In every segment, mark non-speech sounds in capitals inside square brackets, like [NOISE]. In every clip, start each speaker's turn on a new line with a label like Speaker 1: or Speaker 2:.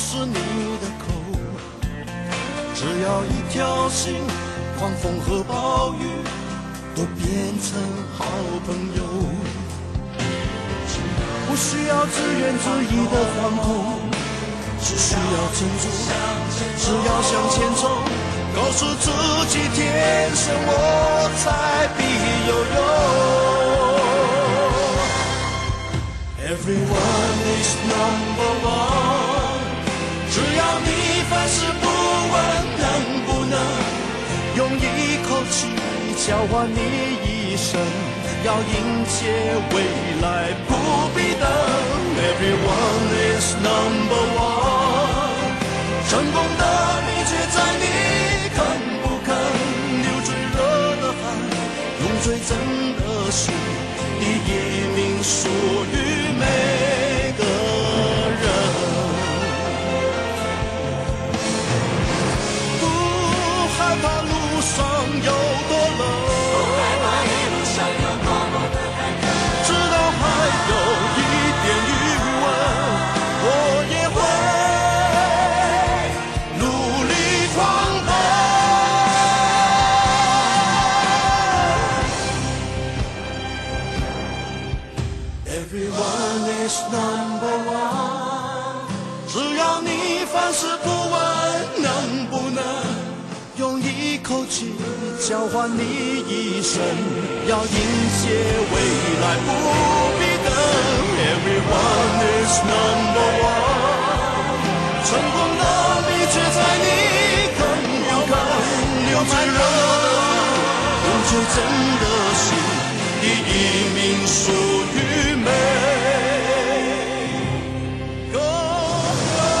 Speaker 1: 是你的口，只要一条心，狂风和暴雨都变成好朋友。不需要自怨自艾的惶恐，只需要珍重，只要向前冲，告诉自己天生我材必有用。Everyone is number one。只要你凡事不问能不能，用一口气交换你一生，要迎接未来不必等。Everyone is number one。成功的秘诀在你肯不肯流最热的汗，用最真的心。第一名属于每个人。不害怕路上有多冷，知道还有一点余温，我也会努力狂奔。Everyone is number one。只要你凡事不问能不能，用一口气交换你一生，要迎接未来不必等。Everyone is number one，成功的秘诀在你肯不肯留最热的汗，用最真的心，第一名属于每。Go, go.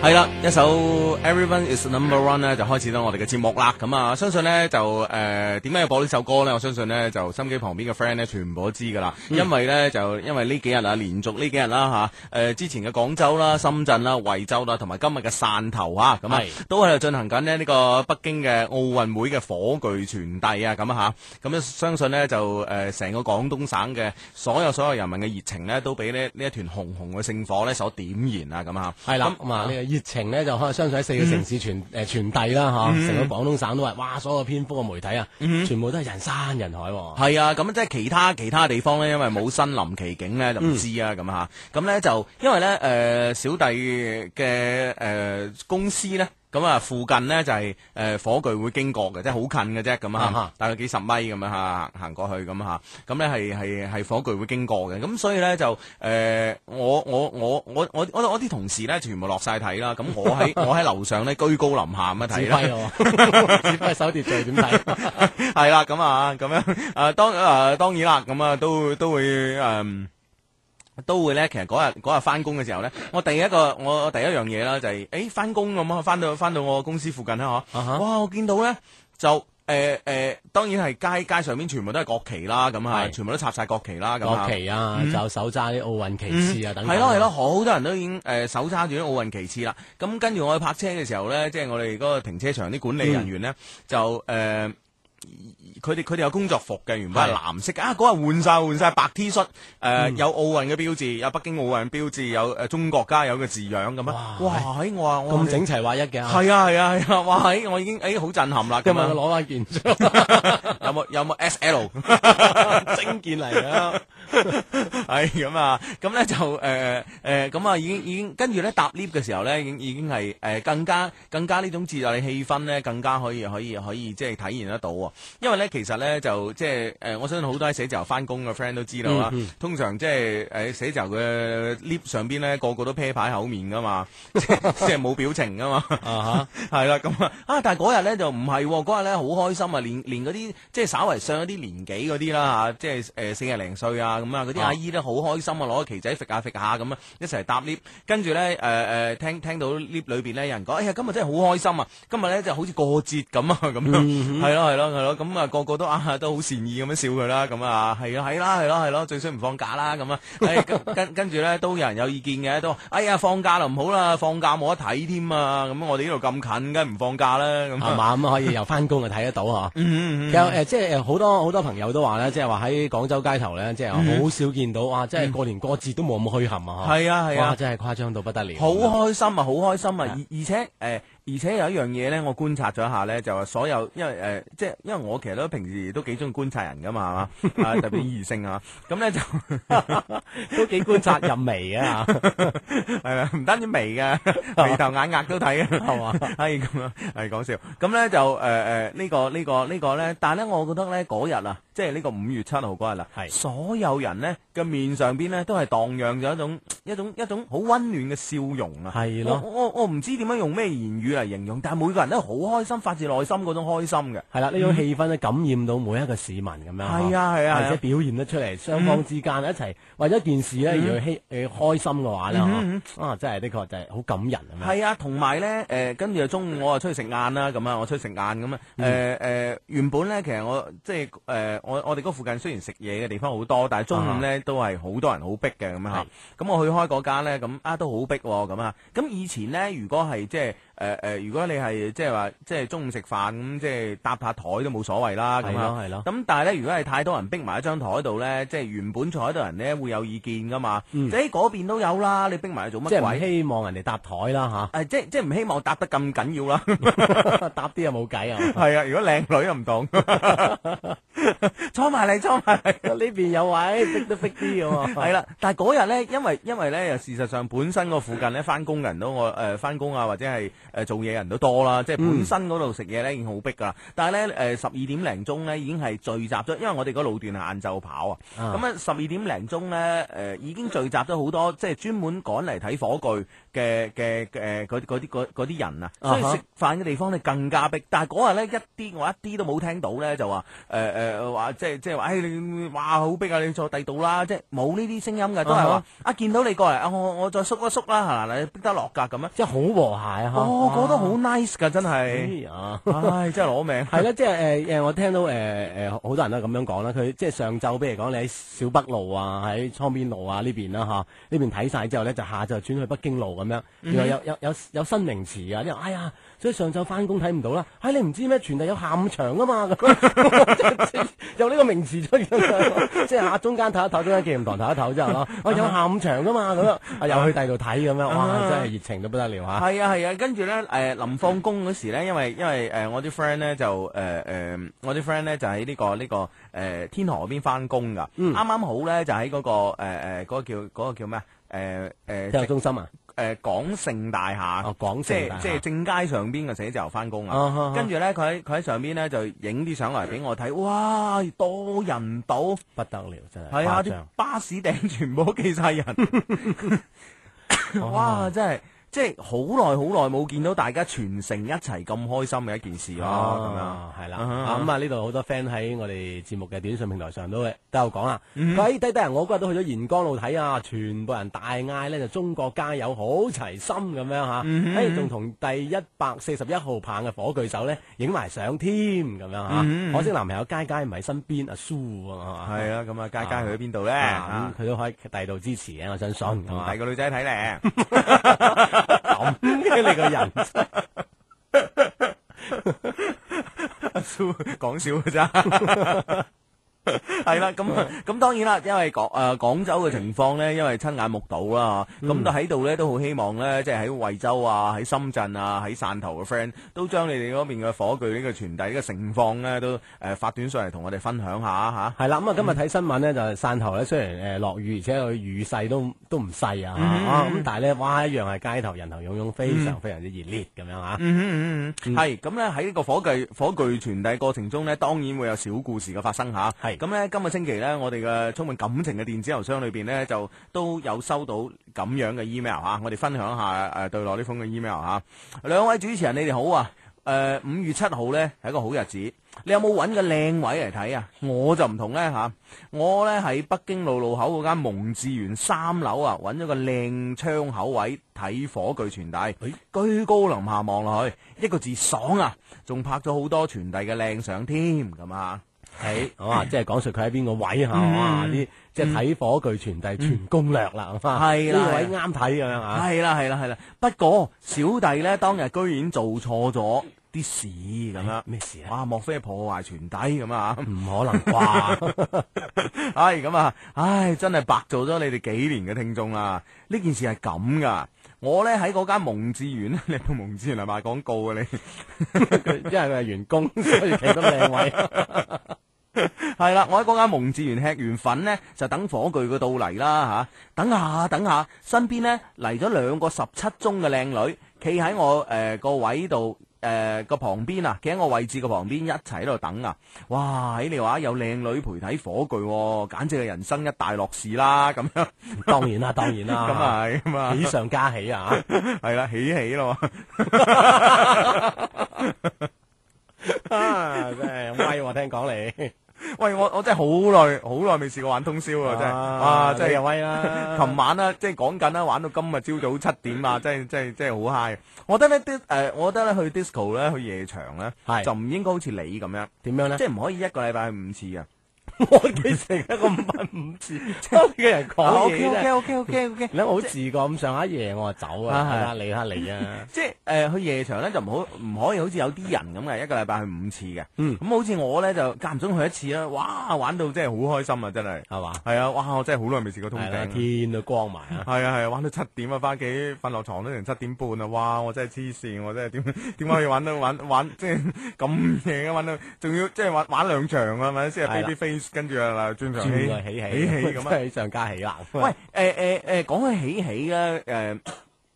Speaker 2: 系啦，一首 Everyone is Number One 咧就開始咗我哋嘅節目啦。咁啊，相信咧就诶點解要播呢首歌咧？我相信咧就心機旁邊嘅 friend 咧全部都知噶啦，
Speaker 3: 嗯
Speaker 2: 因為咧就因為呢幾日啊，連續呢幾日啦吓，诶、之前嘅廣州啦、深圳啦、惠州啦，同埋今日嘅汕頭啊，咁啊
Speaker 3: 係
Speaker 2: 都喺度進行緊咧呢個北京嘅奧運會嘅火炬傳遞啊，咁啊吓，咁啊相信咧就诶成、個廣東省嘅所有所有人民嘅熱情咧，都俾呢呢一團紅紅嘅聖火咧所點燃啊，咁啊嗯
Speaker 3: 系啦，咁啊呢個熱情咧就可能相信喺四個城市傳誒傳遞啦，嚇，成個廣東省都係，哇！所有篇幅嘅媒體啊，全部都係人山人海喎。
Speaker 2: 系啊，嗯咁即係其他其他地方咧，因為冇身臨其境咧，就唔知啊咁吓。咁咧就因為咧诶、呃小弟嘅诶、呃公司咧。咁啊，附近咧就係、呃火炬會經過嘅，即係好近嘅啫，咁
Speaker 3: 啊
Speaker 2: 啊
Speaker 3: 哈，
Speaker 2: 大概幾十米咁樣嚇，行過去咁嚇，咁咧係係係火炬會經過嘅，咁所以咧就誒、呃我我我我我我我啲同事咧全部落晒睇啦，咁我
Speaker 3: [LAUGHS]
Speaker 2: 喺我喺樓上咧居高臨下咁樣啊
Speaker 3: 指
Speaker 2: 睇啦
Speaker 3: 揮。
Speaker 2: [LAUGHS]
Speaker 3: 喎，指揮手秩序點睇？
Speaker 2: 系啦，咁啊，咁样诶，当诶当然啦，咁啊都都會诶。嗯都會咧，其實嗰日嗰日翻工嘅時候咧，我第一個我我第一樣嘢啦，就係誒翻工咁啊，翻到翻到我公司附近啦嗬
Speaker 3: 啊哈
Speaker 2: 哇！我見到咧就誒誒、呃呃當然係街街上面全部都係國旗啦，咁啊，
Speaker 3: 係
Speaker 2: 全部都插晒國旗啦，咁啊
Speaker 3: 國旗啊，就手揸啲奧運旗幟啊，等等
Speaker 2: 嗯係咯係咯，，好多人都已經誒、呃手揸住啲奧運旗幟啦。咁跟住我去泊車嘅時候咧，即係我哋嗰個停車場啲管理人員
Speaker 3: 嗯
Speaker 2: 咧，就誒。呃佢哋佢哋有工作服嘅，原本係
Speaker 3: 係嗯
Speaker 2: 藍色嘅啊！嗰日換晒換晒白 T 恤，誒、有奧運嘅標誌，有北京奧運標誌，有誒、呃中國加油嘅字樣咁樣。啊
Speaker 3: 哇
Speaker 2: 哇！喺我話我
Speaker 3: 咁整齊劃一嘅啊，
Speaker 2: 係啊係啊係啊！哇！喺我已經誒好、震撼啦咁啊
Speaker 3: 今日我
Speaker 2: 樣。
Speaker 3: 攞翻件出
Speaker 2: [LAUGHS]
Speaker 3: 嚟
Speaker 2: 有冇有冇 SL？
Speaker 3: 整件
Speaker 2: [LAUGHS]
Speaker 3: 嚟啊，
Speaker 2: 系咁啊，咁咧就诶诶，咁、啊、已經已經跟住咧搭 lift 嘅時候咧，已經已經係诶、呃更加更加呢種節日嘅氣氛咧，更加可以可以可以即係體現得到喎。因為咧其實咧就即係诶、呃我相信好多喺寫字樓翻工嘅 friend 都知道啊啦。通常即係诶寫字樓嘅 lift 上邊咧，個個都啤牌口面噶嘛，即係即係冇表情噶嘛。
Speaker 3: 啊
Speaker 2: [LAUGHS] 系啦，咁啊，啊，但系嗰日咧就唔係喎，嗰日咧好開心啊，連連嗰啲即係稍為上一啲年紀嗰啲啦吓，即係诶四廿零歲啊，啊咁啊，嗰啲阿姨咧好開心啊，攞個旗仔揈下揈下咁啊，一齊搭 lift，跟住咧誒誒聽聽到 lift 裏邊咧有人講，哎呀今日真係好開心啊，今日咧就好似過節咁啊咁 [LAUGHS] 樣，
Speaker 3: 嗯
Speaker 2: 係咯係咯係咯，咁啊個個都啊都好善意咁樣笑佢啦，咁啊係啊係啦係咯係咯，最衰唔放假啦
Speaker 3: [LAUGHS]
Speaker 2: 咁啊，哎跟跟跟住咧都有人有意見嘅，都話哎呀放假就唔好啦，放假冇得睇添啊，咁我哋呢度咁近，梗係唔放假啦咁
Speaker 3: [LAUGHS] 係
Speaker 2: 啊，
Speaker 3: 嘛咁可以又翻工啊睇得到嗬。
Speaker 2: 嗯嗯嗯
Speaker 3: 其實誒，即係誒好多好多朋友都話咧，即係話喺廣州街頭咧，即係
Speaker 2: 嗯
Speaker 3: 好少見到哇！即係過年過節都冇咁墟冚啊！
Speaker 2: 係啊係啊
Speaker 3: 哇！真係誇張到不得了，
Speaker 2: 好開心啊，好開心啊！而而且誒、呃而且有一樣嘢咧，我觀察咗一下咧，就話所有因為誒、呃即係因為我其實都平時都幾中意觀察人噶嘛，係
Speaker 3: [LAUGHS]
Speaker 2: 嘛？啊，特別異性啊，咁咧就
Speaker 3: 都幾觀察入微
Speaker 2: [LAUGHS]
Speaker 3: 嘅嚇。
Speaker 2: 係啦，唔單止眉
Speaker 3: 啊
Speaker 2: 嘅，眉頭眼額都睇嘅，係嘛？係咁啊，係講笑。咁咧就誒誒呢個呢、個呢、個咧，但係咧，我覺得咧嗰日啊，即係呢個五月七號嗰日啊，
Speaker 3: 係
Speaker 2: 所有人咧嘅面上邊咧都係蕩漾咗一種一種一種好溫暖嘅笑容啊！
Speaker 3: 係咯
Speaker 2: 我我我唔知點樣用咩言語嚟形容，但係每個人都好開心，發自內心嗰種開心嘅。
Speaker 3: 係啦，呢種氣氛咧感染到每一個市民咁樣，
Speaker 2: 係啊係啊係啊嗯
Speaker 3: 而且表現得出嚟，雙方之間一齊為咗一件事咧而去誒開心嘅話咧，嚇啊真係的確就係好感人咁樣。
Speaker 2: 嗯係啊，同埋咧，誒、跟住就中午我啊出去食晏啦，咁啊，我出去食晏咁啊，誒、
Speaker 3: 嗯
Speaker 2: 誒原本咧，其實我即係誒、我我哋嗰附近雖然食嘢嘅地方好多，但係中午
Speaker 3: 啊
Speaker 2: 咧都係好多人好逼嘅咁啊，咁我去開嗰間咧，咁啊都好逼喎，咁啊，咁以前咧，如果係即係誒誒，如果你係即係話即係中午食飯咁，即係搭下台都冇所謂啦，咁啊，
Speaker 3: 係咯係咯
Speaker 2: 咁但係咧，如果係太多人逼埋一張台度咧，即係原本坐喺度人咧會有意見噶嘛，
Speaker 3: 嗯
Speaker 2: 即係哎嗰邊都有啦，你逼埋去做
Speaker 3: 即
Speaker 2: 乜
Speaker 3: 係唔
Speaker 2: 鬼？啊
Speaker 3: 希望人哋搭台啦
Speaker 2: 誒、即即唔希望答得咁緊要
Speaker 3: [LAUGHS]
Speaker 2: 啦。 [LAUGHS]
Speaker 3: 嚇，搭啲又冇計啊！
Speaker 2: 係啊，如果靚女又唔
Speaker 3: [LAUGHS]
Speaker 2: 當，坐埋嚟，坐埋嚟。
Speaker 3: 呢邊有位逼都逼啲啊嘅喎。
Speaker 2: 係啦，但係嗰日咧，因為因為咧，事實上本身個附近咧，翻工嘅人都我誒翻工啊，或者係誒做嘢人都多啦，
Speaker 3: 嗯
Speaker 2: 即係本身嗰度食嘢咧已經好逼噶啦。但係咧誒十二點零鐘咧已經係聚集咗，因為我哋個路段係晏晝跑啊，
Speaker 3: 啊
Speaker 2: 咁啊十二點零鐘咧誒已經聚集咗好多即係專門趕嚟睇火炬嘅嘅嘅嗰嗰啲嗰嗰啲人啊，所以
Speaker 3: 啊哈
Speaker 2: 食飯嘅地方咧更加逼。但係嗰日咧一啲我一啲都冇聽到咧就話誒誒話即係即係話誒你哇好逼啊，你坐第度啦，即係冇呢啲聲音嘅，都係
Speaker 3: 啊
Speaker 2: 話啊見到你過嚟啊，我我再縮一縮啦，嗱嗱，你逼得落㗎咁樣。
Speaker 3: 即係好和諧嚇，
Speaker 2: 哦，個個都好 nice 㗎，真係，
Speaker 3: 哎呀
Speaker 2: 唉真係攞命。
Speaker 3: 係啦，即係誒誒，我聽到誒誒好多人都咁樣講啦。佢即係上晝，譬如講你喺小北路啊，喺倉邊路啊呢邊啦嚇，呢邊睇晒之後咧，就下晝轉去北京路咁樣。
Speaker 2: 嗯
Speaker 3: 原來有有有有新名詞啊，因為哎呀，所以上晝翻工睇唔到啦。唉，你唔知咩？全地有下午場噶嘛，咁 [LAUGHS] 有呢個名詞出現，啊即係下中間唞一唞，中間紀念堂唞一唞之後咯，我有下午場噶嘛，咁樣啊又去第二度睇咁樣，
Speaker 2: 啊
Speaker 3: 哇！真係熱情到不得了嚇。
Speaker 2: 係啊係啊，跟住咧誒臨放工嗰時咧，因為因為誒、呃我啲 friend 咧就誒誒、呃呃我啲 friend 咧就喺呢、個呢、個誒、呃天河嗰邊翻工噶，
Speaker 3: 嗯
Speaker 2: 啱啱、好咧就喺嗰、個誒誒嗰個叫嗰、個叫咩啊誒誒
Speaker 3: 體育中心啊，
Speaker 2: 誒港盛大廈，
Speaker 3: 哦港
Speaker 2: 即
Speaker 3: 盛
Speaker 2: 係
Speaker 3: 大廈
Speaker 2: 即係正街上邊嘅寫字樓翻工
Speaker 3: 啊哈
Speaker 2: 啊
Speaker 3: 哈。
Speaker 2: 跟住咧，佢喺佢喺上邊咧就影啲相嚟俾我睇，哇，多人到，
Speaker 3: 不得了真係。
Speaker 2: 係啊，
Speaker 3: 誇
Speaker 2: 啲
Speaker 3: 張
Speaker 2: 巴士頂全部都企晒
Speaker 3: [LAUGHS]
Speaker 2: 人，哇，真係。即係好耐好耐冇見到大家全城一齊咁開心嘅一件事咯，
Speaker 3: 哦，係啦，
Speaker 2: 嗯哼
Speaker 3: 啊咁啊呢度好多 friend 喺我哋節目嘅短信平台上都都有講啦。
Speaker 2: 嗯
Speaker 3: 佢話哎咦低低人，我嗰日都去咗沿江路睇啊，全部人大嗌咧就中國加油，好齊心咁樣吓，
Speaker 2: 嗯
Speaker 3: 誒仲同第一百四十一號棒嘅火炬手咧影埋相添咁樣吓。可惜男朋友佳佳唔喺身邊，阿蘇
Speaker 2: 咁
Speaker 3: 啊
Speaker 2: 嗯樣，係啦，咁啊，佳佳去咗邊度
Speaker 3: 係嘛
Speaker 2: 咧
Speaker 3: 啊，？咁佢都可以第二度支持嘅，我相信係
Speaker 2: 同
Speaker 3: 嘛
Speaker 2: 第個女仔睇咧。
Speaker 3: 咁嘅你個人真係
Speaker 2: 都講笑嘅咋。係啦，咁咁當然啦，因為廣誒廣州嘅情況呢，因為親眼目睹啦，咁都喺度呢，都好希望呢，即係喺惠州啊、喺深圳啊、喺汕頭嘅 friend 都將你哋嗰邊嘅火炬呢個傳遞呢個盛況呢，都誒發短信嚟同我哋分享下嚇。
Speaker 3: 係啦，咁啊今日睇新聞咧就係汕頭咧，雖然誒落雨，而且佢雨勢都都唔細啊，啊咁但係咧，哇一樣係街頭人頭湧湧，非常非常之熱烈咁樣啊。
Speaker 2: 嗯嗯嗯，係咁咧喺呢個火炬火炬傳遞過程中呢，當然會有小故事嘅發生吓。
Speaker 3: 係
Speaker 2: 咁呢，今個星期呢，我哋嘅充滿感情嘅電子郵箱裏邊呢，就都有收到咁樣嘅 email 吓，我哋分享下誒對落呢封嘅 email 吓。兩位主持人，你哋好啊！誒、诶五月七號呢係一個好日子，你有冇揾個靚位嚟睇啊？我就唔同呢。吓、我呢喺北京路路口嗰間蒙自園三樓啊，揾咗個靚窗口位睇火炬傳遞，居高臨下望落去，一個字爽啊！仲拍咗好多傳遞嘅靚相添，咁啊！
Speaker 3: 系，哇！即係講述佢喺邊個位吓，哇！啲即係睇火炬傳遞全攻略嗯啦，
Speaker 2: 係啦
Speaker 3: 呢個位啱睇咁樣啊，
Speaker 2: 系啦系啦系啦，不過小弟呢，當日居然做錯咗啲事咁樣。
Speaker 3: 咩事啊？
Speaker 2: 哇！莫非係破壞傳遞咁啊？ [LAUGHS]
Speaker 3: 唔可能啩？
Speaker 2: 唉，咁啊，唉，真係白做咗你哋幾年嘅聽眾啦！呢件事係咁噶，我呢喺嗰間蒙志園 [LAUGHS] 咧，你係咪蒙志園嚟賣廣告啊你？
Speaker 3: 佢 [LAUGHS] 因為佢係員 [LAUGHS] 工，所以企得靚位。
Speaker 2: 係啦，我喺嗰間蒙志園吃完粉呢，就等火炬嘅到嚟啦吓，等下等下，身邊呢嚟咗兩個十七中嘅靚女，企喺我诶個、位度。诶個旁邊啊，企喺我位置嘅旁邊，一齊喺度等啊！哇，喺你話有靚女陪睇火炬、喎，簡直係人生一大樂事啦！咁樣
Speaker 3: [LAUGHS] 當然啦，當然
Speaker 2: 咁
Speaker 3: 啦，
Speaker 2: 啊係咁啊
Speaker 3: 喜上加喜啊！
Speaker 2: 系啦，起起咯，
Speaker 3: [LAUGHS] 啊真係威喎，聽講 [LAUGHS] 你，
Speaker 2: 喂，我我真系好耐好耐未試過玩通宵啊，真係，啊，真
Speaker 3: 你
Speaker 2: 係
Speaker 3: 又威啦！
Speaker 2: [LAUGHS]
Speaker 3: [LAUGHS]
Speaker 2: 琴晚啦，即係講緊啦，玩到今日朝早七點
Speaker 3: 嗯
Speaker 2: 啊，真係真係真係好 high。我覺得咧啲诶，我覺得咧去 disco 咧，去夜場咧，
Speaker 3: 係
Speaker 2: 就唔應該好似你咁樣，
Speaker 3: 點樣咧
Speaker 2: 即？係唔可以一個禮拜去五次啊
Speaker 3: [LAUGHS]
Speaker 2: 嘅。
Speaker 3: 我幾成一
Speaker 2: 啊
Speaker 3: 個五分五次，
Speaker 2: [LAUGHS]
Speaker 3: 當嘅人講嘢啫。
Speaker 2: OK OK OK，
Speaker 3: 你好自覺咁上下夜，我就走
Speaker 2: 啊
Speaker 3: 啊，睇
Speaker 2: 係
Speaker 3: 下你睇下你啊。
Speaker 2: [LAUGHS] 即係诶去夜場咧就唔好唔可以好似有啲人咁嘅一個禮拜去五次嘅。
Speaker 3: 嗯
Speaker 2: 咁好似我咧就間唔中去一次啦，啊哇，玩到真係好開心啊，真係。
Speaker 3: 係嘛？
Speaker 2: 係啊，哇！我真係好耐未試過通
Speaker 3: 係啦，
Speaker 2: 頂。啊
Speaker 3: 天都光埋
Speaker 2: [LAUGHS]
Speaker 3: 啊！
Speaker 2: 系啊系啊，玩到七點啊，翻屋企瞓落床都成七點半啊！哇，我真係黐線，我真係點 [LAUGHS] 點解可以玩到玩玩 [LAUGHS] 即係咁夜嘅玩到，仲要即係玩玩兩場啊，係咪先
Speaker 3: 係啦
Speaker 2: ？Baby Face 跟住啊，轉場
Speaker 3: 轉個
Speaker 2: 起
Speaker 3: 起
Speaker 2: 起起咁啊！
Speaker 3: 真係上加起啦。
Speaker 2: 喂，诶诶诶，讲開起起咧，诶， [COUGHS]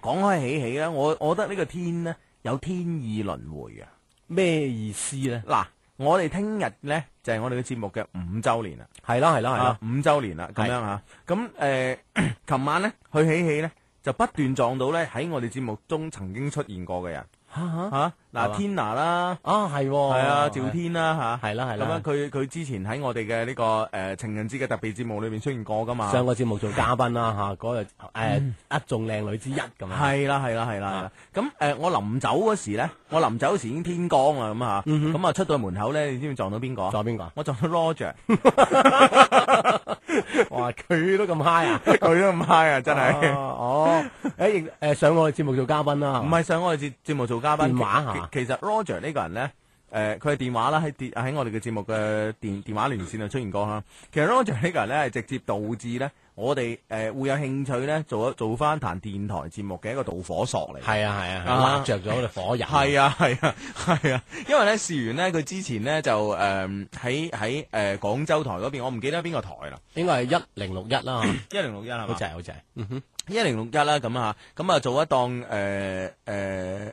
Speaker 2: 講開起起咧，我我覺得呢個天咧有天意輪迴啊！
Speaker 3: 咩意思咧？
Speaker 2: 嗱，我哋聽日咧就係我哋嘅節目嘅五週年啦。
Speaker 3: 係啦係啦係
Speaker 2: 啊
Speaker 3: 啦，
Speaker 2: 五周年啦，咁
Speaker 3: 係
Speaker 2: 樣吓，咁诶，呃 [CLEARS THROAT] 琴晚咧去喜喜咧就不斷撞到咧喺我哋節目中曾經出現過嘅人
Speaker 3: 嚇嚇
Speaker 2: 吓，
Speaker 3: 係
Speaker 2: 嗱
Speaker 3: 嘛
Speaker 2: Tina 啦，
Speaker 3: 啊係
Speaker 2: 係
Speaker 3: 喎，
Speaker 2: 啊趙天啦吓，
Speaker 3: 係啦係啦
Speaker 2: 咁樣佢佢之前喺我哋嘅呢個诶情人節嘅特別節目裏面出現過噶嘛，
Speaker 3: 上個節目做嘉賓啦嚇，嗰日
Speaker 2: 嗯
Speaker 3: 誒一眾靚女之一咁啊樣。
Speaker 2: 係啊啦係啦係啦係啦，咁诶我臨走嗰時咧，我臨走嗰時已經天光啦咁吓，咁啊出到門口咧，你知唔知撞到邊個啊？
Speaker 3: 仲有邊個 [LAUGHS] 啊？
Speaker 2: 我撞到 Roger，
Speaker 3: 哇！佢都咁
Speaker 2: [LAUGHS]
Speaker 3: high
Speaker 2: [LAUGHS]
Speaker 3: 啊！
Speaker 2: 佢都咁 high 啊，真係。
Speaker 3: 啊哦，誒亦誒上我哋節目做嘉賓啦，
Speaker 2: 唔係上我哋節節目做嘉賓，
Speaker 3: 啊電話啊
Speaker 2: 其
Speaker 3: 嚇
Speaker 2: 其其實 Roger 呢個人咧，誒佢係電話啦，喺電喺我哋嘅節目嘅電電話連線度出現過啦。其實 Roger 呢個人咧係直接導致咧，我哋誒、呃、會有興趣咧做一做翻彈電台節目嘅一個導火索嚟。
Speaker 3: 係啊係啊，
Speaker 2: 啊
Speaker 3: 係焫着咗我哋火人。
Speaker 2: 係啊係啊係啊，因為咧事完咧佢之前咧就誒喺喺誒廣州台嗰邊，我唔記得邊個台啦，
Speaker 3: 應該係一零六一啦，
Speaker 2: 一零六一係
Speaker 3: 好
Speaker 2: 嘛
Speaker 3: 似？係好似係。嗯哼，
Speaker 2: 一零六一啦，咁啊，咁啊做一檔誒誒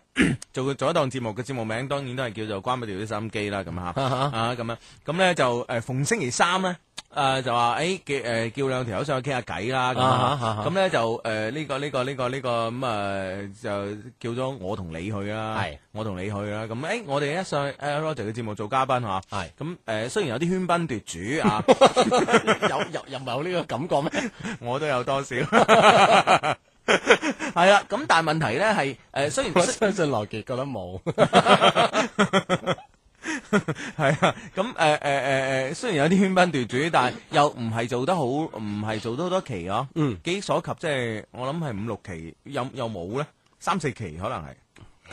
Speaker 2: [COUGHS] 做做一檔節目嘅節目名，當然都係叫做關不掉啲收音機啦，咁嚇啊咁樣，咁咧就誒、呃逢星期三咧。誒、就話誒叫誒叫兩條友上去傾下偈啦，咁
Speaker 3: 啊哈啊
Speaker 2: 啊
Speaker 3: 哈
Speaker 2: 咁咧就誒呢、個呢、個呢、個呢、個咁啊就叫咗我同你去啦，
Speaker 3: 係
Speaker 2: 我同你去啦，咁誒、我哋一上去呃 Roger 嘅節目做嘉賓嚇，
Speaker 3: 係
Speaker 2: 咁誒雖然有啲喧賓奪主啊。
Speaker 3: [LAUGHS] 有有有冇呢個感覺咩？
Speaker 2: 我都有多少。 [LAUGHS] 系啦，啊咁但系问题咧系诶，虽然
Speaker 3: [LAUGHS]
Speaker 2: [LAUGHS]
Speaker 3: 我相信羅傑覺得冇。
Speaker 2: 系啊，咁诶诶诶诶，虽然有啲喧賓奪主，但系又唔係做得好，唔係做得好多期哦咯。
Speaker 3: 嗯，
Speaker 2: 記憶所及即係我諗係五六期，有有冇咧？三四期可能係，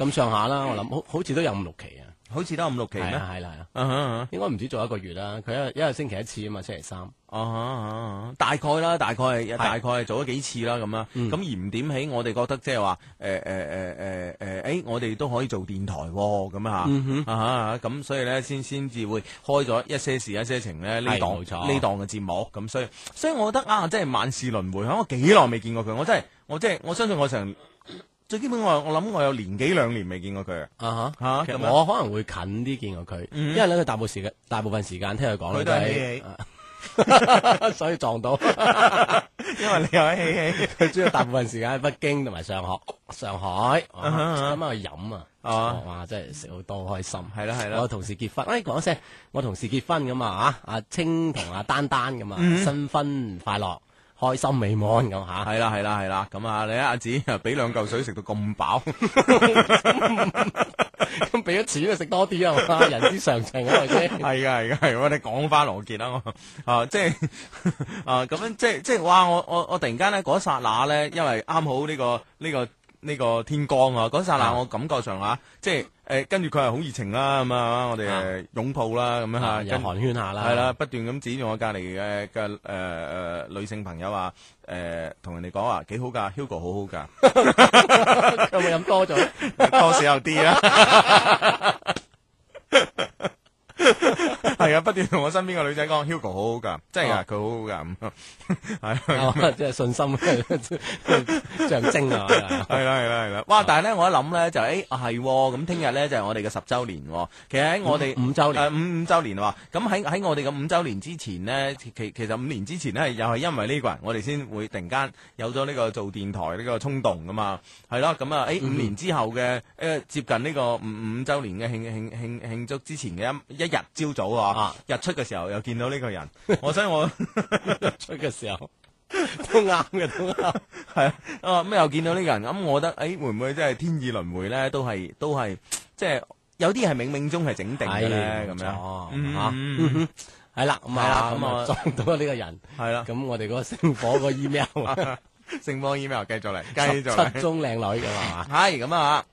Speaker 3: 咁上下啦，我諗好好似都有五六期啊，
Speaker 2: 好似得五六期
Speaker 3: 係
Speaker 2: 咩？
Speaker 3: 啦係啦係啦，
Speaker 2: 嗯哼嗯哼
Speaker 3: 應該唔止做一個月啦，佢一一個星期一次啊嘛，星期三
Speaker 2: 啊哈啊哈啊哈大概啦，大概係大概係做咗幾次啦咁啦。
Speaker 3: 嗯
Speaker 2: 咁而唔點起，我哋覺得即係話誒誒誒誒誒，誒我哋都可以做電台喎咁啊
Speaker 3: 嗯
Speaker 2: 啊哈咁所以咧先先至會開咗一些事一些情咧呢
Speaker 3: 係
Speaker 2: 檔
Speaker 3: 冇錯
Speaker 2: 呢檔嘅節目咁，所以所以我覺得啊，真係萬事輪迴，我幾耐未見過佢，我真係我真係我相信我成最基本我我諗我有年幾兩年未見過佢啊。
Speaker 3: 啊
Speaker 2: 嚇
Speaker 3: 哈，其實
Speaker 2: 咁樣
Speaker 3: 我可能會近啲見過佢，因為咧佢大部時間嗯大部分時間聽佢講
Speaker 2: 佢
Speaker 3: 咧
Speaker 2: 都
Speaker 3: 都 [LAUGHS]
Speaker 2: 係
Speaker 3: 係，所以撞到
Speaker 2: 因為你又喺戲戲。
Speaker 3: 佢主要大部分時間喺北京同埋上
Speaker 2: [LAUGHS]
Speaker 3: 海，上海哇
Speaker 2: 啊哈啊哈
Speaker 3: 咁啊去飲啊
Speaker 2: 啊，
Speaker 3: 哇真係食好多開心，
Speaker 2: 係啦係啦
Speaker 3: 我同事結婚，哎講聲，我同事結婚咁啊嚇，阿青同阿丹丹咁啊，
Speaker 2: 嗯
Speaker 3: 新婚快樂，開心美滿咁啊嚇。
Speaker 2: 係啦係啦係啦，咁啊你啊阿子俾兩嚿水食到咁飽，
Speaker 3: [LAUGHS] 咁俾咗錢就食多啲啊
Speaker 2: [LAUGHS]
Speaker 3: 嘛，人之常情啊，係咪先？
Speaker 2: 係噶係噶係，我哋講翻羅傑啦，我啊即係啊咁樣即係即係哇！我我我突然間咧嗰一剎那咧，因為啱好呢個呢個呢個天光啊，嗰一剎那我感覺上啊，即係誒跟住佢係好熱情啦，咁啊我哋誒擁抱啦，咁樣
Speaker 3: 啊，
Speaker 2: 嚇，
Speaker 3: 又
Speaker 2: 跟
Speaker 3: 寒暄下啦，
Speaker 2: 係啦，不斷咁指住我隔離嘅嘅誒誒女性朋友話誒，同人哋講話幾好㗎，Hugo 好好㗎。
Speaker 3: 有冇飲
Speaker 2: [LAUGHS]
Speaker 3: 多咗？
Speaker 2: 多少有啲啦。係啊，不斷同我身邊個女仔講，Hugo 好好噶，真係啊
Speaker 3: 哦
Speaker 2: 噶，佢好好噶，咁係啊
Speaker 3: 啊即係信心 [LAUGHS] 象
Speaker 2: [LAUGHS]
Speaker 3: 徵啊！
Speaker 2: 係啦係啦係啦，哇！但係咧，我一諗咧就誒啊係喎咁，聽日咧就係我哋嘅十週年喎。其實喺我哋
Speaker 3: 五五週年
Speaker 2: 誒五五週年喎。咁喺喺我哋嘅五週年之前咧，其其其實五年之前咧，又係因為呢個人，我哋先會突然間有咗呢個做電台呢個衝動噶嘛。係咯，咁啊
Speaker 3: 嗯
Speaker 2: 誒五年之後嘅誒接近呢個五五週年嘅慶慶慶慶祝之前嘅一一日朝早啊
Speaker 3: 啊，
Speaker 2: 日出嘅時候又見到呢個人，我所以我。
Speaker 3: 出嘅時候都啱
Speaker 2: [LAUGHS]
Speaker 3: 嘅，都啱。
Speaker 2: 系啊，咩又見到呢個人咁，我覺得诶、誒會唔會真係天意輪迴咧？都係都係即係有啲係冥冥中係整定嘅咧，咁樣嗯
Speaker 3: 嚇，
Speaker 2: 嗯
Speaker 3: 嗯係啦，咁
Speaker 2: 係
Speaker 3: 啊
Speaker 2: 啦，咁
Speaker 3: 咁
Speaker 2: 啊
Speaker 3: 啊撞到呢個人，
Speaker 2: [LAUGHS] [LAUGHS] 係啦，
Speaker 3: 咁我哋嗰個星火個 email 啊，
Speaker 2: 聖方 email 繼續嚟，[LAUGHS]
Speaker 3: 十
Speaker 2: 繼續
Speaker 3: 七
Speaker 2: 嚟，
Speaker 3: 中靚女嘅嘛，
Speaker 2: 係咁
Speaker 3: [COUGHS]
Speaker 2: 啊。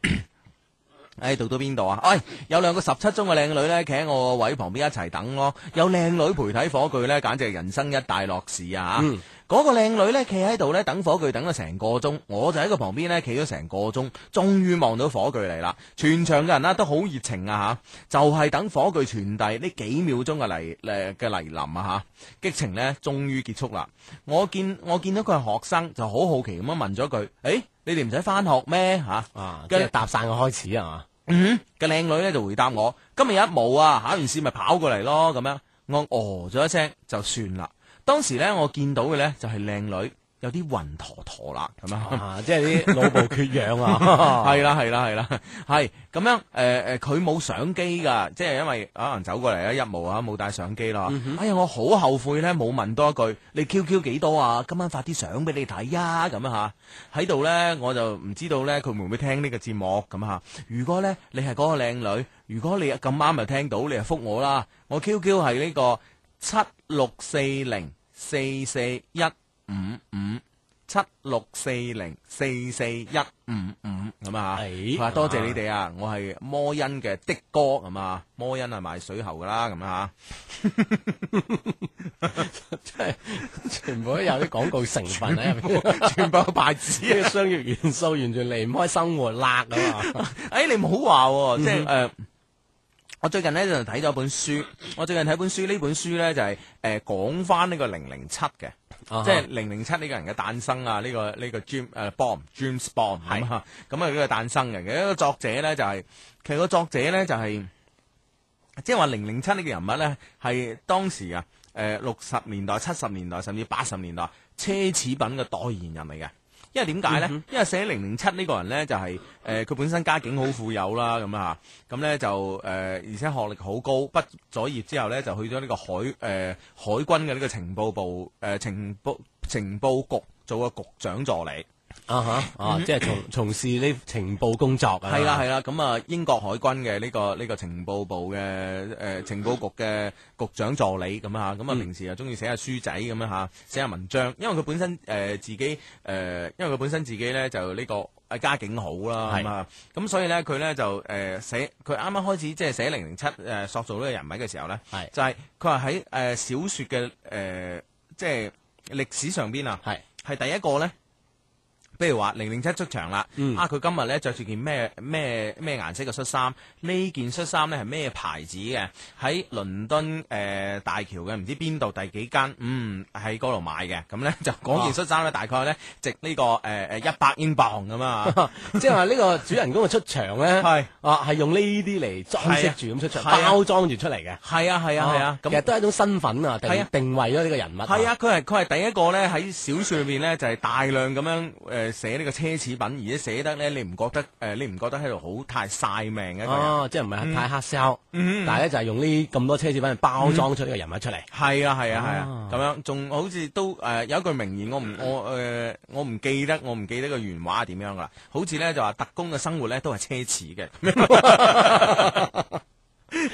Speaker 2: 诶，讀到邊度啊？哎，有兩個十七中嘅靚女咧，企喺我個位旁邊一齊等咯。有靚女陪睇火炬咧，簡直係人生一大樂事啊！
Speaker 3: 嗯
Speaker 2: 嗰個靚女呢，企喺度呢等火炬等咗成個鐘，我就喺佢旁邊呢企咗成個鐘，終於望到火炬嚟啦！全場嘅人啦都好熱情啊吓，就係等火炬傳遞呢幾秒鐘嘅嚟誒嘅嚟臨啊吓，激情呢終於結束啦！我見我見到佢係學生，就好好奇咁樣問咗句：，誒、你哋唔使翻學咩吓？
Speaker 3: 啊，即
Speaker 2: 跟
Speaker 3: 係搭訕嘅開始啊
Speaker 2: 嗯，個靚女咧就回答我：今日有一冇啊，考完試咪跑過嚟咯，咁樣。我哦咗一聲就算啦。當時咧我見到嘅咧就係靚女，有啲暈陀陀啦，咁
Speaker 3: 嘛，
Speaker 2: 樣。
Speaker 3: 啊，即係啲腦部缺
Speaker 2: [LAUGHS]
Speaker 3: 氧 [LAUGHS] 啊，
Speaker 2: 係啦係啦係啦，係咁樣誒誒，佢冇相機㗎，即係因為可能走過嚟啦，一冇啊冇帶相機啦。哎呀，我好後悔咧，冇問多一句，你 QQ 幾多啊？今晚發啲相俾你睇啊，咁樣嚇。喺度咧，我就唔知道咧，佢會唔會聽呢個節目咁嚇。如果咧你係嗰個靚女，如果你咁啱就聽到，你就覆我啦。我 QQ 係呢個七六四零四四一五五。七六四零四四一五五咁啊，
Speaker 3: 哎
Speaker 2: 佢話多謝你哋啊，我係摩恩嘅的哥咁啊，摩恩係賣水喉噶啦咁啊， [LAUGHS]
Speaker 3: 全部都有啲廣告成分喺入邊。
Speaker 2: 全部牌子
Speaker 3: [LAUGHS]
Speaker 2: 啊
Speaker 3: 呢 [LAUGHS] 個商業元素完全離唔開生活辣啊嘛，
Speaker 2: [LAUGHS] 诶、哎你唔好話喎，即係诶。誒我最近咧就睇咗本書，我最近睇本書，呢本書咧就係誒講翻呢個零零七嘅，
Speaker 3: 啊
Speaker 2: 即係零零七呢個人嘅誕生啊，呢、個呢、個 Jim 誒、Bomb James Bond 咁啊，咁啊呢個誕生嘅，一個作者咧就係、其實個作者咧就係、即係話零零七呢個人物咧係當時啊誒六十年代、七十年代甚至八十年代奢侈品嘅代言人嚟嘅。因為點解咧？因為寫零零七呢個人咧，就係、誒佢本身家境好富有啦，咁啊，咁咧就誒、而且學歷好高，畢咗業之後咧就去咗呢個海誒、海軍嘅呢個情報部誒、情報情報局做個局長助理。
Speaker 3: 啊哈啊，即係從從事呢情報工作啊，
Speaker 2: 嗯係啦係啦，咁啊英國海軍嘅呢個呢個情報部嘅誒情報局嘅局長助理咁啊，
Speaker 3: 嗯
Speaker 2: 咁啊平時啊中意寫下書仔咁樣嚇，寫下文章，因為佢本身誒自己誒，因為佢本身自己咧就呢個。誒家境好啦，
Speaker 3: 係
Speaker 2: 咁啊，咁所以咧佢咧就誒寫佢啱啱開始即係寫零零七誒塑造呢個人物嘅時候咧，
Speaker 3: 係
Speaker 2: 就係佢話喺誒小説嘅誒即係歷史上邊啊，
Speaker 3: 係
Speaker 2: 係第一個咧譬如話零零七出場啦，
Speaker 3: 嗯
Speaker 2: 啊佢今日咧着住件咩咩咩顏色嘅恤衫？呢件恤衫咧係咩牌子嘅？喺倫敦誒、呃大橋嘅唔知邊度第幾間，嗯喺嗰度買嘅。咁咧
Speaker 3: 啊
Speaker 2: 就嗰件恤衫咧大概咧值呢、個誒誒一百英鎊咁
Speaker 3: [LAUGHS]
Speaker 2: 啊，
Speaker 3: [LAUGHS] 即係話呢個主人公嘅出場咧，
Speaker 2: 係
Speaker 3: 啊係用呢啲嚟裝飾住咁出場，
Speaker 2: 係啊
Speaker 3: 包裝住出嚟嘅。
Speaker 2: 係啊係啊係啊，
Speaker 3: 哦其實
Speaker 2: 咁。
Speaker 3: 都係一種身份啊，定
Speaker 2: 係啊
Speaker 3: 定位咗呢個人物。
Speaker 2: 係啊，佢係佢係第一個咧喺小说裏面咧就係大量咁樣诶写呢個奢侈品，而且寫得咧你唔覺得诶、呃你唔覺得喺度好太晒命嘅一個人。
Speaker 3: 哦，即係唔
Speaker 2: 嗯
Speaker 3: 係太黑 sell，但係咧就係用呢咁多奢侈品嚟包裝出呢個人物
Speaker 2: [LAUGHS]
Speaker 3: 出嚟。
Speaker 2: 系啊系啊系啊
Speaker 3: 啊，
Speaker 2: 咁樣仲好似都诶、呃有一句名言，我唔我诶、我唔記得我唔記得個原話係點樣噶啦，好似咧就話特工嘅生活咧都係奢侈嘅，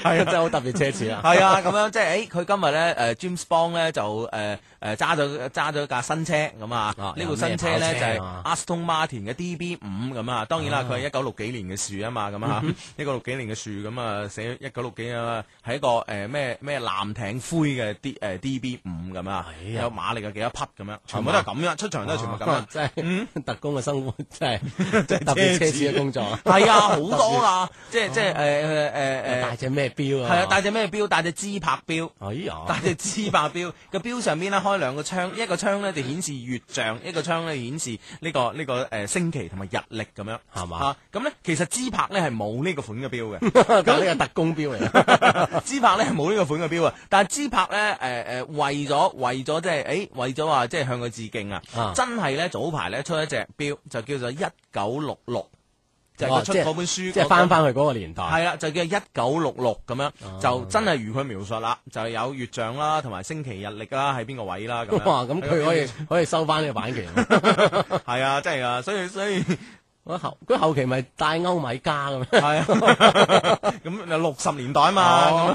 Speaker 3: 係啊，真係好特別奢
Speaker 2: [LAUGHS]
Speaker 3: 侈啊！
Speaker 2: 係啊咁樣即係诶佢今日咧诶 James Bond 咧就诶诶揸咗揸咗架新車咁啊
Speaker 3: 啊，
Speaker 2: 呢部新車咧就係
Speaker 3: 有咩啊跑
Speaker 2: Aston Martin 嘅 DB 五咁啊，當然啦佢係一九六幾年嘅樹啊嘛咁
Speaker 3: 嗯
Speaker 2: 啊，一九六幾年嘅樹咁啊寫一九六幾啊係一個诶咩咩藍艇灰嘅 D 诶 DB 五咁啊，
Speaker 3: 哎呀
Speaker 2: 有馬力嘅幾多匹咁樣，全部都係咁樣出場都啊係全部咁嗯樣。
Speaker 3: 哦真係特工嘅生活，
Speaker 2: [LAUGHS]
Speaker 3: 真係 [LAUGHS] 真係特別奢侈嘅工作啊！
Speaker 2: 係啊，好多
Speaker 3: [LAUGHS]
Speaker 2: 啊，即係即係诶诶
Speaker 3: 戴
Speaker 2: 诶，
Speaker 3: 隻咩錶啊？
Speaker 2: 係啊，戴隻咩錶？戴隻支拍錶。
Speaker 3: 哎呀
Speaker 2: [LAUGHS]
Speaker 3: [LAUGHS]
Speaker 2: 戴，隻芝白錶，個錶上邊咧開兩個窗，一個窗咧就顯示月像，一個窗咧顯示呢、個呢、個誒、呃星期同埋日曆咁樣，
Speaker 3: 係嘛
Speaker 2: 啊咁咧其實芝柏咧係冇呢個款嘅錶
Speaker 3: [LAUGHS]
Speaker 2: 嘅。 [LAUGHS]
Speaker 3: 但係呢個特工錶嚟嘅，
Speaker 2: 芝柏咧係冇呢個款嘅錶啊，但係芝柏咧誒誒為咗為咗即係誒為咗話即係向佢致敬啊，
Speaker 3: 啊
Speaker 2: 真係咧早排咧出一隻錶就叫做一九六六， [LAUGHS] 就係
Speaker 3: 哦
Speaker 2: 佢出
Speaker 3: 即係
Speaker 2: 嗰本書嗰個、啊
Speaker 3: 即係翻翻去嗰個年代。
Speaker 2: 系啦，就叫一九六六咁樣，
Speaker 3: 哦
Speaker 2: 就真係如佢描述啦，就有月像啦，同埋星期日曆啦，喺邊個位啦咁樣。
Speaker 3: [LAUGHS] 哇！咁佢可以可以收翻呢個
Speaker 2: [LAUGHS]
Speaker 3: 版權。
Speaker 2: 係啊，真係啊，所以所以
Speaker 3: 我後佢後期咪戴歐米加咁
Speaker 2: [LAUGHS]
Speaker 3: 樣。 [LAUGHS]
Speaker 2: 係啊，咁就六十年代啊
Speaker 3: 哦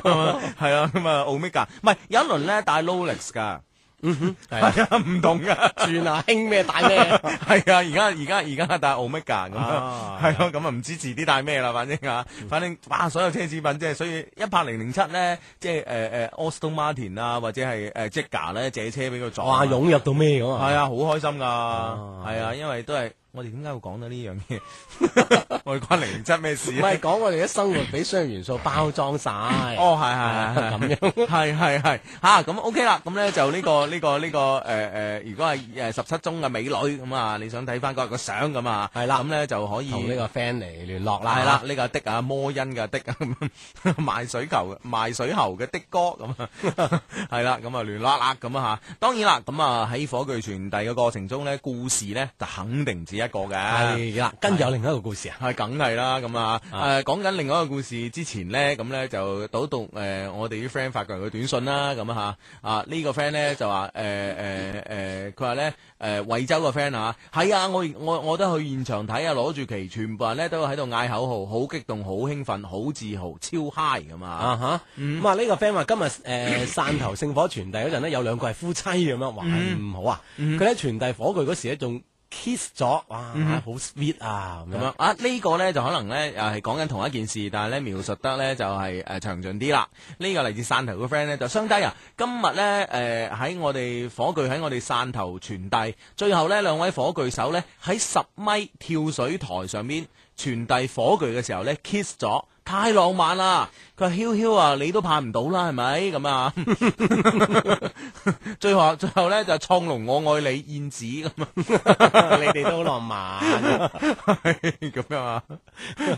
Speaker 2: 嘛，係啊，咁啊 Omega，唔係有一輪咧戴 Rolex 噶，
Speaker 3: 係啊
Speaker 2: 係啊，唔同噶。。
Speaker 3: 轉啊，興咩戴咩
Speaker 2: 係啊，而家而家而家戴 Omega 咁啊
Speaker 3: 啊，嗯
Speaker 2: 係咯，咁啊唔知遲啲戴咩啦，反正啊，反正哇，所有奢侈品即係所以一八零零七咧，即係誒誒 Aston Martin 啊，或者係誒 Jaguar 咧借車俾佢撞啊，
Speaker 3: 哇！湧入到咩咁啊？
Speaker 2: 係啊，好開心㗎，係啊，因為都係我哋點解會講到呢樣
Speaker 3: [LAUGHS]
Speaker 2: 嘢？我哋關零零七咩事
Speaker 3: 唔
Speaker 2: 啊？
Speaker 3: 係講我哋嘅生活俾商業元素包裝 [LAUGHS] 晒。
Speaker 2: 哦，係係係係
Speaker 3: 咁樣
Speaker 2: 係係係嚇咁 OK 啦，咁咧就呢個呢個呢個誒誒，如果係誒十七中嘅美女咁啊，你想睇翻嗰日個相咁啊，
Speaker 3: 係啦
Speaker 2: 咁咧就可以
Speaker 3: 同呢個 friend 嚟聯絡啦。
Speaker 2: 系啦，呢個的啊，摩恩嘅的 [LAUGHS] 啊，賣水球嘅賣水喉嘅的哥咁啊， [LAUGHS] 係啦，咁啊聯絡啦咁啊吓，當然啦，咁啊喺火炬傳遞嘅過程中咧，故事咧就肯定只一個嘅。
Speaker 3: 係啦，跟住有另一個故事啊。
Speaker 2: 係梗係啦，咁啊，誒講緊另外一個故事之前咧，咁咧就讀一讀誒、我哋啲 friend 發過嚟嘅短信啦，咁啊啊呢、個 friend 咧就話誒誒誒，佢話咧誒惠州個 friend 啊，係啊，我我我都去現場睇啊，攞住旗，全部人咧都喺度嗌口號，好激動，好興奮，好自豪，超 high 咁啊！
Speaker 3: 啊哈，咁啊呢個 friend 話今 [COUGHS] 日誒汕頭聖火傳遞嗰陣咧，有兩個係夫妻咁樣，哇唔好啊！佢咧傳遞火炬嗰時咧仲 kiss 咗，哇好 sweet 啊咁
Speaker 2: 咁樣
Speaker 3: 樣。
Speaker 2: 啊，呢個咧就可能咧又係講緊同一件事，但係咧描述得咧就係誒詳盡啲啦。呢個嚟自汕頭嘅 friend 咧就相低啊，今日咧誒喺我哋火炬喺我哋汕頭傳遞，最後呢兩位火炬手咧喺十米跳水台上面傳遞火炬嘅時候咧 kiss 咗。太浪漫啦！佢話：囂囂啊，你都盼唔到啦，係咪咁啊？ [LAUGHS] 最後最後咧就創龍我愛你燕子咁啊！
Speaker 3: [LAUGHS] 你哋都好浪漫。
Speaker 2: [LAUGHS] 咁樣 [LAUGHS] 啊，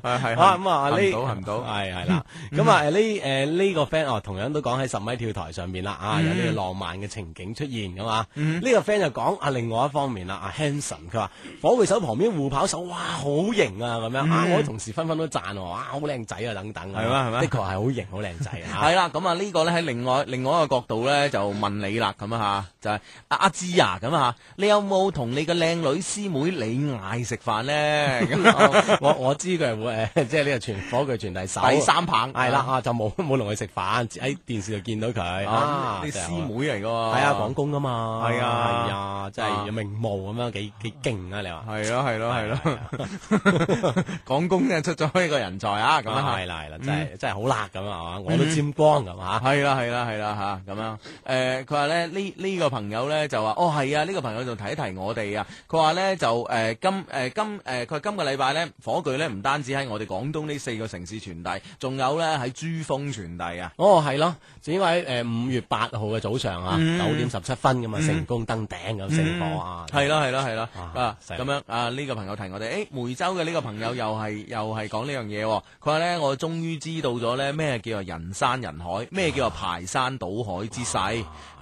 Speaker 2: 係
Speaker 3: 啊咁啊呢
Speaker 2: 行唔到行唔到，
Speaker 3: 係係
Speaker 2: [LAUGHS]
Speaker 3: 啦，咁啊誒呢誒呢個 friend 哦，同樣都講喺十米跳台上面啦
Speaker 2: 嗯
Speaker 3: 啊，有呢個浪漫嘅情景出現咁啊。呢個 friend 就講啊另外一方面啦，啊 Hanson 佢話火炬手旁邊護跑手哇好型啊咁樣啊，我啲同事紛紛都讚喎，哇好靚仔啊等等啊，
Speaker 2: 嗯係嘛係嘛
Speaker 3: 的確係好型好靚仔
Speaker 2: [LAUGHS]
Speaker 3: 啊。
Speaker 2: 係啦，咁啊呢個咧喺另外另外一個角度咧就問你啦，咁啊吓就係阿阿芝啊咁啊，你有冇同你嘅靚女師妹李艾食飯咧？咁啊 [LAUGHS]
Speaker 3: 我我我知佢係會誒， [LAUGHS] 即係呢個傳火炬傳遞手
Speaker 2: 第三棒
Speaker 3: 係啦啊，就冇冇同佢食飯，喺電視度見到佢
Speaker 2: 啊，
Speaker 3: 啊，
Speaker 2: 你師
Speaker 3: 真係好啊
Speaker 2: 妹嚟㗎喎，
Speaker 3: 係啊，廣工啊嘛，
Speaker 2: 係啊
Speaker 3: 係啊，真
Speaker 2: 啊
Speaker 3: 係有名模咁樣，幾幾勁啊！你話
Speaker 2: [LAUGHS] 係咯係咯係咯，廣工真係出咗一個人才啊！咁嗯
Speaker 3: 係
Speaker 2: 嘛。
Speaker 3: 係啦係啦，真係真係好辣咁啊，我都沾光咁啊，
Speaker 2: 系啦系啦系啦吓咁樣诶，誒佢話咧呢呢個朋友咧就話哦係啊，呢、個朋友就提一提我哋啊。佢話咧就誒、今誒、今誒佢話今個禮拜咧火炬咧唔單止喺我哋廣東呢四個城市傳遞，仲有咧喺珠峰傳遞啊。
Speaker 3: 哦，係咯，就應該喺誒五月八號嘅早上啊，
Speaker 2: 嗯
Speaker 3: 九點十七分咁啊，成功登頂咁成火啊，
Speaker 2: 係啦係啦係啦
Speaker 3: 哇
Speaker 2: 啊
Speaker 3: 犀利嗯
Speaker 2: 咁樣啊呢、個朋友提我哋，誒、梅州嘅呢個朋友又係又係講呢樣嘢喎。佢話咧我終於知道咗咧咩叫做人山人海，咩叫做排山倒海之勢。
Speaker 3: 啊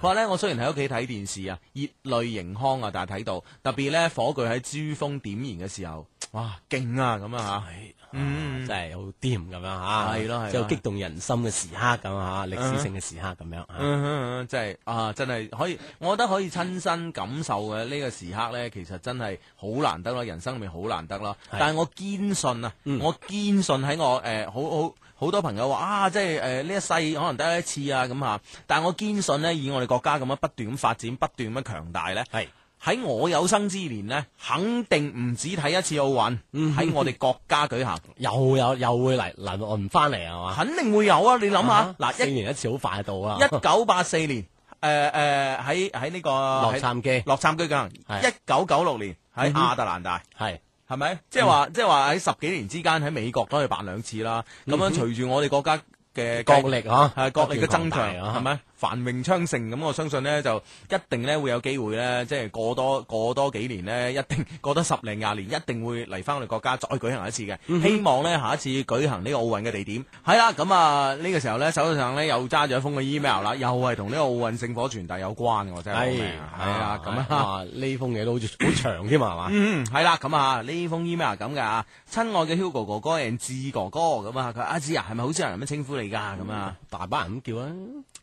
Speaker 2: 佢話咧我雖然喺屋企睇電視啊，熱淚盈眶啊，但係睇到特別咧火炬喺珠峰點燃嘅時候，哇勁啊咁啊嚇！
Speaker 3: 嗯，真係好掂咁樣嚇，
Speaker 2: 係咯係咯
Speaker 3: 即係好激動人心嘅時刻咁嚇，歷史性嘅時刻咁樣啊嚇，
Speaker 2: 嗯哼，真係啊，真係可以，我覺得可以親身感受嘅呢個時刻呢，其實真係好難得咯，人生咪好難得咯。
Speaker 3: 係嗯
Speaker 2: 但係我堅信啊，我堅信喺我誒、呃好好好多朋友話啊，即係誒呢一世可能得一次啊咁嚇，但係我堅信呢，以我哋國家咁樣不斷咁發展，不斷咁樣強大呢。
Speaker 3: 係。
Speaker 2: 喺我有生之年呢，肯定唔止睇一次奧運，
Speaker 3: 嗯
Speaker 2: 喺我哋國家舉
Speaker 3: [LAUGHS]
Speaker 2: 行，
Speaker 3: 又有又會嚟嚟我唔翻嚟係嘛？
Speaker 2: 肯定會有啊！你諗下，嗱、
Speaker 3: 四年一次好快到啊啦，
Speaker 2: 一九八四年，诶诶喺喺呢個
Speaker 3: [LAUGHS] 洛
Speaker 2: 洛
Speaker 3: 杉磯
Speaker 2: 洛杉矶舉行，
Speaker 3: 係
Speaker 2: 一九九六年喺亞特蘭大。
Speaker 3: 係
Speaker 2: 係咪？即係話，即係話喺十幾年之間喺美國都可以辦兩次啦。咁樣隨住我哋國家嘅
Speaker 3: 國力嚇，
Speaker 2: 系國力嘅增
Speaker 3: 不
Speaker 2: 強，
Speaker 3: 斷大啊
Speaker 2: 係？咪繁榮昌盛？咁我相信呢，就一定呢會有機會呢，即係過多過多幾年呢，一定 [LAUGHS] 過多十零廿年，一定會嚟翻我哋國家再舉行一次嘅。希望呢，下一次舉行呢個奧運嘅地點係啦。咁啊呢個時候呢，手上呢又揸住一封嘅 email 啦，又係同呢個奧運聖火傳遞有關嘅，我真係
Speaker 3: 係
Speaker 2: 救命啊係啊咁啊。
Speaker 3: 哇呢封嘢都好似好長添啊係嘛？
Speaker 2: 嗯，系啦，咁啊，呢封 email 係咁嘅啊，親愛嘅 Hugo 哥哥 and 志哥哥咁啊，佢話阿志啊，係咪好少人咁樣稱呼你㗎咁啊？
Speaker 3: 大把人咁叫啊！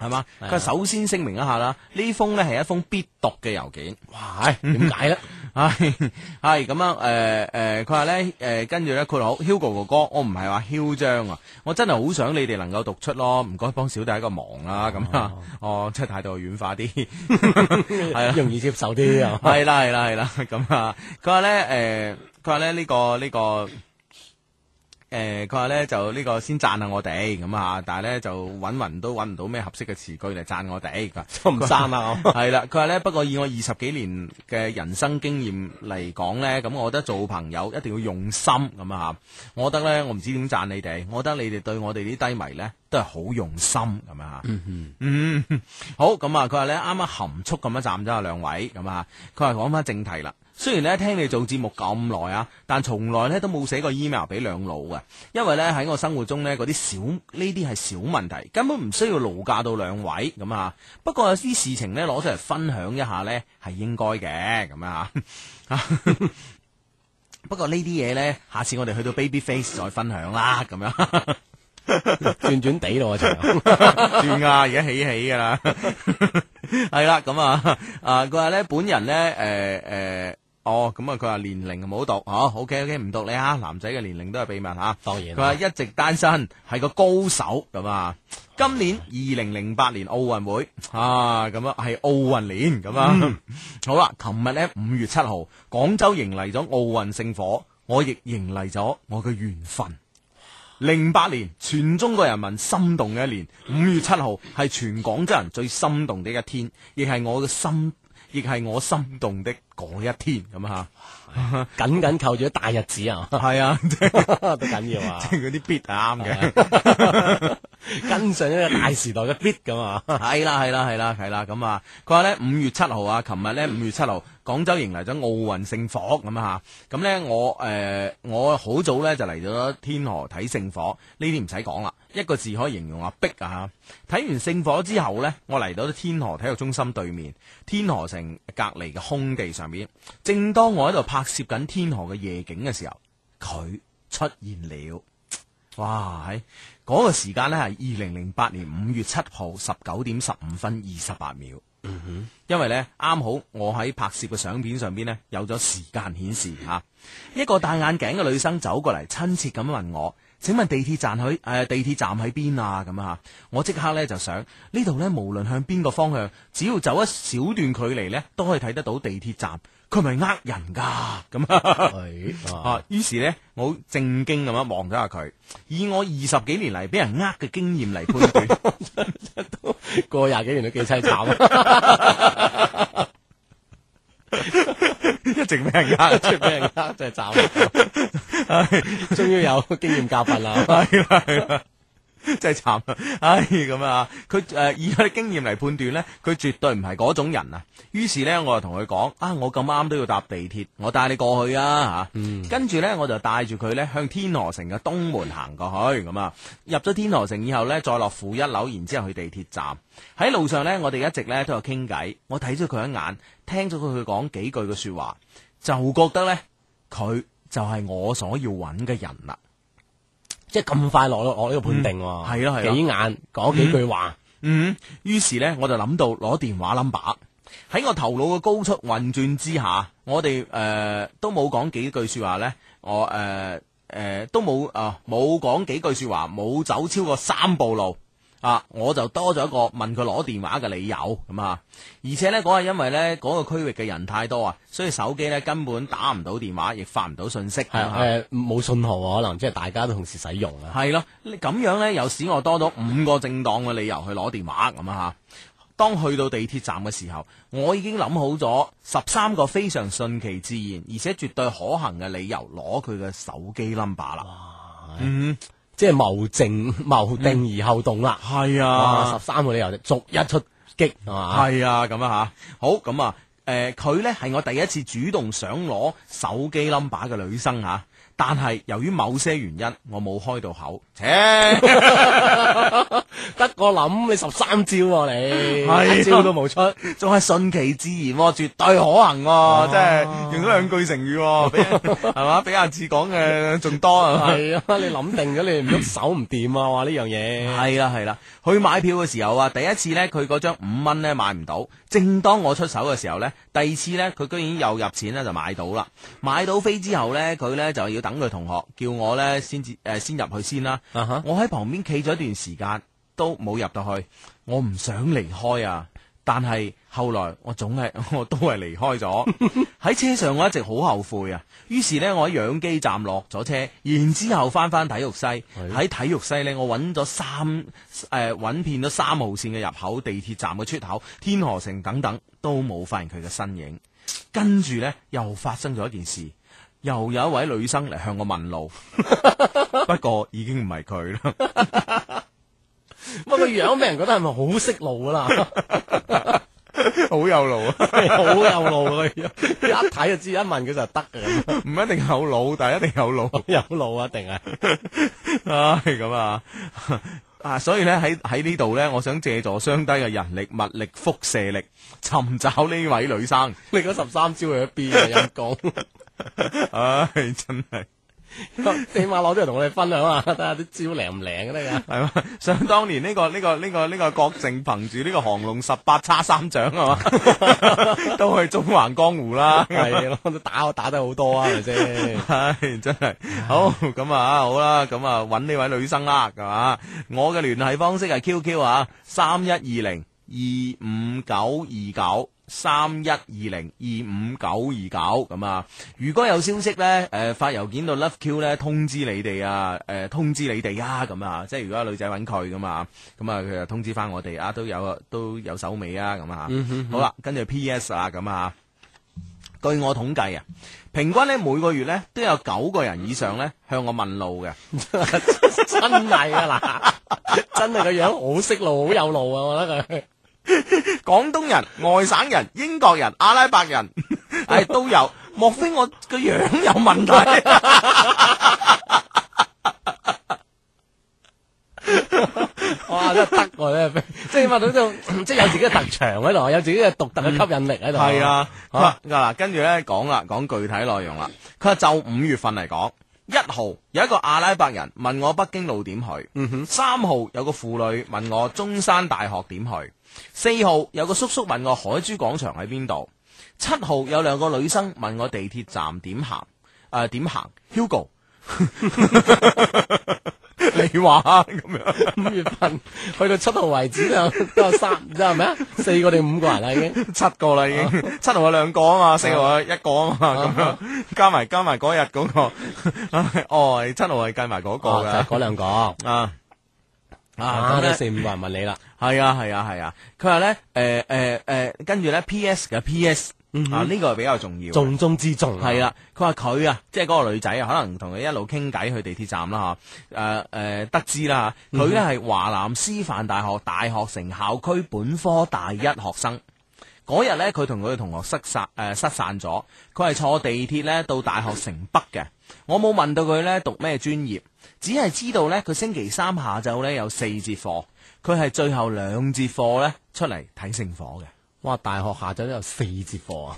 Speaker 2: 係嘛？
Speaker 3: 嗯係啊
Speaker 2: 佢話首先聲明一下啦，呢封呢係一封必讀嘅郵件。
Speaker 3: 哇， [LAUGHS] 唉點解咧？
Speaker 2: [LAUGHS] 系系咁样，诶、诶，佢話咧，诶、跟住咧，括號 Hugo 哥哥，我唔係話囂張啊，我真係好想你哋能夠讀出咯，唔該幫小弟一個忙啦，咁啊，哦，即係態度軟化啲，
Speaker 3: [LAUGHS]
Speaker 2: [LAUGHS] 係啊。
Speaker 3: 容易接受啲啊！ [LAUGHS]
Speaker 2: 系啦系啦系啦，咁啊，佢話咧，诶、佢話咧呢、個呢、個个。誒佢話咧就呢個先讚下我哋咁啊，但係咧就揾雲都揾唔到咩合適嘅詞句嚟讚我哋，佢
Speaker 3: 都唔生啊！
Speaker 2: [LAUGHS] 係啦，佢話咧，不過以我二十幾年嘅人生經驗嚟講咧，咁我覺得做朋友一定要用心咁啊嚇。我覺得咧，我唔知點讚你哋，我覺得你哋對我哋啲低迷咧都係好用心咁啊嚇。嗯，好咁啊，佢話咧啱啱含蓄咁樣站咗啊兩位咁啊，佢話講翻正題啦。雖然咧聽你做節目咁耐啊，但從來咧都冇寫過 email 俾兩老嘅，因為咧喺我生活中咧嗰啲小呢啲係小問題，根本唔需要勞駕到兩位咁啊。不過有啲事情咧攞出嚟分享一下咧係應該嘅咁啊。 [LAUGHS] 不過呢啲嘢咧，下次我哋去到 Baby Face 再分享啦，咁樣。
Speaker 3: 轉轉地咯，我就
Speaker 2: 算啊，而家起起噶啦， [LAUGHS] 系啦，咁啊，啊，佢話咧，本人咧，诶、诶、哦，咁啊，佢話年齡唔好讀，吓、o k OK，唔讀你啊，男仔嘅年齡都係秘密吓、
Speaker 3: 當然
Speaker 2: 佢話一直單身，係個高手咁啊。今年二零零八年奧運會啊，咁啊係奧運年咁啊。
Speaker 3: 嗯
Speaker 2: 好啦，琴日呢，五月七號，廣州迎嚟咗奧運聖火，我亦迎嚟咗我嘅緣分。零八年，全中國人民心動嘅一年。五月七號係全廣州人最心動的一天，亦係我嘅心，亦係我心動的嗰一天咁吓。
Speaker 3: 緊緊扣住啲大日子啊，
Speaker 2: 係啊，即係
Speaker 3: [LAUGHS] 都緊要 [LAUGHS] 啊！
Speaker 2: 即係嗰啲 bit 啱嘅。
Speaker 3: 跟上一個大時代嘅 bit 咁啊！
Speaker 2: 系啦系啦系啦系啦咁啊！佢話咧五月七號啊，琴日咧五月七號，廣州迎嚟咗奧運聖火咁啊吓，咁咧我诶、我好早咧就嚟咗天河睇聖火，呢啲唔使講啦，一個字可以形容啊逼啊吓！睇完聖火之後咧，我嚟到咗天河體育中心對面天河城隔離嘅空地上面，正當我喺度拍攝緊天河嘅夜景嘅時候，佢出現了。哇！喺嗰、個時間呢，係二零零八年五月七號十九點十五分二十八秒。嗯哼，因為呢，啱好我喺拍攝嘅相片上邊呢，有咗時間顯示嚇、一個戴眼鏡嘅女生走過嚟，親切咁問我：請問地鐵站喺誒、呃地鐵站喺邊啊？咁啊，我即刻呢就想呢度呢，無論向邊個方向，只要走一小段距離呢，都可以睇得到地鐵站。佢係咪呃人噶咁啊。
Speaker 3: 係啊
Speaker 2: 啊，於是咧，我好正經咁樣望咗下佢，以我二十幾年嚟俾人呃嘅經驗嚟判斷，
Speaker 3: 過廿幾年都幾凄慘，
Speaker 2: 一直俾人 [LAUGHS]
Speaker 3: [LAUGHS]
Speaker 2: 呃。
Speaker 3: 即係俾人呃真係慘。終於有經驗教訓啦。
Speaker 2: 系啦系啦，真系惨啊！唉，咁啊，佢诶、呃以佢嘅經驗嚟判斷咧，佢絕對唔係嗰種人啊。於是咧，我就同佢講：啊，我咁啱都要搭地鐵，我帶你過去啊吓。跟住咧，我就帶住佢咧向天河城嘅東門行過去咁啊。入咗天河城以後咧，再落負一樓，然之後去地鐵站。喺路上咧，我哋一直咧都有傾偈。我睇咗佢一眼，聽咗佢講幾句嘅说話，就覺得咧佢就係我所要揾嘅人啦。
Speaker 3: 即係咁快落落呢個判定喎，
Speaker 2: 係咯係咯
Speaker 3: 幾眼講幾句話，
Speaker 2: 嗯，於是呢，我就諗到攞電話 number。喺我頭腦嘅高速運轉之下，我哋誒、呃都冇講幾句説話呢。我誒誒、呃呃都冇啊冇講幾句説話，冇走超過三步路啊，我就多咗一個問佢攞電話嘅理由咁啊。而且呢，嗰日因為呢嗰、個區域嘅人太多啊，所以手機呢根本打唔到電話，亦發唔到信息。咁
Speaker 3: 係
Speaker 2: 啊
Speaker 3: 誒冇信號喎，可能即係大家都同時使用啊。
Speaker 2: 系咯，你咁樣呢，又使我多咗五個正當嘅理由去攞電話咁啊吓。當去到地鐵站嘅時候，我已經諗好咗十三個非常順其自然而且絕對可行嘅理由攞佢嘅手機 number 啦。
Speaker 3: 即係謀靜
Speaker 2: 嗯
Speaker 3: 謀定而後動啦。
Speaker 2: 係啊
Speaker 3: 哇，十三個理由逐一出擊係嘛？
Speaker 2: 係啊，咁啊吓，好咁啊，诶、佢呢係我第一次主動想攞手機 number 嘅女生吓、但係由於某些原因，我冇開到口。切
Speaker 3: 得個諗，你十三招喎
Speaker 2: 係啊
Speaker 3: 你，一招都冇出，
Speaker 2: 仲係順其自然、喎，絕對可行、喎，真係用咗兩句成語、喎，比係嘛？比阿志講嘅仲多係嘛？
Speaker 3: 係啊！你諗定咗，你唔喐手唔掂啊！哇，呢樣嘢
Speaker 2: 係啦係啦，去買票嘅時候啊，第一次呢，佢嗰張五蚊呢買唔到，正當我出手嘅時候呢，第二次呢，佢居然又入錢呢就買到啦。買到飛之後呢，佢呢就要等佢同學叫我呢先至誒先入去先啦。
Speaker 3: 啊哈
Speaker 2: 我喺旁邊企咗一段時間都冇入到去，我唔想離開啊！但係後來我總係 [LAUGHS] 我都係離開咗。喺車上我一直好後悔啊！於是呢，我喺養基站落咗車，然之後翻翻體育西。喺體育西呢，我揾咗三誒揾遍咗三號線嘅入口、地鐵站嘅出口、天河城等等，都冇發現佢嘅身影。跟住呢，又發生咗一件事，又有一位女生嚟向我問路。不過已經唔係佢啦，
Speaker 3: 乜個樣俾人覺得係咪好識路噶
Speaker 2: [LAUGHS]
Speaker 3: 啦？
Speaker 2: 好有路啊！ [LAUGHS]
Speaker 3: 好有路啊！佢一睇就知，一問佢就得嘅，
Speaker 2: 唔一定有路，但係一定有路
Speaker 3: 有路啊，定係
Speaker 2: 啊，係咁啊。 [LAUGHS] 啊，所以咧喺喺呢度咧，我想借助雙低嘅人力、物力、輻射力，尋找呢位女生。
Speaker 3: 你嗰十三招去咗邊啊？陰公，
Speaker 2: 唉、真係
Speaker 3: 起碼攞出嚟同我哋分享下，睇下啲招靈唔啊靈嘅得㗎。
Speaker 2: 係嘛？想當年呢、個呢、個呢、個呢、個郭靖憑住呢個降龍十八叉三掌啊嘛， [LAUGHS] 都去中橫江湖啦。
Speaker 3: 係咯，都打我打得好多啊，係咪先？
Speaker 2: 唉，真係好咁啊，好啦，咁啊，揾呢位女生啦，係嘛？我嘅聯繫方式係 QQ 啊，三一二零二五九二九。三一二零二五九二九咁啊！如果有消息呢，誒、發郵件到 LoveQ 呢，通知你哋啊，誒、通知你哋啊，咁啊，即係如果有女仔揾佢咁啊，咁啊佢就通知翻我哋啊，都有都有手尾啊，咁啊，好啦，跟住 PS 啊，咁啊。據我統計啊，平均咧每個月咧都有九個人以上咧向我問路嘅，
Speaker 3: 真係啊嗱，真係個樣好識路，好有路啊！我覺得佢。
Speaker 2: 廣東人、外省人、英國人、阿拉伯人，唉、都有。莫非我個樣有問題？
Speaker 3: [LAUGHS] 哇，真係得喎！真係即係起碼到種，即係有自己嘅特長喺度，有自己嘅獨特嘅吸引力喺度。
Speaker 2: 係啊，佢話
Speaker 3: 啊
Speaker 2: 嗱，跟住咧講啦，講具體內容啦。佢話就五月份嚟講，一號有一個阿拉伯人問我北京路點去，
Speaker 3: 嗯
Speaker 2: 三號有個婦女問我中山大學點去，四號有個叔叔問我海珠廣場喺邊度，七號有兩個女生問我地鐵站點行，誒、點行，Hugo。 [LAUGHS] 你話啊咁樣。
Speaker 3: 五月份去到七號為止就都有三，唔知係咪啊？四個定五個人啊啦已經。
Speaker 2: 七個啦已經， [LAUGHS] 七號有兩個啊嘛，四號有一個啊嘛，咁樣加埋加埋嗰日嗰個， [LAUGHS] 哦，係七號係計埋嗰個
Speaker 3: 哦就係
Speaker 2: 噶，
Speaker 3: 嗰兩個啊，
Speaker 2: 啊啊
Speaker 3: 咁
Speaker 2: 咁
Speaker 3: 咧
Speaker 2: 咧
Speaker 3: 四。五個人問你啦，
Speaker 2: 係啊係啊係啊，佢話咧誒誒誒，跟住咧 P.S. 嘅 P.S. 啊呢個係比較重要嘅。
Speaker 3: 重中之重啊
Speaker 2: 係啦，佢話佢啊，即係嗰個女仔啊，可能同佢一路傾偈去地鐵站啦吓，誒、誒得知啦吓，佢
Speaker 3: 嗯
Speaker 2: 咧係華南師範大學大學城校區本科大一學生。嗰日咧，佢同佢嘅同學失散誒、失散咗，佢係坐地鐵咧到大學城北嘅。我冇問到佢咧讀咩專業，只係知道咧佢星期三下晝咧有四節課，佢係最後兩節課咧出嚟睇聖火嘅。
Speaker 3: 哇！大學下晝都有四節
Speaker 2: [LAUGHS]
Speaker 3: 課啊，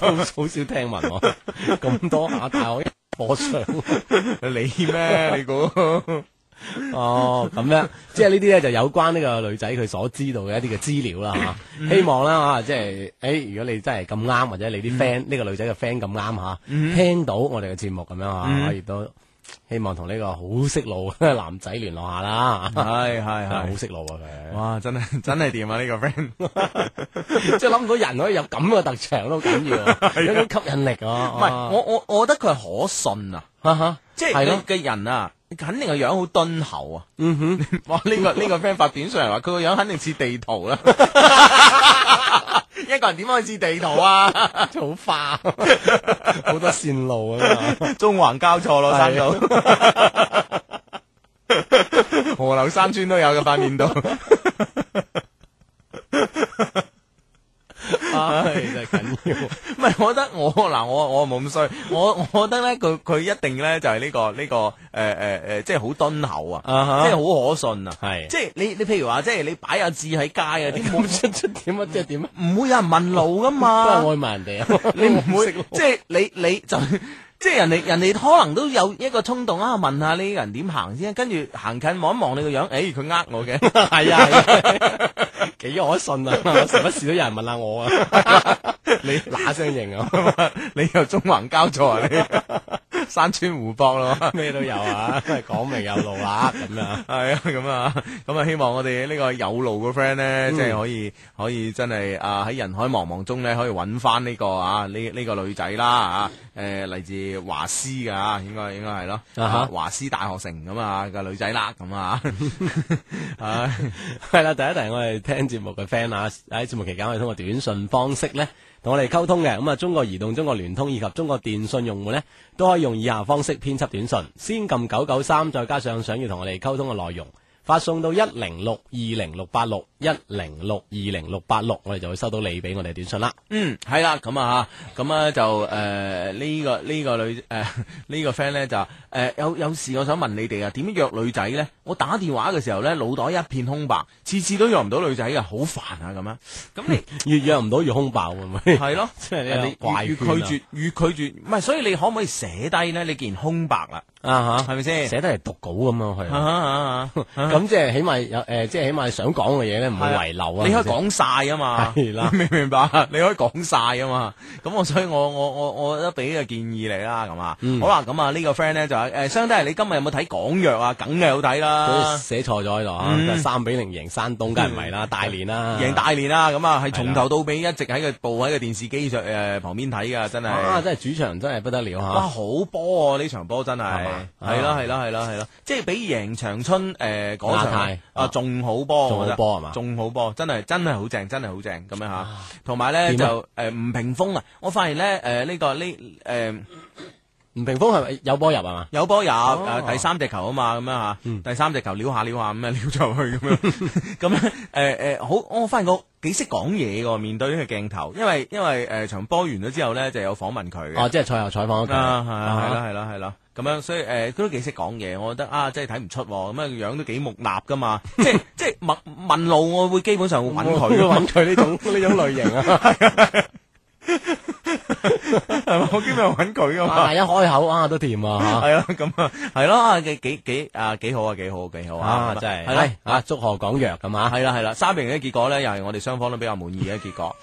Speaker 3: 好 [LAUGHS] 好少聽聞喎，咁多下大學課上
Speaker 2: 你 [LAUGHS] 咩？你估？
Speaker 3: 哦，咁樣即係呢啲咧就有關呢個女仔佢所知道嘅一啲嘅資料啦 [COUGHS] 嚇，希望啦啊，即係誒，如果你真係咁啱，或者你啲 friend 呢個女仔嘅 friend 咁啱嚇，聽到我哋嘅節目咁樣嚇，可以都希望同呢個好識路嘅男仔聯絡下啦，
Speaker 2: 係係
Speaker 3: 好識路啊佢。
Speaker 2: 哇！真係 [LAUGHS] 真係掂啊！呢個 friend
Speaker 3: 即係諗唔到人可以有咁嘅特長都好緊 [LAUGHS] 要，有種吸引力啊！
Speaker 2: 唔係我我我覺得佢係可信啊，
Speaker 3: 啊哈，
Speaker 2: 即係
Speaker 3: 係咯
Speaker 2: 佢嘅人啊，肯定個樣好敦厚啊。嗯哼， [LAUGHS] 哇！呢個呢個 friend 發短信嚟話，佢個樣肯定似地圖 [LAUGHS] 啦。一個人點可以似地圖啊？
Speaker 3: 好化，好多線路啊嘛，
Speaker 2: 中環交錯咯，山度。 [LAUGHS] 河流山村都有嘅塊面度，
Speaker 3: 唉 [LAUGHS] 真係緊要。
Speaker 2: 唔係我覺得 [LAUGHS] 我嗱我我冇咁衰，我我覺得咧佢佢一定咧就係呢個呢個誒誒誒，即係好敦厚啊，
Speaker 3: 啊哈
Speaker 2: 即係好可信啊，
Speaker 3: 係
Speaker 2: 即係你你譬如話，即係你擺下字喺街啊，啲冇
Speaker 3: 出出點啊？即係點啊？
Speaker 2: 唔會有人問路噶
Speaker 3: [LAUGHS] 都係
Speaker 2: 嘛？
Speaker 3: 愛埋人哋啊！
Speaker 2: [LAUGHS] 你唔會即係你你就即係人哋人哋可能都有一個衝動啊，問下呢個人點行先，啊跟住行近望一望你個樣，誒、佢呃我嘅，[LAUGHS]
Speaker 3: [LAUGHS] 係啊，係啊幾可信啊！我時不時都有人問下我
Speaker 2: [LAUGHS]
Speaker 3: 啊，你嗱聲型啊，
Speaker 2: 你又中環交錯啊
Speaker 3: [LAUGHS]
Speaker 2: 你，山川湖泊咯。
Speaker 3: 咩都有啊，講明有路啦咁啊！
Speaker 2: 係啊，咁啊，咁啊，希望我哋呢個有路嘅 friend 咧，
Speaker 3: 嗯
Speaker 2: 即係可以可以真係啊喺人海茫茫中咧，可以揾翻呢個啊呢呢個女仔啦啊，誒嚟自華師嘅啊，應該應該係咯，
Speaker 3: 啊哈
Speaker 2: 啊華師大學城咁啊嘅女仔啦，咁啊，[LAUGHS]
Speaker 3: [LAUGHS]
Speaker 2: 唉
Speaker 3: 係啦，第一題我哋聽節目嘅 friend 啊，喺節目期間可以通過短信方式咧同我哋溝通嘅。咁啊，中國移動、中國聯通以及中國電信用戶咧都可以用以下方式編輯短信，先撳九九三，再加上想要同我哋溝通嘅內容。發送到一零六二零六八六一零六二零六八六，我哋就會收到你俾我哋嘅短信啦。
Speaker 2: 嗯，係啦，咁啊吓，咁啊就誒呢個呢個女誒 [LAUGHS] 呢個 friend 咧就誒有有事我想問你哋啊，點約女仔咧？我打電話嘅時候咧，腦袋一片空白，次次都約唔到女仔嘅，好煩啊咁樣。咁你
Speaker 3: 越約唔到越空爆，會唔會？
Speaker 2: [LAUGHS] 係咯，
Speaker 3: [LAUGHS] 即係呢個
Speaker 2: 你
Speaker 3: 怪
Speaker 2: 越越
Speaker 3: 圈啊
Speaker 2: 拒絕越拒絕，唔係，所以你可唔可以寫低咧？你既然空白啦，
Speaker 3: 啊吓，
Speaker 2: 係咪先
Speaker 3: 寫得嚟讀稿咁樣去
Speaker 2: 啊，啊啊啊
Speaker 3: 咁即係起碼有誒，即係起碼想講嘅嘢咧，唔會
Speaker 2: 係
Speaker 3: 遺漏啊。
Speaker 2: 你可以
Speaker 3: 係咪先
Speaker 2: 講晒啊嘛，
Speaker 3: 係啦
Speaker 2: 你 [LAUGHS] 明唔明白？你可以講晒啊嘛，咁我所以我我我我都俾個建議你啦，咁啊，
Speaker 3: 嗯
Speaker 2: 好啦，咁啊呢個 friend 咧就話誒，相低你今日有冇睇港藥啊？梗係有睇
Speaker 3: 佢
Speaker 2: 啦。
Speaker 3: 寫錯咗喺度啊，都係三比零贏山東，梗係唔係啦，嗯大連啦，
Speaker 2: 贏大連啦，咁啊，係從頭到尾一直喺個部喺個電視機上誒旁邊睇噶，真係。
Speaker 3: 啊，真係主場真係不得了
Speaker 2: 哇，
Speaker 3: 嚇。
Speaker 2: 好波啊！呢場波真係，
Speaker 3: 係嘛
Speaker 2: 係
Speaker 3: 啊
Speaker 2: 啦係啦係啦係啦，即係比贏長春誒嗰
Speaker 3: 亞
Speaker 2: 場
Speaker 3: 太
Speaker 2: 啊
Speaker 3: 啊
Speaker 2: 仲好波，
Speaker 3: 仲好
Speaker 2: 我覺得
Speaker 3: 波係嘛
Speaker 2: 仲好波，真係真係好正，真係好正咁樣吓。同埋咧
Speaker 3: 點啊
Speaker 2: 就誒吳屏峰啊，我發現咧誒呢個呢誒
Speaker 3: 吳平峰係咪有波入啊嘛？
Speaker 2: 有波入
Speaker 3: 哦
Speaker 2: 誒第三隻球啊嘛，咁樣吓，
Speaker 3: 嗯
Speaker 2: 第三隻球撩下撩下咁啊撩咗入去咁
Speaker 3: [LAUGHS]
Speaker 2: 樣，咁咧誒誒好，我發現我幾識講嘢喎，面對呢個鏡頭，因為因為誒場波完咗之後咧就有訪問佢嘅。
Speaker 3: 哦，即係賽後採訪嗰
Speaker 2: 啊，係
Speaker 3: 啊
Speaker 2: 啊，係啦，係啦，係啦。咁樣，所以誒，佢、都幾識講嘢，我覺得啊，真係睇唔出喎，咁啊樣都幾木訥噶嘛，即係即係問問路，我會基本上會揾佢
Speaker 3: [LAUGHS]
Speaker 2: 㗎嘛，
Speaker 3: 揾佢呢種呢種類型 [LAUGHS] 啊，
Speaker 2: 係嘛我基本上揾佢噶嘛，
Speaker 3: 啊一開口啊都掂 [LAUGHS] 啊
Speaker 2: 係啦，咁啊，係咯，啊幾幾幾啊幾好啊，幾好幾好
Speaker 3: 嚇，
Speaker 2: 啊，
Speaker 3: 啊
Speaker 2: 咁
Speaker 3: 真係
Speaker 2: 係啦
Speaker 3: 係。啊，祝賀廣藥咁 [LAUGHS] 啊，
Speaker 2: 係啦係啦，三比零嘅結果咧，又係我哋雙方都比較滿意嘅結果。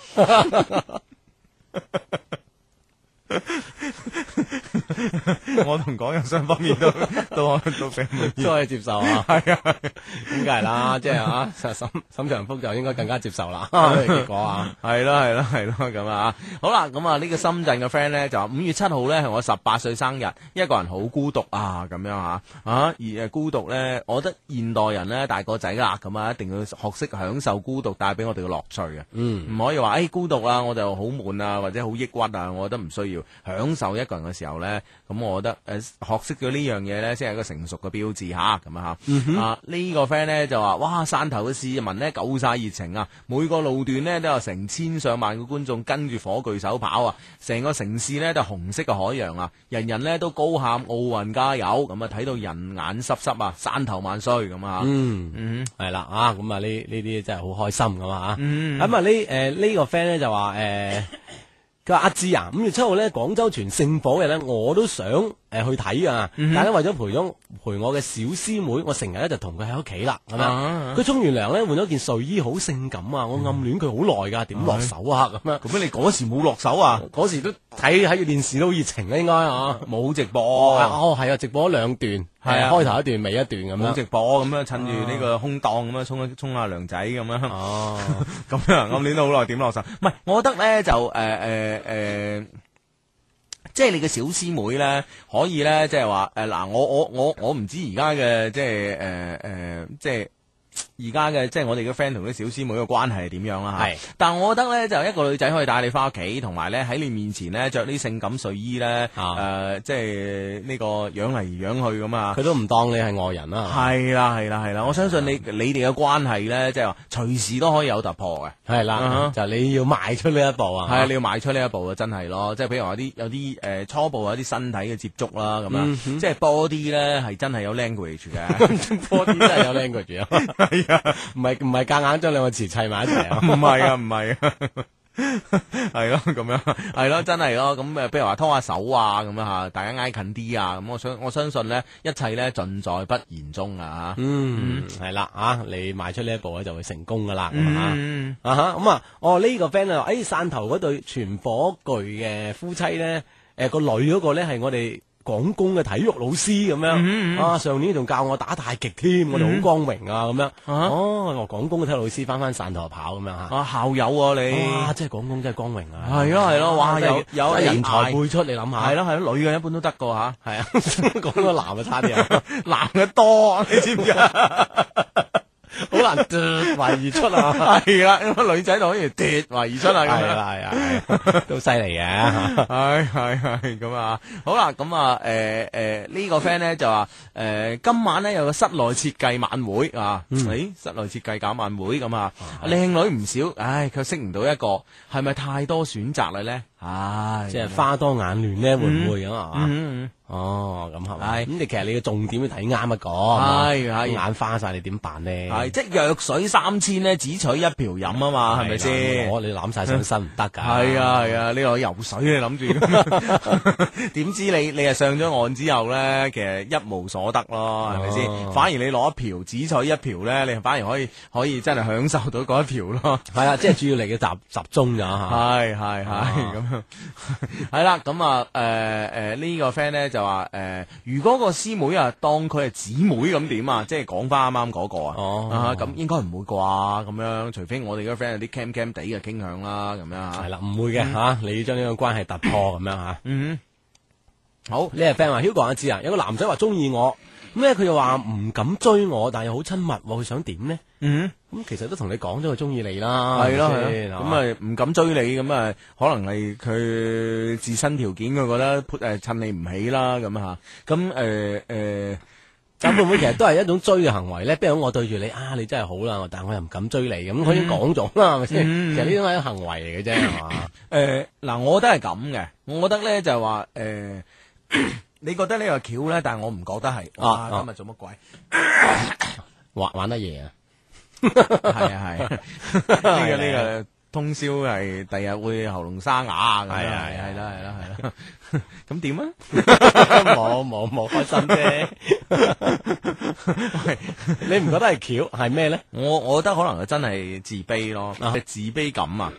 Speaker 2: 我同港人雙方面都都都並唔
Speaker 3: 都可以接受啊，係啊，咁梗係啦，即係啊，沈沈長福就應該更加接受啦， [LAUGHS] 結果啊，
Speaker 2: 系咯系咯系咯咁啊！好啦，咁啊呢個深圳嘅 friend 咧就話五月七號咧係我十八歲生日，一個人好孤獨啊咁樣吓啊而誒孤獨咧，我覺得現代人咧大個仔啦，咁啊一定要學識享受孤獨帶俾我哋嘅樂趣嘅，
Speaker 3: 嗯，
Speaker 2: 唔可以話誒、哎孤獨啊，我就好悶啊，或者好抑鬱啊，我覺得唔需要享受一個人嘅時候咧，哎咁我覺得誒、呃、學識咗呢樣嘢咧，先係一個成熟嘅標誌吓咁啊吓。啊呢、個 friend 咧就話：哇，汕頭嘅市民咧夠晒熱情啊，每個路段咧都有成千上萬嘅觀眾跟住火炬手跑啊，成個城市咧都係紅色嘅海洋啊，人人咧都高喊奧運加油，咁啊睇到人眼濕濕啊，汕頭萬歲咁啊。
Speaker 3: 嗯。
Speaker 2: 嗯
Speaker 3: 係啦啊，咁啊呢呢啲真係好開心噶嘛
Speaker 2: 嗯
Speaker 3: 咁啊呢誒呢個 friend 咧就話
Speaker 2: [LAUGHS]
Speaker 3: 誒，佢話阿志啊，五月七號咧廣州全聖火日咧，我都想誒去睇啊，
Speaker 2: 嗯
Speaker 3: 但係咧為咗陪咗陪我嘅小師妹，我成日咧就同佢喺屋企啦，咁
Speaker 2: 啊
Speaker 3: 樣佢沖完涼咧換咗件睡衣，好性感啊，我
Speaker 2: 嗯
Speaker 3: 暗戀佢好耐㗎，點落手啊咁樣。
Speaker 2: 咁你嗰時冇落手啊？
Speaker 3: 嗰時都睇喺電視都好熱情啦，應該啊。
Speaker 2: 冇直播
Speaker 3: 啊哦，係啊，直播咗兩段，係
Speaker 2: 啊
Speaker 3: 啊，開頭一段，尾一段咁
Speaker 2: 冇
Speaker 3: 樣。啊
Speaker 2: 直播咁樣，趁住呢個空檔咁樣沖一沖下涼仔咁樣，
Speaker 3: 哦，
Speaker 2: [LAUGHS] 咁樣暗戀咗好耐點落手？唔係，我覺得咧就呃誒誒誒。呃即係你嘅小師妹咧，可以咧，即係話誒嗱，我我我我唔知而家嘅即係誒誒，即係而家嘅即係我哋嘅 friend 同啲小師妹嘅關係係點樣啦嚇
Speaker 3: 係
Speaker 2: 但我覺得咧，就一個女仔可以帶你翻屋企，同埋咧喺你面前咧着啲性感睡衣咧，誒、
Speaker 3: 啊
Speaker 2: 即係呢個樣嚟樣去咁啊。
Speaker 3: 佢都唔當你係外人啊啦。
Speaker 2: 系啦，系啦，系啦，我相信你
Speaker 3: 啊
Speaker 2: 你哋嘅關係咧，即係話隨時都可以有突破嘅。
Speaker 3: 系
Speaker 2: 啊哈
Speaker 3: 啦，就你要迈出呢一步
Speaker 2: 係啊，
Speaker 3: 啊！
Speaker 2: 你要邁出呢一步啊，真係咯，即係譬如話啲有啲诶初步有啲身體嘅接觸啦，咁
Speaker 3: 嗯
Speaker 2: 样，即係 body 咧係真係有 language 嘅，
Speaker 3: [LAUGHS] 波啲真係有 language 啊，
Speaker 2: 係啊，
Speaker 3: 唔係唔係夾硬將兩個詞砌埋一齊啊！
Speaker 2: 唔係啊，唔係啊。 [LAUGHS] 係咯，咁樣係咯，真係咯，咁誒，譬如話拖下手啊，咁樣吓，大家挨近啲啊，咁我相我相信咧，一切咧盡在不言中啊，吓
Speaker 3: 嗯，係啦，啊，你邁出呢一步咧就會成功噶啦，咁啊。
Speaker 2: 嗯，
Speaker 3: 啊哈，咁啊，哦呢、個 friend 啊，誒汕頭嗰對全火炬嘅夫妻咧，誒、個女嗰個咧係我哋廣工嘅體育老師咁樣，
Speaker 2: 嗯
Speaker 3: 啊上年仲教我打太極添，我哋好光榮啊咁樣，哦我廣工嘅體育老師翻翻汕頭跑咁樣嚇，
Speaker 2: 啊校友啊你，
Speaker 3: 哇真係廣工真係光榮啊，
Speaker 2: 係咯係咯，哇
Speaker 3: 真係
Speaker 2: 有有
Speaker 3: 人才
Speaker 2: 你嗌
Speaker 3: 輩出，你諗下
Speaker 2: 系。咯系咯，女嘅一般都得噶吓，
Speaker 3: 系啊， [LAUGHS] 講到男啊差啲 [LAUGHS] 啊，
Speaker 2: 男嘅多，你知唔知啊？
Speaker 3: 好難脫懷而出啊！
Speaker 2: 系啦，因為女仔就可以脱懷而出
Speaker 3: 係
Speaker 2: 啦，咁樣。
Speaker 3: 啊係啊係啊， [LAUGHS] 都犀利嘅。
Speaker 2: 系系系咁啊，好啦，咁啊，诶、诶，呢、個 friend 咧就話诶、今晚咧有個室內設計晚會啊，诶、室內設計搞晚會咁啊，靚女唔少，唉，卻識唔到一個，係咪太多選擇啦咧？唉，
Speaker 3: [LAUGHS] 即係花多眼亂咧，會唔會咁啊？係嘛
Speaker 2: 嗯。嗯嗯
Speaker 3: 哦，咁係咪？
Speaker 2: 係
Speaker 3: 咁你其實你嘅重點要睇啱一個，
Speaker 2: 係
Speaker 3: 係嘛
Speaker 2: 係
Speaker 3: 眼花晒，你點辦咧？
Speaker 2: 係即係藥水三千咧，只取一瓢飲啊嘛，係咪先？
Speaker 3: 我你攬晒上身唔得㗎。
Speaker 2: 系啊系啊，你落去游水你諗住
Speaker 3: [LAUGHS]
Speaker 2: 咁，點知你你係上咗岸之後咧，其實一無所得咯，係咪先？
Speaker 3: 哦
Speaker 2: 反而你攞一瓢，只取一瓢咧，你反而可以可以真係享受到嗰一瓢咯。
Speaker 3: 係啊，即係主要你嘅集集中咗嚇。
Speaker 2: 係係係
Speaker 3: 啊
Speaker 2: 咁樣， [LAUGHS] 係啦咁啊誒誒呢個 friend 咧就話誒、如果個師妹啊當佢係姊妹咁點啊，即係講翻啱啱嗰個啊，
Speaker 3: 哦
Speaker 2: 啊咁應該唔會啩咁樣，除非我哋嗰個 friend 有啲 cam cam 地嘅傾向啦，咁樣啊嚇
Speaker 3: 係。啦，唔會嘅嚇，你要將呢個關係突破咁樣嚇。
Speaker 2: 嗯哼，好。
Speaker 3: 呢個 friend 話 Hugo 阿志啊，有個男仔話中意我，咁咧佢又話唔敢追我，但係又好親密喎，佢想點咧？
Speaker 2: 嗯，
Speaker 3: 咁其實都同你講咗佢中意你啦，
Speaker 2: 系咯，
Speaker 3: 咪
Speaker 2: 係
Speaker 3: 啊先
Speaker 2: 咯
Speaker 3: 啊係
Speaker 2: 咁
Speaker 3: 嘛
Speaker 2: 咪唔敢追你，咁啊，可能係佢自身條件，佢覺得诶趁你唔起啦，咁吓，咁呃诶诶，
Speaker 3: 咁會唔會其實都係一種追嘅行為咧？比如我對住你啊，你真係好啦，但我又唔敢追你，咁佢已經講咗啦，係咪先？
Speaker 2: 嗯
Speaker 3: 其實呢種係一種行為嚟嘅啫，係嘛？ [LAUGHS]
Speaker 2: 诶，誒呃嗱，我覺得係咁嘅，我覺得咧就係話诶， [COUGHS] 你覺得呢個橋咧，但係我唔覺得係，
Speaker 3: 啊
Speaker 2: 哇，
Speaker 3: 啊
Speaker 2: 今日做乜鬼？
Speaker 3: 玩玩得嘢啊！
Speaker 2: 係啊係，
Speaker 3: [LAUGHS]
Speaker 2: 呢個呢個通宵係第日會喉嚨沙啞咁樣，
Speaker 3: 啊係啊係啊
Speaker 2: 係啦係啦係啦， [LAUGHS] 咁
Speaker 3: [LAUGHS]
Speaker 2: 點啊？
Speaker 3: 冇冇冇開心啫！你唔覺得係橋係咩咧？
Speaker 2: 我我覺得可能佢真係自卑咯，
Speaker 3: 啊
Speaker 2: 即係自卑感啊。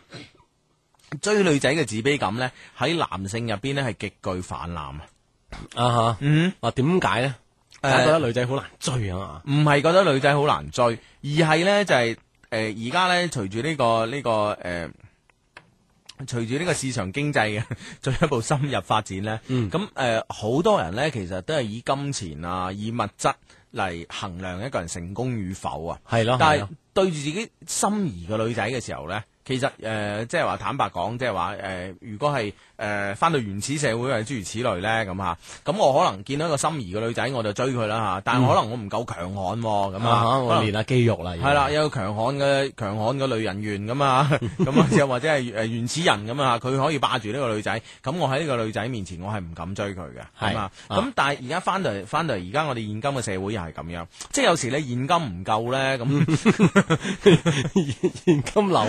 Speaker 2: 追女仔嘅自卑感咧，喺男性入邊咧係極具泛濫啊。
Speaker 3: 啊吓，
Speaker 2: 嗯。
Speaker 3: 啊點解咧？大家覺得女仔好難追啊，
Speaker 2: 唔係覺得女仔好難追，而係咧就係誒而家咧隨住呢個呢、個誒。呃隨住呢個市場經濟嘅 [LAUGHS] 進一步深入發展咧，咁誒好多人咧其實都係以金錢啊、以物質嚟衡量一個人成功與否啊。
Speaker 3: 係咯，
Speaker 2: 但
Speaker 3: 係
Speaker 2: 係
Speaker 3: 咯
Speaker 2: 對住自己心儀嘅女仔嘅時候呢，其實誒、呃即係話坦白講，即係話誒，如果係誒翻到原始社會或者諸如此類呢，咁嚇，咁我可能見到一個心儀嘅女仔，我就追佢啦嚇，但係可能我唔夠強悍喎，咁
Speaker 3: 嗯啊
Speaker 2: 啊，
Speaker 3: 哈
Speaker 2: 可
Speaker 3: 我
Speaker 2: 能
Speaker 3: 練下肌肉啦，
Speaker 2: 係啦，有強悍嘅強悍嘅女人緣咁
Speaker 3: [LAUGHS]
Speaker 2: 啊，咁啊，又或者係誒原始人咁啊，佢可以霸住呢個女仔，咁我喺呢個女仔面前，我係唔敢追佢嘅，
Speaker 3: 係
Speaker 2: 係嘛？
Speaker 3: 啊
Speaker 2: 咁但係而家翻到嚟，翻到嚟而家我哋現今嘅社會又係咁樣，即係有時咧現金唔夠咧，咁
Speaker 3: 現金流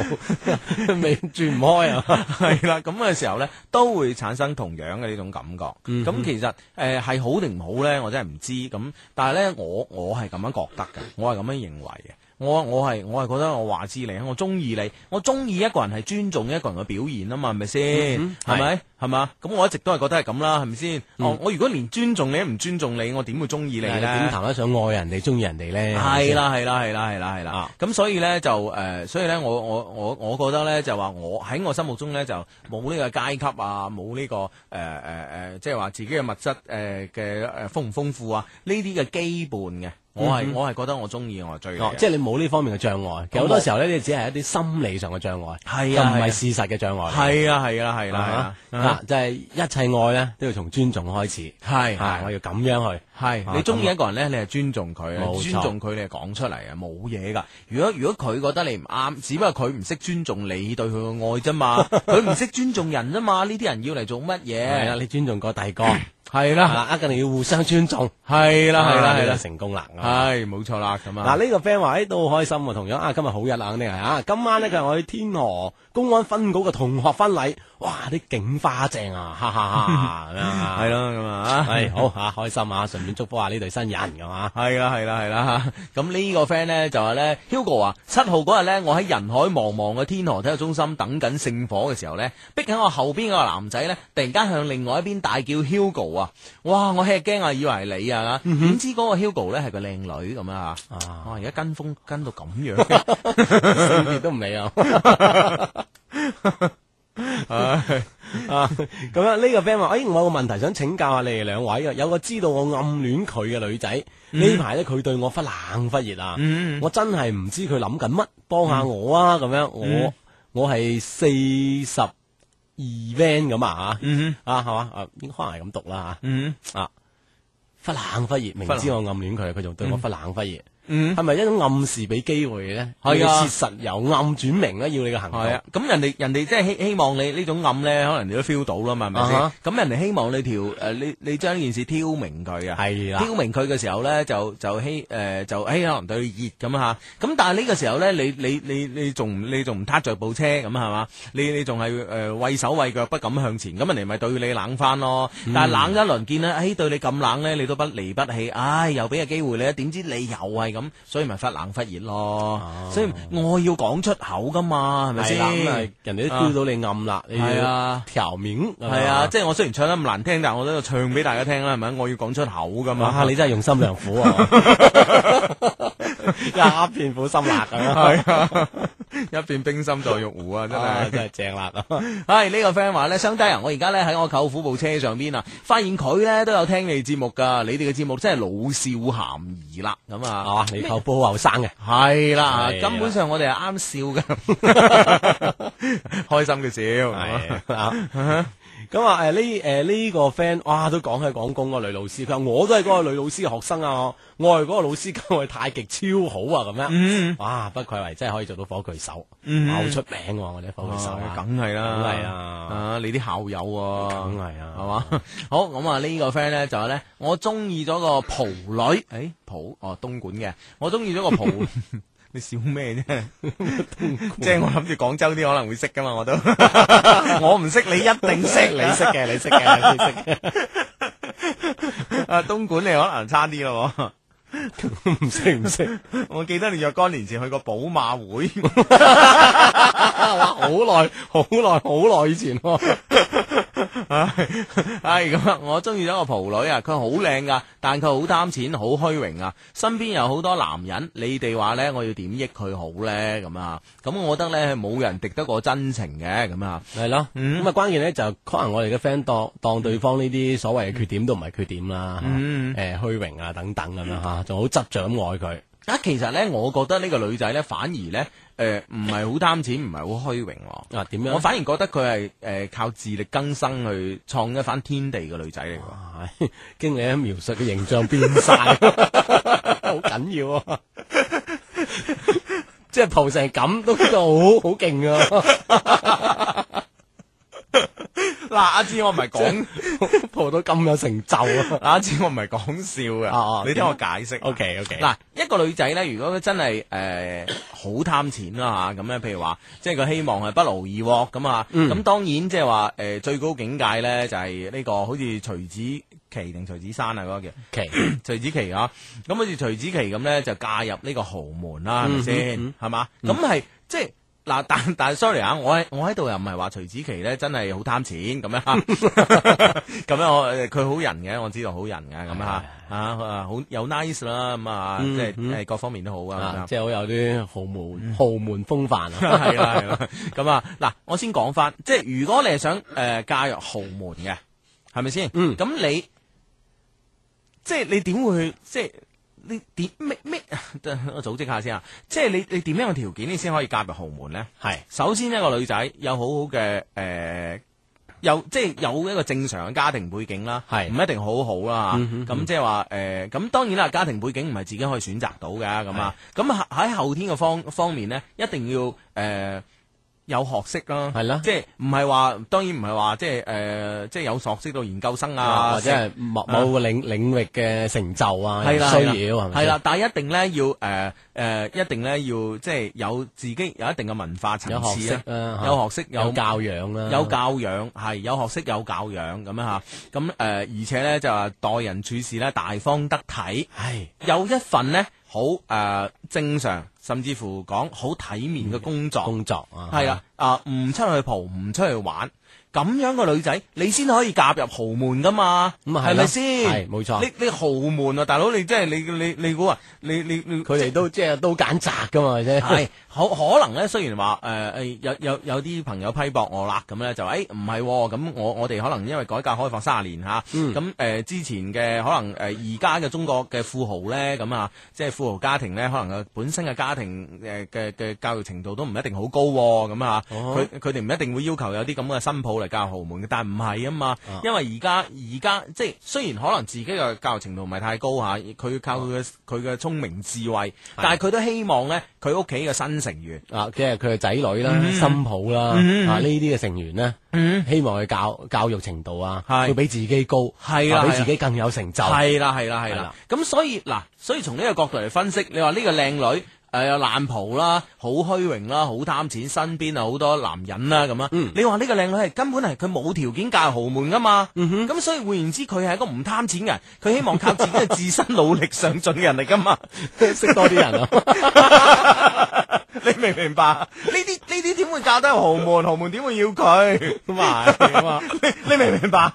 Speaker 3: [LAUGHS] 未轉唔開啊，
Speaker 2: 係啦，咁嘅時候咧都會產生同樣嘅呢種感覺。咁其實誒係好定唔好咧，我真係唔知。咁但係咧，我我係咁樣覺得嘅，我係咁樣認為嘅。我我係我係覺得我話知你，我中意你，我中意一個人係尊重一個人嘅表現啊嘛，係咪先？係咪係嘛？咁我一直都係覺得係咁啦，係咪先？我我如果連尊重你都唔尊重你，我點會中意你
Speaker 3: 你
Speaker 2: 咧？
Speaker 3: 點談得上愛人哋、中意人哋咧？
Speaker 2: 係啦，係啦，係啦，係啦，係啦
Speaker 3: 啊。
Speaker 2: 咁所以咧就誒、呃所以咧我我我我覺得咧就話我喺我心目中咧就冇呢個階級啊，冇呢、個誒誒誒，即係話自己嘅物質誒嘅誒豐唔豐富啊，呢啲嘅基本嘅，我係、我係覺得我中意我係追
Speaker 3: 係
Speaker 2: 你
Speaker 3: 先。嗯哦
Speaker 2: 嘅，
Speaker 3: 即係你冇呢方面嘅障礙，其實好多時候咧，你只係一啲心理上嘅障礙，
Speaker 2: 係
Speaker 3: 就
Speaker 2: 啊
Speaker 3: 唔
Speaker 2: 係啊
Speaker 3: 係事實嘅障礙嚟嘅。
Speaker 2: 係啊係啦係啦
Speaker 3: 啊
Speaker 2: 係
Speaker 3: 哈
Speaker 2: 啦
Speaker 3: 啊，就係一切愛咧都要從尊重開始，
Speaker 2: 係
Speaker 3: 啊
Speaker 2: 係
Speaker 3: 我要咁樣去，
Speaker 2: 係，
Speaker 3: 啊
Speaker 2: 你中意一個人咧，你係尊重佢，啊
Speaker 3: 冇錯
Speaker 2: 尊重佢你係講出嚟啊，冇嘢噶。如果如果佢覺得你唔啱，只不過佢唔識尊重你對佢嘅愛啫 [LAUGHS] 嘛，佢唔識尊重人啫嘛，呢啲人要嚟做乜
Speaker 3: 係啦，
Speaker 2: 嘢？
Speaker 3: 你尊重過
Speaker 2: [COUGHS]
Speaker 3: 第二個，係
Speaker 2: 係啦，
Speaker 3: 啦，一定要互相尊重，
Speaker 2: 係啦，係啦，
Speaker 3: 啊
Speaker 2: 係
Speaker 3: 你
Speaker 2: 啦
Speaker 3: 就，成功啦。咁啊
Speaker 2: 係冇錯啦，咁啊
Speaker 3: 嗱，呢個 friend 話，誒哎都好開心喎，同樣啊，今日好日啦，肯定係啊，今晚呢，佢係我去天河公安分局嘅同學婚禮，哇，啲景花正啊，哈哈
Speaker 2: [LAUGHS]
Speaker 3: 哈，咁樣啊
Speaker 2: 係，啦，咁啊。
Speaker 3: 係好嚇，開心啊，順便祝福下呢對新人咁啊，
Speaker 2: 系啦系啦系啦，咁呢個 friend 咧就話咧，Hugo 啊，七號嗰日咧，我喺人海茫茫嘅天河體育中心等緊聖火嘅時候咧，逼緊我後邊嗰個男仔咧，突然間向另外一邊大叫 Hugo 啊！哇，我吃驚啊，以為係你啊，點知嗰個 Hugo 咧係個靚女咁啊！
Speaker 3: [LAUGHS] 啊
Speaker 2: 哇，而家跟風跟到咁樣，
Speaker 3: 性別都唔理 [LAUGHS] 啊。啊，咁樣呢個 friend 話：，誒，哎我有個問題想請教下你哋兩位啊。有個知道我暗戀佢嘅女仔，呢排咧佢對我忽冷忽熱啊，我真係唔知佢諗緊乜，幫下我啊！咁樣，我我係四十二 van 咁啊，啊係嘛，啊應該可能係咁讀啦
Speaker 2: 嗯
Speaker 3: 嚇，啊忽冷忽熱，明知我暗戀佢，佢仲對我忽冷忽熱。
Speaker 2: 嗯，
Speaker 3: 係咪一種暗示俾機會咧？
Speaker 2: 係啊
Speaker 3: 要切實由暗轉明咧，要你嘅行動。
Speaker 2: 係啊，咁人哋人哋即係希希望你呢種暗咧，可能你都 feel 到啦嘛，係咪先
Speaker 3: 啊？
Speaker 2: 咁人哋希望你條誒，你你將呢件事挑明佢啊，
Speaker 3: 係啦
Speaker 2: 挑明佢嘅時候咧，就就希誒就誒可能對佢熱咁啊嚇，咁但係呢個時候咧，你你你你仲唔你仲唔撻着部車咁係嘛？你你仲係誒畏手畏腳不敢向前，咁人哋咪對你冷翻咯。但係冷一輪見咧，誒對你咁冷咧，你都不離不棄，唉又俾個機會你，點知你又係咁，所以咪忽冷忽熱咯。所以我要講出口噶嘛，係咪
Speaker 3: 係
Speaker 2: 先？
Speaker 3: 啦，咁啊，人哋都 feel 到你暗啦，你
Speaker 2: 係
Speaker 3: 要
Speaker 2: 啊
Speaker 3: 調面。
Speaker 2: 係啊，即係我雖然唱得咁難聽，但係我都唱俾大家聽啦，係咪？我要講出口噶嘛。
Speaker 3: 哇！你真係用心良
Speaker 2: [LAUGHS]
Speaker 3: 苦啊，一片苦心辣咁樣
Speaker 2: 係啊， [LAUGHS] 一片冰心在玉壺啊，真
Speaker 3: 啊，
Speaker 2: 係。
Speaker 3: 真係正辣啊！
Speaker 2: 唉，呢個 friend 話咧，相低人，我而家咧喺我舅父部車上邊啊，發現佢咧都有聽你哋節目噶，你哋嘅節目真係老少咸宜啦，咁啊，
Speaker 3: 啊，你舅父好後生嘅，
Speaker 2: 係啦，
Speaker 3: 係啦
Speaker 2: 根本上我哋係啱笑噶，開心嘅笑， [LAUGHS]
Speaker 3: 係啊。咁啊，誒呢誒呢個 friend，哇，都講起廣工個女老師，佢話我都係嗰個女老師嘅學生啊，我我係嗰個老師教我太極超好啊，咁樣，哇，不愧為真係可以做到火炬手，哇好出名喎，我哋火炬手
Speaker 2: 啊
Speaker 3: 嗯啊，
Speaker 2: 梗係啦，
Speaker 3: 梗係啦
Speaker 2: 啊，你啲校友喎，
Speaker 3: 梗係啊啦
Speaker 2: 係嘛？ [LAUGHS] 好咁啊，呢個 friend 咧就係咧，我中意咗個蒲女， [LAUGHS] 誒蒲哦，東莞嘅，我中意咗個蒲。 [LAUGHS] 你笑咩 [LAUGHS] 啫？即係我諗住廣州啲可能會識噶嘛，我 [LAUGHS] 都我唔 [LAUGHS] 識，你一定識，
Speaker 3: 你識嘅，你識嘅，你識嘅。
Speaker 2: [LAUGHS] 啊！東莞你可能差啲咯喎。
Speaker 3: 唔識唔識，
Speaker 2: 我記得你若干年前去過寶馬會， [LAUGHS]
Speaker 3: 哇！好耐好耐好耐以前喎，
Speaker 2: 唉，咁啊，我中意咗個蒲女啊，佢好靚噶，但佢好貪錢，好虛榮啊，身邊有好多男人，你哋話呢，我要點益佢好呢？咁啊，咁我覺得呢，冇人敵得過真情嘅，咁啊，
Speaker 3: 系咯，咁啊關鍵咧就可能我哋嘅 friend 當當對方呢啲所謂嘅缺點都唔係缺點啦，
Speaker 2: 嗯
Speaker 3: 誒虛榮啊等等咁樣嚇，仲好執着咁愛佢，
Speaker 2: 啊，其實呢，我覺得呢個女仔呢，反而呢，誒唔係好貪錢，唔係好虛榮喎。
Speaker 3: 啊點樣
Speaker 2: 我反而覺得佢係誒靠自力更生去創一番天地嘅女仔嚟
Speaker 3: [LAUGHS]
Speaker 2: 喎。
Speaker 3: 啊經理喺描述嘅形象變晒，好緊要啊！ [LAUGHS] 即係蒲成咁都叫好好勁啊！
Speaker 2: [LAUGHS]
Speaker 3: [LAUGHS]
Speaker 2: 嗱，阿志我唔係 [LAUGHS] 講，
Speaker 3: 蒲到咁有成就啊！
Speaker 2: 阿志我唔係講笑
Speaker 3: 啊啊
Speaker 2: 嘅，你聽我解釋。
Speaker 3: OK OK，嗱
Speaker 2: 嗱，一個女仔咧，如果佢真係誒好貪錢啦嚇，咁咧譬如話，即係佢希望係不勞而獲咁啊，咁、當然即係話誒最高境界咧就係、呢、個好似徐子淇定徐子珊啊嗰、個叫。[COUGHS]
Speaker 3: 期
Speaker 2: 徐子淇啊，咁好似徐子淇咁咧就嫁入呢個豪門啦，係咪先？係嘛？咁係即係嗱， [LAUGHS] 但但 sorry 啊，我喺我喺度又唔係話徐子淇咧真係好貪錢咁樣啊，咁樣 [LAUGHS] 我誒佢好人嘅，我知道好人嘅咁啊啊啊好有 nice 啦咁啊，即係誒各方面都好啊咁
Speaker 3: 啊
Speaker 2: 樣，。
Speaker 3: 即係好有啲豪門豪門風範啊！
Speaker 2: 係啦係啦，咁啊嗱，我先講翻，即係如果你係想誒、呃嫁入豪門嘅，係咪先？
Speaker 3: 嗯
Speaker 2: 咁你即係你點會去即係？你點咩咩？ [LAUGHS] 我組織下先啊！即係你你點樣嘅條件你先可以嫁入豪門咧？
Speaker 3: 係
Speaker 2: 首先一個女仔有好好嘅誒、呃有即係有一個正常嘅家庭背景啦，
Speaker 3: 係嗯
Speaker 2: 唔一定好好啦嚇咁即係話誒，咁、當然啦，家庭背景唔係自己可以選擇到嘅咁啊。咁喺喺後天嘅方方面咧，一定要誒。呃有學識啦，
Speaker 3: 係啦
Speaker 2: 即係唔係話，當然唔係話，即係誒、呃即係有學識到研究生啊，
Speaker 3: 或者係某某個領領域嘅成就啊，
Speaker 2: 係啦，
Speaker 3: 需要係咪
Speaker 2: 係
Speaker 3: 先
Speaker 2: 啦，但係一定咧要誒誒、呃一定咧要即係有自己有一定嘅文化層
Speaker 3: 有學
Speaker 2: 次
Speaker 3: 識
Speaker 2: 啦，
Speaker 3: 啊，
Speaker 2: 有學識
Speaker 3: 有教養啦，
Speaker 2: 有教養係有學識有教養咁樣吓，咁誒、呃而且咧就話待人處事咧大方得體，
Speaker 3: 係
Speaker 2: 有一份咧好誒正常，甚至乎講好體面嘅工作，
Speaker 3: 嗯工作啊，
Speaker 2: 係啦，啊唔出去蒲，唔出去玩，咁樣嘅女仔你先可以嫁入豪門噶嘛，
Speaker 3: 咁啊
Speaker 2: 係咪
Speaker 3: 咯
Speaker 2: 先？
Speaker 3: 係冇錯，
Speaker 2: 你你豪門啊，大佬你真係你你你估啊，你你你
Speaker 3: 佢哋都即係都揀擇噶嘛，啫
Speaker 2: 系可可能咧，雖然話誒誒有有有啲朋友批駁我啦，咁咧就誒唔係喎咁，我我哋可能因為改革開放卅年嚇，咁誒、呃之前嘅可能誒而家嘅中國嘅富豪咧咁啊，即係富豪家庭咧，可能佢呃本身嘅家庭誒嘅嘅教育程度都唔一定好高喎咁啊，佢佢哋唔一定會要求有啲咁嘅新抱嚟教豪門嘅，但唔係啊嘛，因為而家而家即係雖然可能自己嘅教育程度唔係太高嚇，佢靠佢嘅佢嘅聰明智慧，但係佢都希望咧佢屋企嘅新成員。
Speaker 3: 啊，即係佢嘅仔女
Speaker 2: 嗯
Speaker 3: 啦、新抱啦啊呢啲嘅成員咧，希望佢教教育程度啊，
Speaker 2: 係
Speaker 3: 要比自己高，
Speaker 2: 係啦
Speaker 3: 啊
Speaker 2: 係
Speaker 3: 比
Speaker 2: 啦
Speaker 3: 自己更有成就，
Speaker 2: 係啦，係啦，係
Speaker 3: 係
Speaker 2: 啦
Speaker 3: 啦。
Speaker 2: 咁所以嗱，所以從呢個角度嚟分析，你話呢個靚女誒有爛蒲啦，好虛榮啦，好貪錢，身邊啊好多男人啦咁啊。你話呢個靚女係根本係佢冇條件嫁入豪門噶嘛？咁所以換言之，佢係一個唔貪錢嘅人，佢希望靠自己嘅自身努力上進嘅人嚟噶嘛？
Speaker 3: 識多啲人啊，
Speaker 2: [LAUGHS] 你明唔明白？呢啲呢啲點會嫁得入豪門？豪門點會要 [LAUGHS] 佢？
Speaker 3: 咁啊係咁啊
Speaker 2: [LAUGHS] 你你明唔明白？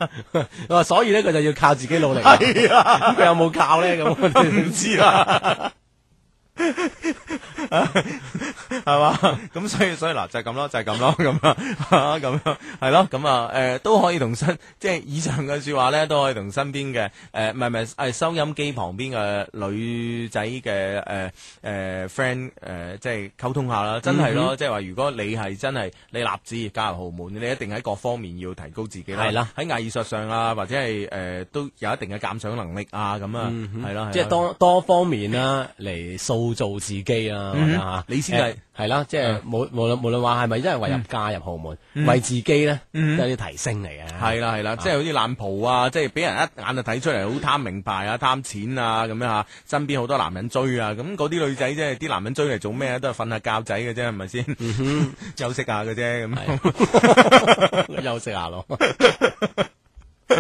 Speaker 3: 啊，所以咧佢就要靠自己努力
Speaker 2: [LAUGHS]
Speaker 3: 啊，
Speaker 2: 係啊。
Speaker 3: 咁佢有冇靠咧
Speaker 2: [LAUGHS]
Speaker 3: 咁我哋？啊
Speaker 2: 唔知啦，系啊嘛？咁所以所以嗱就係咁咯，就係咁咯，咁啊咁樣係咯，咁啊誒都可以同身即係以上嘅説話咧，都可以同身邊嘅誒唔係唔係誒收音機旁邊嘅女仔嘅誒誒 friend 誒即係溝通下
Speaker 3: 嗯
Speaker 2: 啦，真係咯，即係話如果你係真係你立志加入豪門，你一定喺各方面要提高自己啦，
Speaker 3: 係啦，
Speaker 2: 喺藝術上啊，或者係誒都有一定嘅鑑賞能力啊，咁啊
Speaker 3: 嗯
Speaker 2: 係啦，係啦
Speaker 3: 即係多多方面啦，嚟塑造自己啊，
Speaker 2: 嗯
Speaker 3: 係嘛
Speaker 2: 你先係嗯
Speaker 3: 誒係啦，即係無無論無論話係咪真係為入家入豪門，為自己咧都有啲提升嚟嘅。
Speaker 2: 系啦系啦，嗯即係好似爛蒲啊，即係俾人一眼就睇出嚟好貪名牌啊、貪錢啊咁樣吓，身邊好多男人追啊，咁嗰啲女仔即係啲男人追嚟做咩啊？都係瞓下覺仔嘅啫，係咪先？ [LAUGHS] 休息下嘅啫， [LAUGHS] 咁
Speaker 3: 啊休息下咯，唞一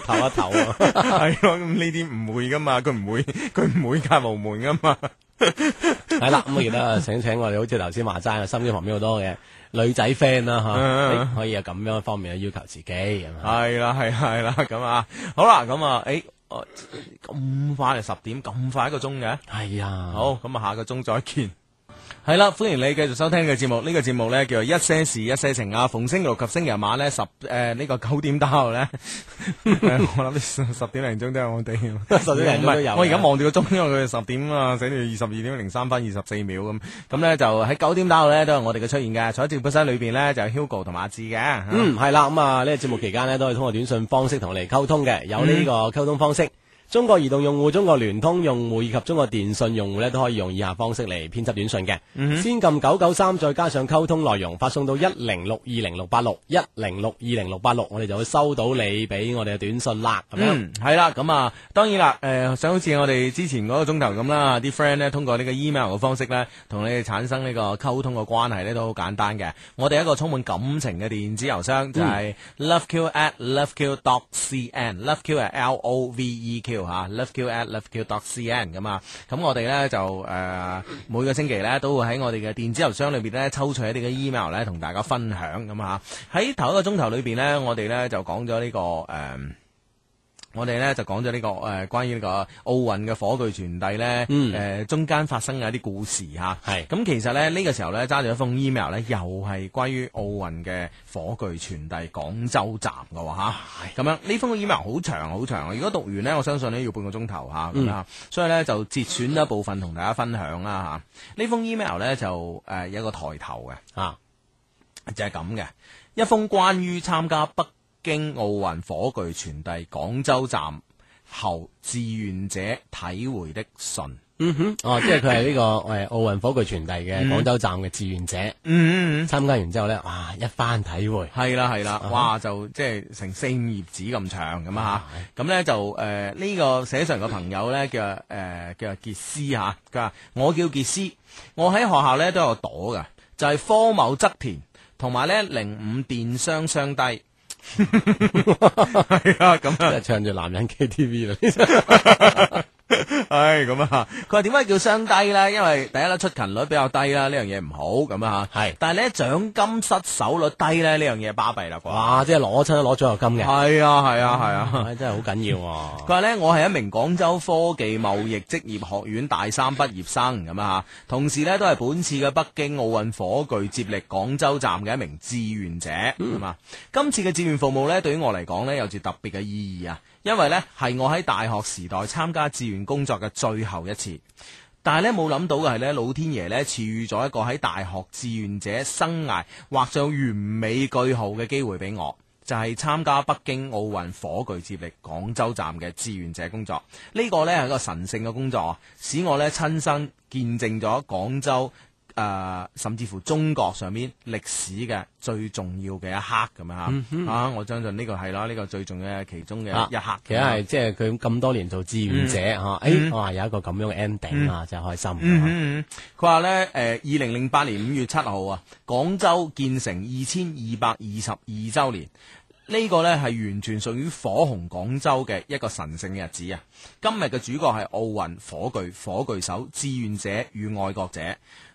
Speaker 3: 唞啊！
Speaker 2: [LAUGHS] 係咯，咁呢啲唔會噶嘛，佢唔會佢唔會嫁無門噶嘛，
Speaker 3: 係啦，咁我記得請請我哋好似頭先話齋啊，身邊旁邊好多嘅女仔 friend 啦
Speaker 2: 嗯
Speaker 3: 嚇，你哎可以有咁樣方面嘅要求自己咁啊。
Speaker 2: 系啦，系系啦，咁啊，好啦，咁啊，诶、我咁快就啊十點，咁快一個鐘嘅，
Speaker 3: 係啊，
Speaker 2: 好，咁啊，下個鐘再見。係啦，歡迎你繼續收聽嘅節目。呢、個節目呢，叫做一些事一些情啊，逢星期六及星期日晚呢，十诶呢、個九點打後 [LAUGHS] 呢，呃我諗十十點零鐘都有我哋。
Speaker 3: 十點零鐘都有
Speaker 2: [LAUGHS] 唔係我而家望住個鐘，因為佢係十點啊，寫住二十二點零三分二十四秒咁。咁呢，就喺九點打後呢，都係我哋嘅出現嘅。坐喺直播室裏边呢，就係 Hugo 同埋阿志嘅。
Speaker 3: 嗯，係啦，咁啊呢個節目期間呢，都可以通過短信方式同我哋溝通嘅，有呢個溝通方式。中國移動用戶、中國聯通用戶以及中國電信用戶呢，都可以用以下方式嚟編輯短信嘅。先撳九九三，再加上溝通內容，發送到一零六二零六八六一零六二零六八六，我哋就會收到你俾我哋嘅短信啦。咁樣
Speaker 2: 嗯，系啦，咁啊，當然啦，诶、想好似我哋之前嗰個鐘頭咁啦，啲 friend 咧通過呢個 email 嘅方式咧，同你哋產生呢個溝通嘅關係咧，都好簡單嘅。我哋一個充滿感情嘅電子郵箱就係 loveq at loveq dot cn，loveq 係 L O V E Q 吓，loveq at loveq dot cn 咁啊。咁我哋咧就诶、呃每個星期咧都會喺我哋嘅電子郵箱裏边咧抽取一啲嘅 email 咧，同大家分享咁啊。喺頭一個鐘頭裏边咧，我哋咧就講咗呢個诶。呃我哋咧就講咗呢個誒、呃、關於呢個奧運嘅火炬傳遞咧，誒、
Speaker 3: 嗯
Speaker 2: 中間發生嘅一啲故事嚇。
Speaker 3: 係
Speaker 2: 咁，其實咧呢、呢個時候咧揸住一封 email 咧，又係關於奧運嘅火炬傳遞廣州站嘅喎嚇。咁樣呢封 email 好長好長，如果讀完咧，我相信咧要半個鐘頭嚇咁
Speaker 3: 嗯
Speaker 2: 啊。所以咧就節選一部分同大家分享啦嚇。呢封 email 咧就誒、呃有一個抬頭嘅。
Speaker 3: 啊，
Speaker 2: 就係咁嘅一封關於參加北京奧運火炬傳遞廣州站後志願者體會的信。
Speaker 3: 嗯哼，哦，即係佢係呢個诶奧運火炬傳遞嘅廣州站嘅志願者，
Speaker 2: 嗯嗯
Speaker 3: 參加完之後呢，哇，一番體會。
Speaker 2: 嗯，係啦係啦，哇就即係成四五頁紙咁長咁啊嚇，咁咧就誒呢、個寫上嘅朋友咧叫誒、呃叫傑斯嚇，佢話我叫傑斯，我喺學校咧都有朵嘅，就係、科某側田同埋咧零五電商雙低， [LAUGHS] 係啊咁啊
Speaker 3: 即係唱住男人 KTV 啦，
Speaker 2: [LAUGHS] 唉，咁啊，佢話點解叫雙低咧？因為第一咧出勤率比較低啦，呢樣嘢唔好咁啊。
Speaker 3: 係
Speaker 2: 但係咧獎金失手率低咧，呢樣嘢巴閉啦啩。
Speaker 3: 哇！即係攞親都攞獎學金嘅，
Speaker 2: 係啊，係啊， [LAUGHS] 係啊。
Speaker 3: 唉真係好緊要喎
Speaker 2: [LAUGHS] 佢。話咧，我係一名廣州科技貿易職業學院大三畢業生咁啊，同時咧都係本次嘅北京奧運火炬接力廣州站嘅一名志願者咁啊。今次嘅志願服務咧，對於我嚟講咧有住特別嘅意義啊，因為咧係我喺大學時代參加志願工作嘅最後一次。但係咧冇諗到嘅係咧，老天爺咧賜予咗一個喺大學志願者生涯畫上完美句號嘅機會俾我，就係、參加北京奧運火炬接力廣州站嘅志願者工作。呢、個呢係一個神聖嘅工作啊，使我咧親身見證咗廣州。誒、甚至乎中國上面歷史嘅最重要嘅一刻咁樣嚇，啊，我相信呢個係啦，呢、個最重要嘅其中嘅
Speaker 3: 啊
Speaker 2: 一刻。
Speaker 3: 其實係即係佢咁多年做志願者嚇，誒哇有一個咁樣嘅 ending 啊，真係開心。
Speaker 2: 嗯嗯，佢話咧，誒二零零八年五月七號啊，廣州建成二千二百二十二周年。呢個呢係完全屬於火紅廣州嘅一個神聖嘅日子啊！今日嘅主角係奧運火炬火炬手志願者與愛國者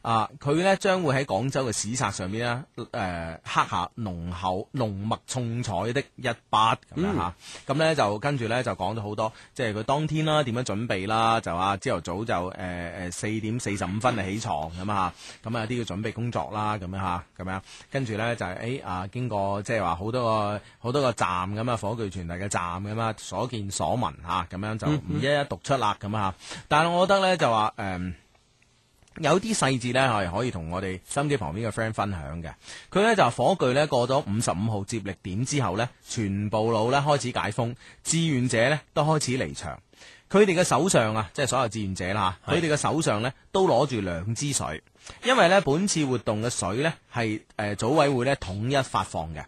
Speaker 2: 啊！佢呢將會喺廣州嘅史冊上面呢，誒、刻下濃厚濃墨重彩的一筆咁樣嚇。咁呢就跟住呢就講咗好多，即係佢當天啦點樣準備啦，就啊朝頭早就誒誒四點四十五分就起床咁啊，咁啊啲嘅準備工作啦咁樣啊嚇，咁樣跟住呢就係、誒啊經過即係話好多個好多個站咁啊火炬傳遞嘅站咁啊所見所聞嚇，咁樣就唔一一讀出啦咁啊，但係我覺得呢就話誒。呃有啲細節呢係可以同我哋心機旁邊嘅 friend 分享嘅。佢呢就話火炬呢過咗五十五號接力點之後呢，全部路呢開始解封，志願者呢都開始離場。佢哋嘅手上啊，即係所有志願者啦嚇，佢哋嘅手上呢都攞住兩支水，因為呢本次活動嘅水呢係誒組委會呢統一發放嘅。呢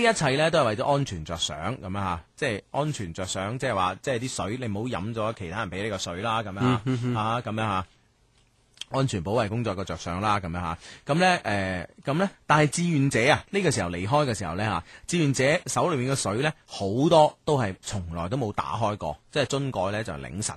Speaker 2: 一切呢都係為咗安全着想咁樣嚇，即係安全着想，即啊係話即係啲水你唔好飲咗其他人俾你個水啦咁樣嚇，啊咁樣嚇。安全保衛工作嘅着想啦，咁樣吓，咁咧誒，咁咧，但係志願者啊，呢、個時候離開嘅時候咧吓，志願者手裏面嘅水咧好多都係從來都冇打開過，即係樽蓋咧就係擰實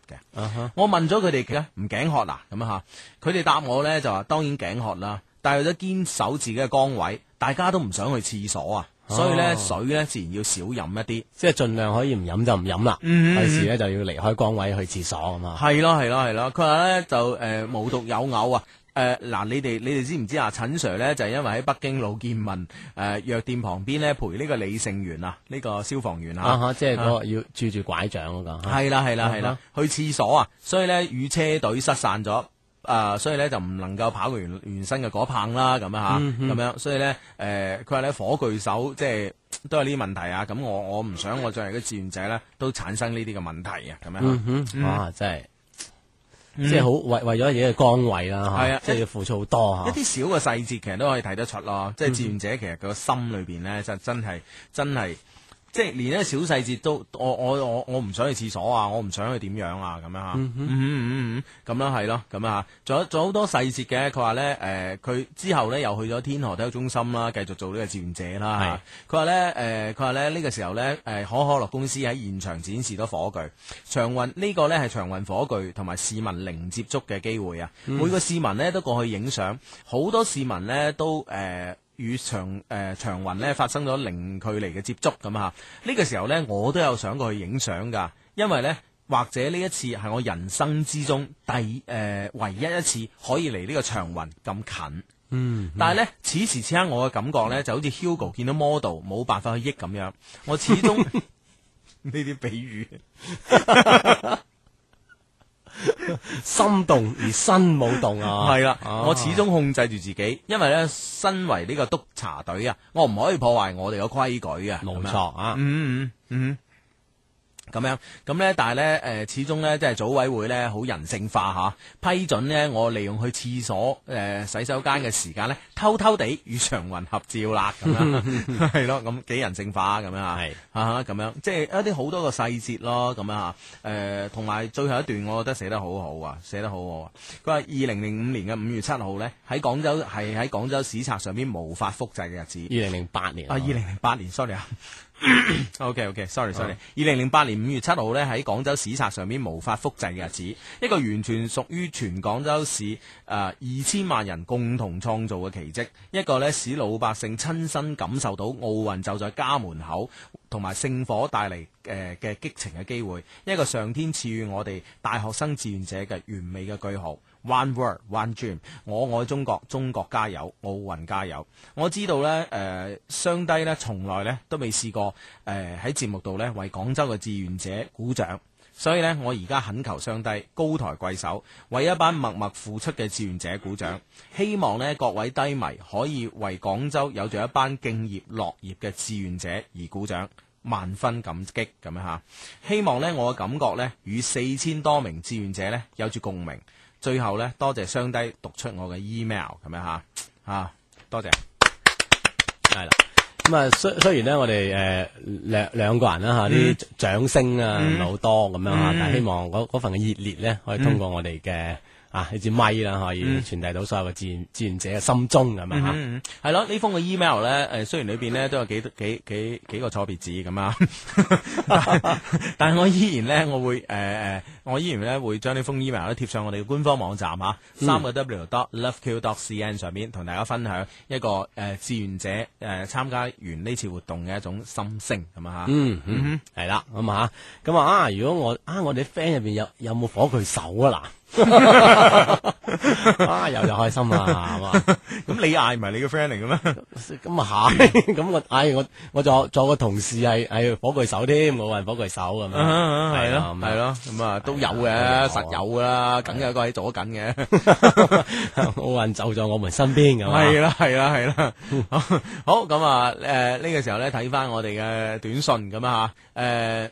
Speaker 2: 嘅。我問咗佢哋嘅唔頸渴嗱咁樣吓，佢哋答我咧就話當然頸渴啦，但係為咗堅守自己嘅崗位，大家都唔想去廁所啊，所以咧、
Speaker 3: 哦
Speaker 2: 水咧自然要少飲一啲。
Speaker 3: 即係盡量可以唔飲就唔飲啦，
Speaker 2: 嗯
Speaker 3: 費事咧就要離開崗位去廁所咁啊。
Speaker 2: 係咯係咯係咯，佢話咧就诶、呃無獨有偶啊。誒嗱、你哋你哋知唔知啊？陳 Sir 咧就係因為喺北京路建民誒、呃、藥店旁邊咧陪呢個李勝元啊，呢、個消防員
Speaker 3: 啊
Speaker 2: 啊，
Speaker 3: 哈，即係嗰個要拄住拐杖嗰個。
Speaker 2: 係啦係啦係啦
Speaker 3: 啊，
Speaker 2: 去廁所啊，所以咧與車隊失散咗。啊、所以咧就唔能夠跑完原身嘅嗰棒啦，咁樣嚇，
Speaker 3: 嗯
Speaker 2: 咁、樣，所以咧，誒佢話咧火炬手即係都有呢啲問題啊，咁我我唔想我作為一個志願者咧，都產生呢啲嘅問題啊，咁樣嚇。
Speaker 3: 嗯哼，哇，真係，即係好為為咗自己嘅崗位啦，嚇
Speaker 2: 嗯係啊
Speaker 3: 即係要付出好多啊
Speaker 2: 一
Speaker 3: 嚇。
Speaker 2: 啲小嘅細節其實都可以睇得出咯，即係志願者其實佢個心裏邊咧，就真係真係，即係連一個小細節都，我我我我唔想去廁所啊，我唔想去點樣啊，咁樣嚇，嗯嗯嗯嗯，咁樣係咯，咁樣嚇，仲有仲有好多細節嘅，佢話咧誒，佢、之後咧又去咗天河體育中心啦，繼續做呢個志願者啦嚇，佢話咧誒，佢話咧呢個時候咧誒、可口可樂公司喺現場展示咗火炬，長運呢、個咧係長運火炬同埋市民零接觸嘅機會啊，每個市民咧都過去影相，好多市民咧都誒。呃與長誒、呃、長雲咧發生咗零距離嘅接觸咁啊！呢、個時候呢，我都有想過去影相㗎，因為呢，或者呢一次係我人生之中第誒、呃唯一一次可以離呢個長雲咁近。
Speaker 3: 嗯，
Speaker 2: 但係咧，此時此刻我嘅感覺咧，就好似 Hugo 見到 model 冇辦法去益咁樣。我始終
Speaker 3: [LAUGHS]
Speaker 2: 呢啲比喻，
Speaker 3: 心動而身冇動啊。
Speaker 2: [LAUGHS] 係啦，
Speaker 3: 啊
Speaker 2: 我始終控制住自己，因為咧，身為呢個督察隊啊，我唔可以破壞我哋嘅規矩啊。
Speaker 3: 冇
Speaker 2: 咁樣
Speaker 3: 錯啊。
Speaker 2: 嗯嗯嗯。咁樣，咁呢，但係呢，誒、始終呢，即係組委會呢，好人性化嚇、批准呢，我利用去廁所誒、洗手間嘅時間呢，偷偷地與長雲合照啦，咁樣係咯，咁幾人性化咁樣啊，
Speaker 3: 係
Speaker 2: 啊咁樣，即係一啲好多個細節咯，咁樣啊，誒同埋最後一段，我覺得寫得好好啊，寫得好好啊。佢話二零零五年嘅五月七號呢，喺廣州係喺廣州史冊上邊無法複製嘅日子
Speaker 3: 二。零零八年
Speaker 2: 啊，二零零八年，sorry 啊。OK OK，sorry sorry。二零零八年五月七號呢，喺廣州史冊上面無法複製嘅日子，一個完全屬於全廣州市誒二千萬人共同創造嘅奇蹟，一個呢使老百姓親身感受到奧運就在家門口同埋聖火帶嚟誒嘅激情嘅機會，一個上天賜予我哋大學生志願者嘅完美嘅句號。One word, one dream。我愛中國，中國加油，奧運加油。我知道呢，誒、呃雙低呢，從來呢都未試過誒喺節目度呢為廣州嘅志願者鼓掌。所以呢，我而家懇求上帝高抬貴手，為一班默默付出嘅志願者鼓掌。希望呢各位低迷可以為廣州有住一班敬業樂業嘅志願者而鼓掌，萬分感激咁樣嚇。希望呢，我嘅感覺呢，與四千多名志願者呢有住共鳴。最後呢，多謝上帝讀出我嘅 email 咁樣嚇啊，多謝。
Speaker 3: 系啦。咁啊，雖雖然咧，我哋誒兩兩個人啦嚇，啲掌聲啊唔係好多咁樣嚇，但係希望嗰嗰份嘅熱烈咧，可以通過我哋嘅啊呢支咪啦，可以傳遞到所有嘅志願志願者嘅心中咁樣嚇。
Speaker 2: 嗯，係咯，呢封嘅 email 咧，誒雖然裏邊咧都有幾幾幾幾個錯別字咁啊， [LAUGHS] 但係我依然咧，我會誒誒、呃我依然咧會將呢封 email 咧貼上我哋嘅官方網站啊，三個 w dot loveq dot cn 上面同大家分享一個誒、呃志願者誒、呃、參加完呢次活動嘅一種心聲咁啊嚇。
Speaker 3: 嗯嗯，係啦，咁啊咁啊啊！如果我啊，我哋 friend 入邊有有冇火炬手啊嗱？ [LAUGHS] 啊，有就開心啦，係嘛？
Speaker 2: [LAUGHS] 咁你嗌唔係你嘅 friend 嚟嘅咩？
Speaker 3: 咁啊係，咁我唉我我仲有仲有個同事係係火炬手添，我係火炬手咁樣，
Speaker 2: 啊係
Speaker 3: 啊係啦
Speaker 2: 咯，係
Speaker 3: 咁啊
Speaker 2: 咯，咁啊都有
Speaker 3: 係
Speaker 2: 嘅，
Speaker 3: 啊
Speaker 2: 實有噶啦，梗有一個喺左緊嘅。
Speaker 3: [LAUGHS] 奧運就在我們身邊咁啊
Speaker 2: 系啦，系啦，系啦。好好咁啊，诶、呢、個時候咧睇翻我哋嘅短信咁啊，诶、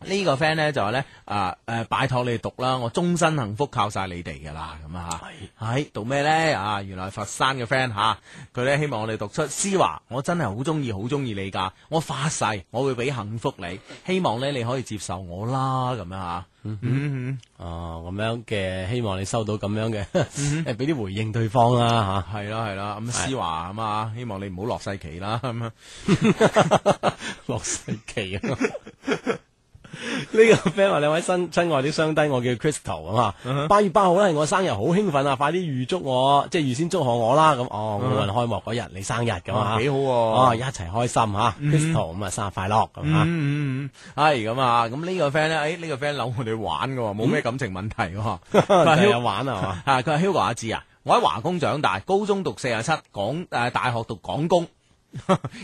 Speaker 2: 呢個 friend 咧就話咧啊誒，拜託你哋讀啦，我終身幸福靠晒你哋噶啦，咁啊嚇，係讀咩咧啊？原來係佛山嘅 friend 嚇，佢咧希望我哋讀出思華，我真係好中意，好中意你噶，我發誓我會俾幸福你，希望咧你可以接受我啦，咁樣嚇。嗯
Speaker 3: 哦，咁樣嘅，希望你收到咁樣嘅，
Speaker 2: 嗯
Speaker 3: [LAUGHS] 誒俾啲回應對方啦
Speaker 2: 哼，係啦係啦，咁思華咁啊，希望你唔好落世奇啦咁啊樣。
Speaker 3: [LAUGHS] 吓，落世奇啊！呢個 friend 話兩位親親愛啲雙低，我叫 Crystal 啊
Speaker 2: 嗯
Speaker 3: 嘛，八月八號咧係我生日，好興奮啊！快啲預祝我，即係預先祝賀我啦咁。哦，奧運開幕嗰日你生日咁啊，
Speaker 2: 嗯哦幾好喎
Speaker 3: 哦，一齊開心吓，Crystal 咁啊，生日快樂咁啊！
Speaker 2: 嗯嗯嗯，系咁啊，咁呢個 friend 咧，诶呢個 friend 扭我哋玩嘅喎，冇咩感情問題
Speaker 3: [LAUGHS]
Speaker 2: 喎。佢話
Speaker 3: 就
Speaker 2: Hugo-
Speaker 3: 有玩嗯啊係嘛？
Speaker 2: 啊，佢話 Hugo 阿志啊，我喺華工長大，高中讀四十七，港诶大學讀港
Speaker 3: [LAUGHS]
Speaker 2: 工，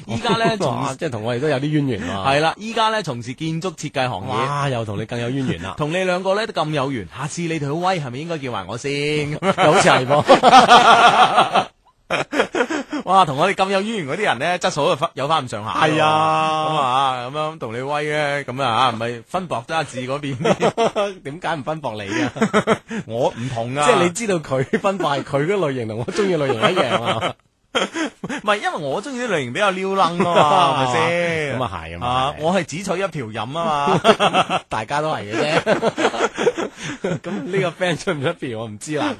Speaker 2: 依家咧從
Speaker 3: 哇即係同我哋都有啲淵源喎。
Speaker 2: 啊係啦，依家咧從事建築設計行業。
Speaker 3: 哇，又同你更有淵源啦，
Speaker 2: 同你兩個咧都咁有緣，下次你哋好威，係咪應該叫埋我
Speaker 3: [LAUGHS]
Speaker 2: 先？
Speaker 3: 又好似係噃。 [LAUGHS]
Speaker 2: 哇，同我哋咁有淵源嗰啲人咧，質素都有翻唔上下。
Speaker 3: 係啊
Speaker 2: 咁啊，咁樣同你威咧，咁啊，唔係分薄得阿志嗰邊，
Speaker 3: [LAUGHS] 啊點解唔分薄你 [LAUGHS] 啊？
Speaker 2: 我唔同啊。
Speaker 3: 即係你知道佢 [LAUGHS] 分化係佢嗰類型同我中意嘅類型一樣 [LAUGHS] 啊，
Speaker 2: 唔係，因為我中意啲類型比較撩楞啊
Speaker 3: [LAUGHS]
Speaker 2: 嘛，係咪先？
Speaker 3: 咁啊係咁啊
Speaker 2: 啊
Speaker 3: 係
Speaker 2: 我係只取一瓢飲啊
Speaker 3: [LAUGHS]
Speaker 2: 嘛，
Speaker 3: 大家都係嘅啫。 [LAUGHS] 咁呢個 friend 出唔出邊我唔知 [LAUGHS] 啦。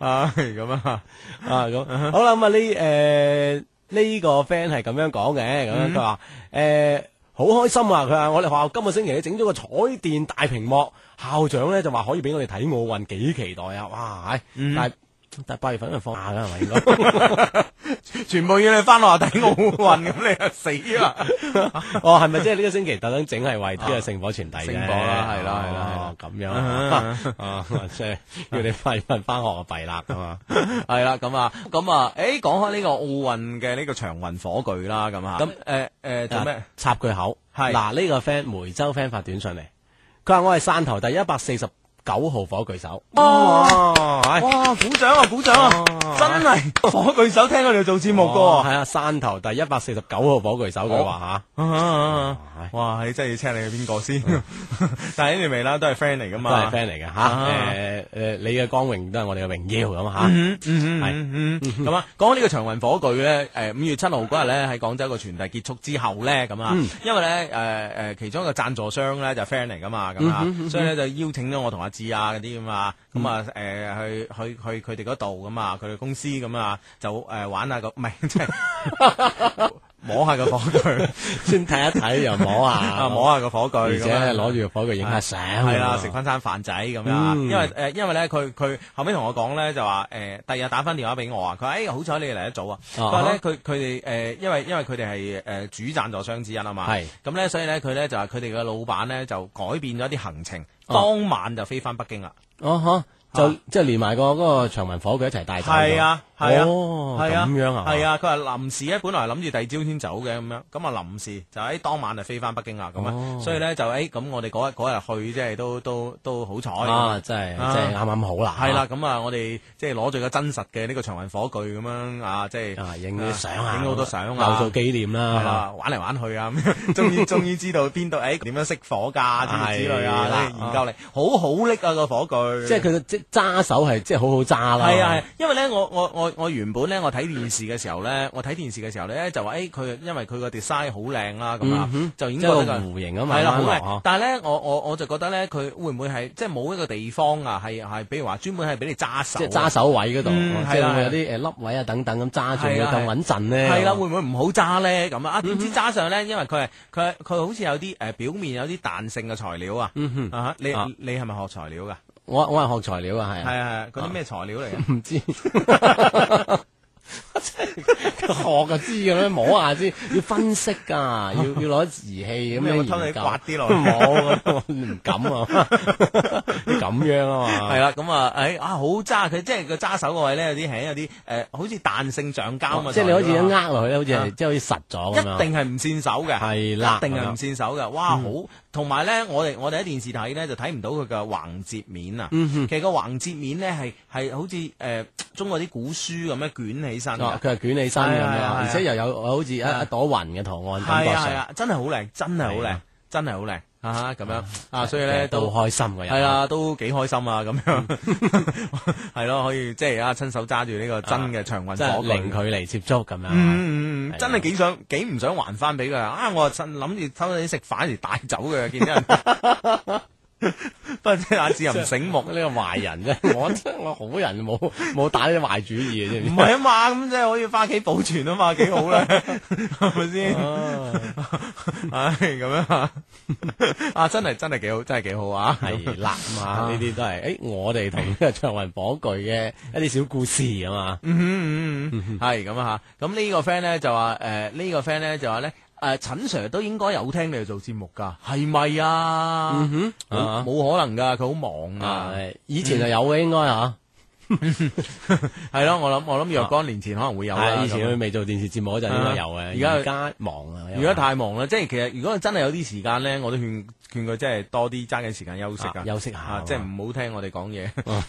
Speaker 2: 啊咁啊，
Speaker 3: 啊咁好啦，咁啊呢誒呢個 friend 係咁樣講嘅，咁樣佢話誒。好開心啊！佢話我哋學校今個星期咧整咗個彩電大屏幕，校長咧就話可以俾我哋睇奧運，幾期待啊！哇，唉但係但係八月份就放假㗎係咪應該？
Speaker 2: 全部要你翻落嚟睇奧運，咁你就死啦！ [LAUGHS]
Speaker 3: 哦，係咪即係呢個星期特登整係為呢個聖火傳遞啫？
Speaker 2: 聖火啦係啦係啦
Speaker 3: 哦咁樣 [LAUGHS] 啊，啊即係要你快份翻學就弊啦咁啊！
Speaker 2: 係啦，咁啊，咁啊，誒講開呢個奧運嘅呢個長雲火炬啦，咁啊，咁誒誒 [LAUGHS] 做咩？
Speaker 3: 插句口，
Speaker 2: 係
Speaker 3: 嗱呢個 friend 梅州 friend 發短信嚟，佢話我係汕頭第一百四十九號火炬手。哦
Speaker 2: 哇！哦哇！鼓掌啊！鼓掌啊！真
Speaker 3: [LAUGHS]
Speaker 2: 係火炬手聽我哋做節目
Speaker 3: 哦
Speaker 2: 噶
Speaker 3: 係啊，汕頭第一百四十九號火炬手，佢話
Speaker 2: 喎。哇！你真係要 check 你係邊個先？但係你未啦，都係 friend 嚟噶
Speaker 3: 吓，
Speaker 2: 嘛，
Speaker 3: 都係 friend 嚟嘅吓，
Speaker 2: 啊
Speaker 3: 誒誒，你嘅光榮都係我哋嘅榮耀咁啊
Speaker 2: [LAUGHS]
Speaker 3: 吓。
Speaker 2: 嗯嗯嗯，咁啊，講開呢個長雲火炬咧，誒五月七號嗰日咧喺廣州個傳遞結束之後咧，咁啊，因為咧誒誒其中一個贊助商咧就 friend 嚟噶嘛，咁啊，所以咧就邀請咗我同阿志啊嗰啲咁啊，咁啊誒去去去佢哋嗰度咁啊，佢哋公司咁啊就誒玩下個唔係即係摸下個火炬，
Speaker 3: 先睇一睇又摸
Speaker 2: [LAUGHS]
Speaker 3: 下，
Speaker 2: 啊摸下個火炬，
Speaker 3: 而
Speaker 2: 咁
Speaker 3: 且
Speaker 2: 樣
Speaker 3: 攞住個火炬影下相咁啊，嗯
Speaker 2: 係啦，食翻餐飯仔咁樣啊，因為誒，因為咧佢佢後尾同我講咧就話呃誒，第二日打翻電話俾我啊，佢話誒好彩你哋嚟得早啊，
Speaker 3: 啊
Speaker 2: 佢話咧佢佢哋誒，因為因為佢哋係誒主贊助商之一啊嘛，
Speaker 3: 係
Speaker 2: 咁咧，所以咧佢咧就話佢哋嘅老闆咧就改變咗啲行程，當晚就飛翻北京啦，
Speaker 3: 哦呵，就
Speaker 2: 啊
Speaker 3: 即係連埋個嗰個長文火炬一齊帶走。
Speaker 2: 係啊係啊
Speaker 3: 哦
Speaker 2: 係啊
Speaker 3: 咁樣啊，
Speaker 2: 係啊，佢話臨時咧本來諗住第二朝先走嘅咁樣，咁啊臨時就喺當晚就飛翻北京啦咁
Speaker 3: 哦
Speaker 2: 啊，所以咧就誒咁我哋嗰日嗰日去即係都都都好彩
Speaker 3: 啊，真係
Speaker 2: 啊
Speaker 3: 真係啱啱好啦，
Speaker 2: 系啦，咁啊，我哋即係攞住個真實嘅呢個長雲火炬咁樣啊，即係
Speaker 3: 啊，影啲相啊，
Speaker 2: 影好多相啊，
Speaker 3: 留做紀念
Speaker 2: 係
Speaker 3: 啦。
Speaker 2: 啦，玩嚟玩去啊，咁 [LAUGHS] 終
Speaker 3: [LAUGHS]
Speaker 2: 於終於知道邊度誒點樣熄火㗎，諸如此類
Speaker 3: 係
Speaker 2: 啊
Speaker 3: 啦，
Speaker 2: 研究嚟，好好拎啊個火炬，
Speaker 3: 即係佢嘅即揸手係即係好好揸啦。
Speaker 2: 係啊係，因為咧我我我我原本咧我睇電視嘅時候咧，我睇電視嘅時候咧就話誒佢因為佢個 design 好靚啦咁啊
Speaker 3: 嗯，哼
Speaker 2: 就已經
Speaker 3: 即
Speaker 2: 覺得
Speaker 3: 係個
Speaker 2: 佢
Speaker 3: 弧形啊嘛，
Speaker 2: 係啦，好
Speaker 3: 慢慢
Speaker 2: 嘅
Speaker 3: 落。
Speaker 2: 但係咧，我我我就覺得咧，佢會唔會係即係冇一個地方啊？係係，比如話專門係俾你揸手啊，
Speaker 3: 即係揸手位嗰度，
Speaker 2: 嗯
Speaker 3: 即
Speaker 2: 係啦
Speaker 3: 係會有啲誒凹位啊等等咁揸住，
Speaker 2: 係
Speaker 3: 會
Speaker 2: 啦
Speaker 3: 更穩陣嗯咧。
Speaker 2: 係啦，會唔會唔好揸咧？咁啊，啊點知揸上咧？因為佢係佢係佢好似有啲誒、呃表面有啲彈性嘅材料啊。
Speaker 3: 嗯哼，
Speaker 2: 啊！你
Speaker 3: 啊
Speaker 2: 你係咪學材料噶？
Speaker 3: 我我係學材料啊，係啊，
Speaker 2: 係啊，嗰啲咩材料嚟嘅？
Speaker 3: 唔知。學就知嘅咩，摸下知，要分析㗎，要 [LAUGHS] 要攞儀器咁
Speaker 2: 咁
Speaker 3: 樣
Speaker 2: 有冇
Speaker 3: 研究。
Speaker 2: 偷你刮啲落去？
Speaker 3: [LAUGHS] 冇，我唔敢啊， [LAUGHS] 咁樣啊嘛
Speaker 2: 係。啦，咁啊，誒啊好揸佢，即係個揸手個位咧有啲係有啲誒、呃好似彈性橡膠咁嘅
Speaker 3: 即係你好似
Speaker 2: 材
Speaker 3: 一
Speaker 2: 料啊
Speaker 3: 呃落去咧，好似係
Speaker 2: 啊
Speaker 3: 即係好似實咗咁樣。
Speaker 2: 一定係唔善手嘅，
Speaker 3: 係啦嗯
Speaker 2: 一定係唔善手嘅。哇，好！同埋咧，我哋我哋喺電視睇咧就睇唔到佢嘅橫截面啊。
Speaker 3: 嗯
Speaker 2: 其實個橫截面咧係係好似誒、呃中國啲古書咁樣捲起身
Speaker 3: 哦
Speaker 2: 㗎。
Speaker 3: 佢係捲起身咁
Speaker 2: 係啊係
Speaker 3: 樣，
Speaker 2: 啊
Speaker 3: 而且又有好似一一朵雲嘅圖案感
Speaker 2: 係
Speaker 3: 覺
Speaker 2: 啊係
Speaker 3: 上。
Speaker 2: 啊，真係好靚，真係好
Speaker 3: 係
Speaker 2: 靚
Speaker 3: 啊，
Speaker 2: 真係好靚啊咁樣啊，所以咧
Speaker 3: 都
Speaker 2: 都
Speaker 3: 開心嘅人。
Speaker 2: 系，啊，都幾開心啊，咁樣 [LAUGHS] 係咯，可以即係啊，親手揸住呢個真嘅長
Speaker 3: 即
Speaker 2: 運
Speaker 3: 係
Speaker 2: 火
Speaker 3: 零距
Speaker 2: 炬。
Speaker 3: 離接觸咁樣啊。
Speaker 2: 嗯嗯
Speaker 3: 係啊
Speaker 2: 嗯，真係幾想幾唔想還翻俾佢啊！啊，我趁諗住偷你食飯而帶走佢，見到人。 [LAUGHS] 不過即係阿志又唔醒目，
Speaker 3: [LAUGHS] 呢個壞人啫，我我好人冇冇打呢啲壞主意嘅啫。
Speaker 2: 唔係啊嘛，咁即係可以翻屋企保存啊嘛，幾好啦，係咪先？
Speaker 3: 哦
Speaker 2: [LAUGHS] 唉，咁樣啊，啊，真係真係幾好，真係幾好啊！
Speaker 3: 係
Speaker 2: [LAUGHS]
Speaker 3: 啦，咁啊
Speaker 2: 啊
Speaker 3: 呢啲都係誒，我哋同呢
Speaker 2: [LAUGHS]
Speaker 3: 個長雲火炬嘅一啲小故事啊嘛。
Speaker 2: 嗯嗯嗯，系咁啊吓，咁呢個 friend 咧就話诶呢個 friend 咧就話咧诶陳 Sir 都應該有聽你哋做節目㗎，係咪啊？
Speaker 3: 啊
Speaker 2: 冇冇可能㗎，佢好忙啊，
Speaker 3: 係以前就有嘅應該嚇，
Speaker 2: 係咯，我諗我諗若干年前可能會有啦。
Speaker 3: 啊係以前啊
Speaker 2: 咁
Speaker 3: 佢未做電視節目嗰陣應該有嘅，
Speaker 2: 啊而家
Speaker 3: 而家忙啊，
Speaker 2: 如果太忙啦，即係其實如果真係有啲時間咧，我都勸勸佢即係多啲揸緊時間休息
Speaker 3: 啊
Speaker 2: 啊，
Speaker 3: 休息下
Speaker 2: 啊
Speaker 3: 啊
Speaker 2: 即係唔好聽我哋講嘢。
Speaker 3: 啊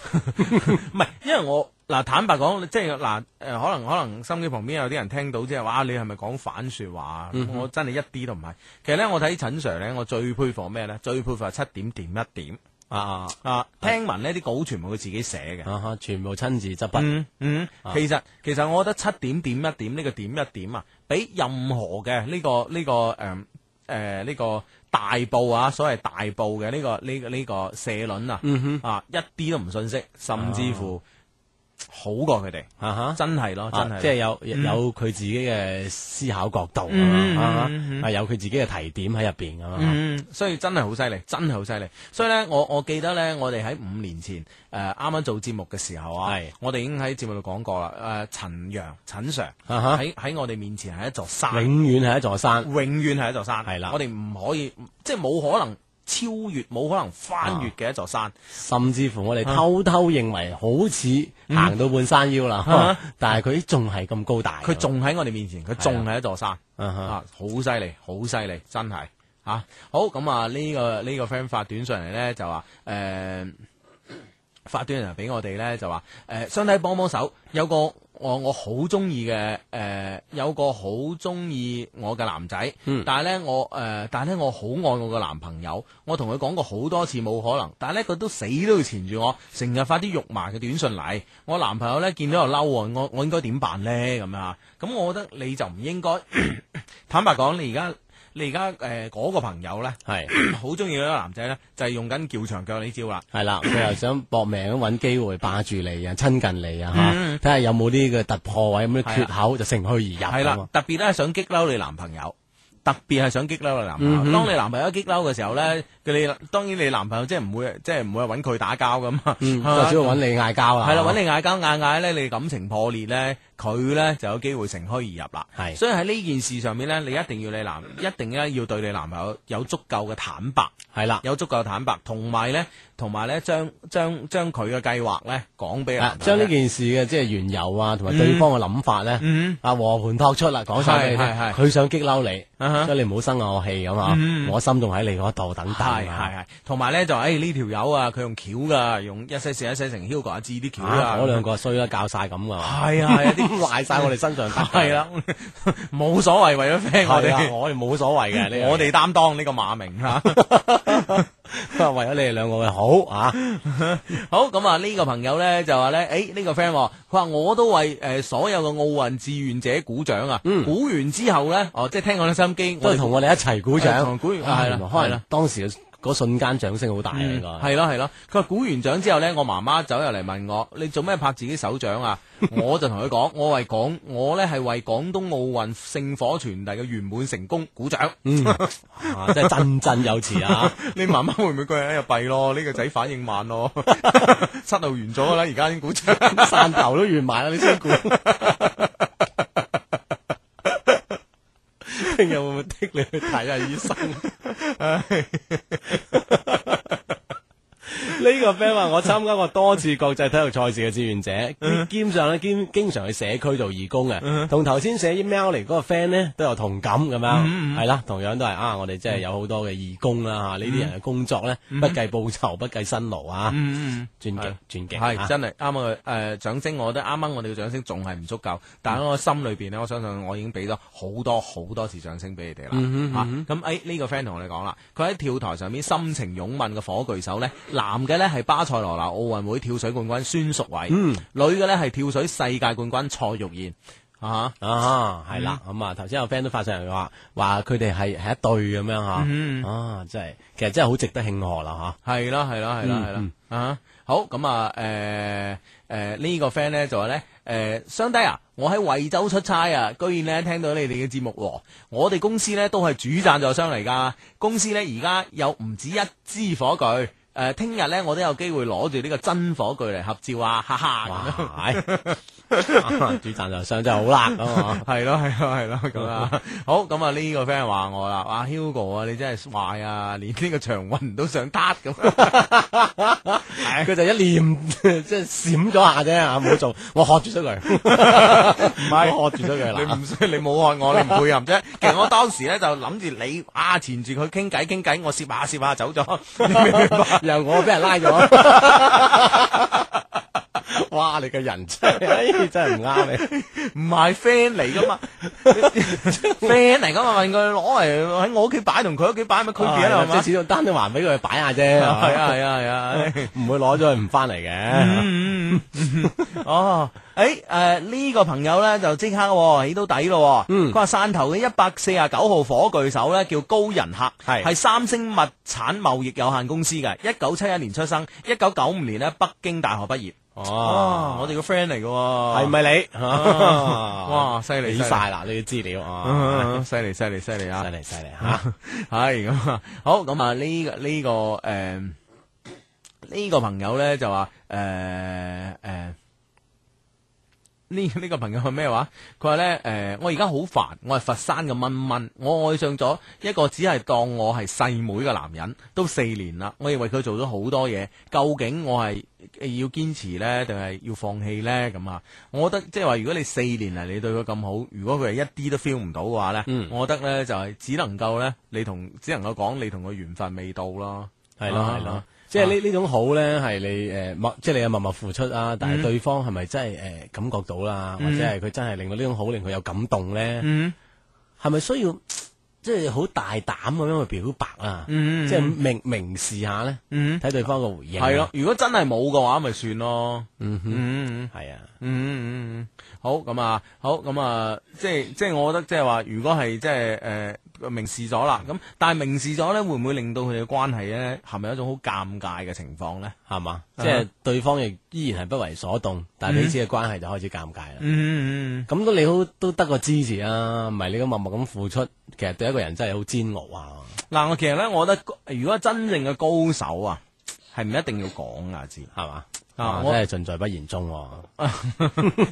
Speaker 2: 唔係，因為我嗱坦白講，即係嗱誒，呃可能可能心機旁邊有啲人聽到，即係哇，你係咪講反説話啊？
Speaker 3: 嗯
Speaker 2: 我真係一啲都唔係。其實咧，我睇陳 Sir 咧，我最佩服咩咧？最佩服係七點點一點
Speaker 3: 啊
Speaker 2: 啊！聽聞呢啲稿全部佢自己寫嘅。
Speaker 3: 啊哈，全部親自執筆。
Speaker 2: 嗯嗯，
Speaker 3: 啊
Speaker 2: 其實其實我覺得七點點一點呢個點一點啊，比任何嘅呢、個呢、個誒誒呢個大報啊，所謂大報嘅呢、個呢、個呢、個社論啊，
Speaker 3: 嗯
Speaker 2: 啊一啲都唔遜色，甚至乎好過佢哋，
Speaker 3: 啊哈
Speaker 2: 真係咯，
Speaker 3: 啊
Speaker 2: 真係，
Speaker 3: 即係有有佢自己嘅思考角度啊
Speaker 2: 嗯嗯
Speaker 3: 嘛，啊
Speaker 2: 嗯嗯
Speaker 3: 啊有佢自己嘅提點喺入邊啊嘛，
Speaker 2: 嗯，所以真係好犀利，真係好犀利。所以咧，我我記得咧，我哋喺五年前誒啱啱做節目嘅時候啊
Speaker 3: 係，
Speaker 2: 我哋已經喺節目度講過啦。誒、陳陽、陳 Sir
Speaker 3: 啊哈
Speaker 2: 喺喺我哋面前係一座山。
Speaker 3: 永遠係一座山，
Speaker 2: 永遠係一座山，
Speaker 3: 係啦
Speaker 2: 我哋唔可以，即係冇可能超越，冇可能翻越嘅一座山。
Speaker 3: 甚至乎我哋
Speaker 2: 啊
Speaker 3: 偷偷認為好似行到半山腰啦
Speaker 2: 嗯啊，
Speaker 3: 但係佢仲係咁高大，
Speaker 2: 佢仲喺我哋面前，佢仲係一座山
Speaker 3: 啊哈
Speaker 2: 啊！好犀利，好犀利，真係啊！好咁啊，呢、個呢、個 friend 發短上嚟咧就話誒。發短人俾我哋咧就話誒、相低幫幫手，有個我我好中意嘅誒，有個好中意我嘅男仔，
Speaker 3: 嗯
Speaker 2: 但係咧我誒、但係咧我好愛我嘅男朋友，我同佢講過好多次冇可能，但係咧佢都死都要纏住我，成日發啲肉麻嘅短信嚟，我男朋友咧見到又嬲喎，我我應該點辦咧咁啊？咁我覺得你就唔應該，坦白講，你而家你而家誒嗰個朋友咧，
Speaker 3: 係
Speaker 2: [CLEARS THROAT] 好中意嗰個男仔咧，就係、用緊叫長腳呢招啦。
Speaker 3: 係啦，佢又想搏命咁揾機會霸住你啊，親近你
Speaker 2: 嗯
Speaker 3: 啊，嚇睇下有冇呢個突破位，有冇啲缺口就乘虛而入
Speaker 2: 系
Speaker 3: 咁啊
Speaker 2: 啦，特別咧想激嬲你男朋友，特別係想激嬲你男
Speaker 3: 嗯
Speaker 2: 朋友。當你男朋友激嬲嘅時候咧，佢你當然你男朋友即係唔會，即係唔會話揾佢打交咁啊。 [LAUGHS]
Speaker 3: 嗯，就只會揾你嗌交啊啦，
Speaker 2: 係啦，揾你嗌交嗌嗌咧，你感情破裂咧，佢咧就有機會乘虛而入啦。
Speaker 3: 係
Speaker 2: 所以喺呢件事上面咧，你一定要你男，一定咧要對你男朋友有足夠嘅坦白。
Speaker 3: 係啦。
Speaker 2: 有足夠嘅坦白，同埋咧，同埋咧，將將將佢嘅計劃咧講俾
Speaker 3: 啊
Speaker 2: 人，，
Speaker 3: 將呢件事嘅即係緣由啊，
Speaker 2: 嗯
Speaker 3: 同埋對方嘅諗法咧，啊和盤托出啦，講晒俾你聽
Speaker 2: 係係係
Speaker 3: 佢想激嬲你，
Speaker 2: 啊嗯哈
Speaker 3: 所以你唔好生我氣咁啊，我心仲喺你嗰度等等
Speaker 2: 係
Speaker 3: 啊，
Speaker 2: 係係，同埋咧就誒呢條友啊，佢用橋噶，用一些事一些情 Hugo 阿志啲橋
Speaker 3: 啊
Speaker 2: 啊，
Speaker 3: 嗰兩個衰啦，教晒
Speaker 2: [LAUGHS]
Speaker 3: 咁噶，
Speaker 2: 係啊係啊啲
Speaker 3: 賴晒我哋身上得 [LAUGHS] 㗎
Speaker 2: [LAUGHS] 係，啦， [LAUGHS] 冇所謂，為咗 friend 我
Speaker 3: 係啊
Speaker 2: 哋。
Speaker 3: 我哋冇所
Speaker 2: [LAUGHS]
Speaker 3: 謂嘅，呢樣嘢
Speaker 2: 我哋擔當呢個馬啊名
Speaker 3: [LAUGHS]
Speaker 2: 嚇，
Speaker 3: 為咗你哋兩個嘅好啊，
Speaker 2: [LAUGHS] 好咁啊！呢個朋友咧就話咧，誒呢個 friend 喎佢話我都為誒所有嘅奧運志願者鼓掌啊！鼓完之後咧，哦即係聽我啲心機，
Speaker 3: 嗯都
Speaker 2: 我
Speaker 3: 係
Speaker 2: 哋
Speaker 3: 同我哋一齊鼓
Speaker 2: 係
Speaker 3: 掌，
Speaker 2: 同鼓掌
Speaker 3: 啊
Speaker 2: 係啦
Speaker 3: 原來
Speaker 2: 係
Speaker 3: 可能
Speaker 2: 啦嗯
Speaker 3: 當時嘅嗰瞬間掌聲好大啊，應該
Speaker 2: 係咯係咯，佢話鼓完掌之後呢，我媽媽走入嚟問我：你做咩拍自己手掌啊？我就同佢講：我為廣，我呢係為廣東奧運聖火傳遞嘅圓滿成功鼓掌。
Speaker 3: 啊真係振振有
Speaker 2: [LAUGHS]
Speaker 3: 詞啊。
Speaker 2: 你媽媽會唔會覺得哎呀弊咯？呢、個仔反應慢咯， [LAUGHS] 失路完咗啦，而家已經鼓掌。
Speaker 3: 汕頭都完埋啦，你先
Speaker 2: [LAUGHS]
Speaker 3: 估。聽日會唔會剔你去
Speaker 2: 嗯
Speaker 3: 睇下醫生？呢個個 friend 話我參加過多次國際體育賽事嘅志願
Speaker 2: 嗯
Speaker 3: 者，兼上咧兼經常去社區做義工嘅，同頭先寫 email 嚟嗰個 friend 咧都有同感咁
Speaker 2: 嗯
Speaker 3: 樣，係啦，同樣都係啊，我哋真係有好多嘅義工啦啊嚇，呢啲人嘅工作咧不計報酬，不計辛勞啊，
Speaker 2: 嗯，
Speaker 3: 尊
Speaker 2: 係
Speaker 3: 敬尊敬，
Speaker 2: 系
Speaker 3: 啊
Speaker 2: 真系啱啊！诶，掌聲我覺得啱啱我哋嘅掌聲仲係唔足夠，但喺我心裏边咧，我相信我已經俾咗好多好多次掌聲俾你哋啦。啊嚇咁诶，呢個 friend 同我哋講啦，佢喺跳台上面深情擁吻嘅火炬手呢，男嘅呢係巴塞羅那奧運會跳水冠軍孫淑慧，女嘅呢係跳水世界冠軍蔡玉燕。啊
Speaker 3: 啊，係啦，
Speaker 2: 嗯
Speaker 3: 咁啊，頭先有 friend 都發上嚟話話佢哋係係一對咁
Speaker 2: 嗯
Speaker 3: 樣嚇，啊，真係其實真係好值得慶
Speaker 2: [LAUGHS]
Speaker 3: 賀啦啊
Speaker 2: 吓，係啦係啦係啦係啦啊！好咁啊，诶诶呢個 friend 呢就話呢，诶，相低啊，我喺惠州出差啊，居然呢聽到你哋嘅節目喎，我哋公司呢都係主贊助商嚟㗎，公司呢而家有唔止一支火炬。誒，聽日呢，我都有機會攞住呢個真火炬嚟合照啊！哈
Speaker 3: 嚇，
Speaker 2: 哈，
Speaker 3: 哇，
Speaker 2: [LAUGHS]
Speaker 3: 係啊主贊助商真係好辣咁啊！
Speaker 2: 係咯係咯係咯咁啊！好咁啊，呢個 friend 話我啦，哇 Hugo 啊，你真係壞啊，連呢個長運都想撻咁。啊
Speaker 3: 佢就一念 [LAUGHS] 即系閃咗下啫吓，冇做，我喝住咗佢，唔
Speaker 2: 係
Speaker 3: 我喝住咗佢
Speaker 2: 你
Speaker 3: 啦
Speaker 2: 唔。需你冇害我，你唔配合啫。其實我當時咧就諗住你啊，纏住佢傾偈傾偈，我攝下攝下
Speaker 3: [LAUGHS]
Speaker 2: 走咗。你明唔明白
Speaker 3: 然後我俾人拉咗，哇！你個人真
Speaker 2: [LAUGHS]
Speaker 3: 係，哎真係唔啱你。
Speaker 2: [LAUGHS] 唔係 friend 嚟
Speaker 3: [LAUGHS]
Speaker 2: 噶嘛，friend 嚟噶嘛，問佢攞嚟喺我屋企擺同佢屋企擺有乜區別啊？係
Speaker 3: 即
Speaker 2: 嘛
Speaker 3: 係？始終單都還俾佢擺下啫，
Speaker 2: 係啊係啊係
Speaker 3: [LAUGHS]
Speaker 2: 啊！
Speaker 3: 唔會攞咗佢唔翻嚟嘅。
Speaker 2: 嗯嗯嗯哦，诶诶呢個朋友咧就即刻喎起到底咯喎，佢話汕頭嘅一百四十九號火炬手咧叫高仁客，
Speaker 3: 係
Speaker 2: 係三星物產貿易有限公司嘅，一九七一年出生，一九九五年咧北京大學畢業。哦，我哋個 friend 嚟嘅喎，
Speaker 3: 係咪你？
Speaker 2: 哇
Speaker 3: 哇
Speaker 2: 犀利
Speaker 3: 俾晒啦呢啲資料啊！
Speaker 2: 嗯？犀利犀利犀利啊 [LAUGHS]
Speaker 3: 犀！利犀利吓，
Speaker 2: 系咁啊，好咁啊，呢、個呢、個个呃诶呢、個朋友咧就話诶诶呢 [LAUGHS] 呢個朋友係咩話？佢話咧诶，誒我而家好煩，我係佛山嘅蚊蚊，我愛上咗一個只係當我係細妹嘅男人，都四年啦，我以為佢做咗好多嘢，究竟我係要堅持咧，定係要放棄咧？咁啊，我覺得即係話，如果你四年嚟你對佢咁好，如果佢係一啲都 feel 唔到嘅話咧，
Speaker 3: 嗯
Speaker 2: 我覺得咧就係、只能夠咧，你同只能夠講你同佢緣分未到咯。
Speaker 3: 係咯
Speaker 2: 啊
Speaker 3: 係咯。即係呢呢種好咧，係你誒默，即係你係默默付出啊。
Speaker 2: 嗯
Speaker 3: 但係對方係咪真係誒感覺到啦，或者係佢真係令到呢種好令佢有感動咧？
Speaker 2: 嗯
Speaker 3: 係咪需要即係好大膽咁樣去表白啊？
Speaker 2: 嗯
Speaker 3: 即係明明示下咧，
Speaker 2: 嗯，
Speaker 3: 睇對方個回應。啊
Speaker 2: 係咯，，如果真係冇嘅話，咪算咯。
Speaker 3: 嗯哼，
Speaker 2: 嗯嗯
Speaker 3: 係啊，
Speaker 2: 嗯嗯嗯，嗯，好咁啊，好咁啊，即系即系，我覺得即係話，如果係即係诶、呃明示咗啦，咁但係明示咗咧，會唔會令到佢哋嘅關係咧，係咪一種好尷尬嘅情況咧？
Speaker 3: 係嘛？
Speaker 2: 啊
Speaker 3: 即係對方亦依然係不為所動，但係彼此嘅關係就開始尷尬啦。
Speaker 2: 嗯嗯嗯
Speaker 3: 咁都你好都得個支持啊，唔係你咁默默咁付出，其實對一個人真係好煎熬啊。
Speaker 2: 嗯，嗱，我其實咧，我覺得如果真正嘅高手啊，係唔一定要講啊，知
Speaker 3: 係嘛？
Speaker 2: 啊
Speaker 3: 啊，
Speaker 2: 我
Speaker 3: 真係盡在不言中喎， [LAUGHS]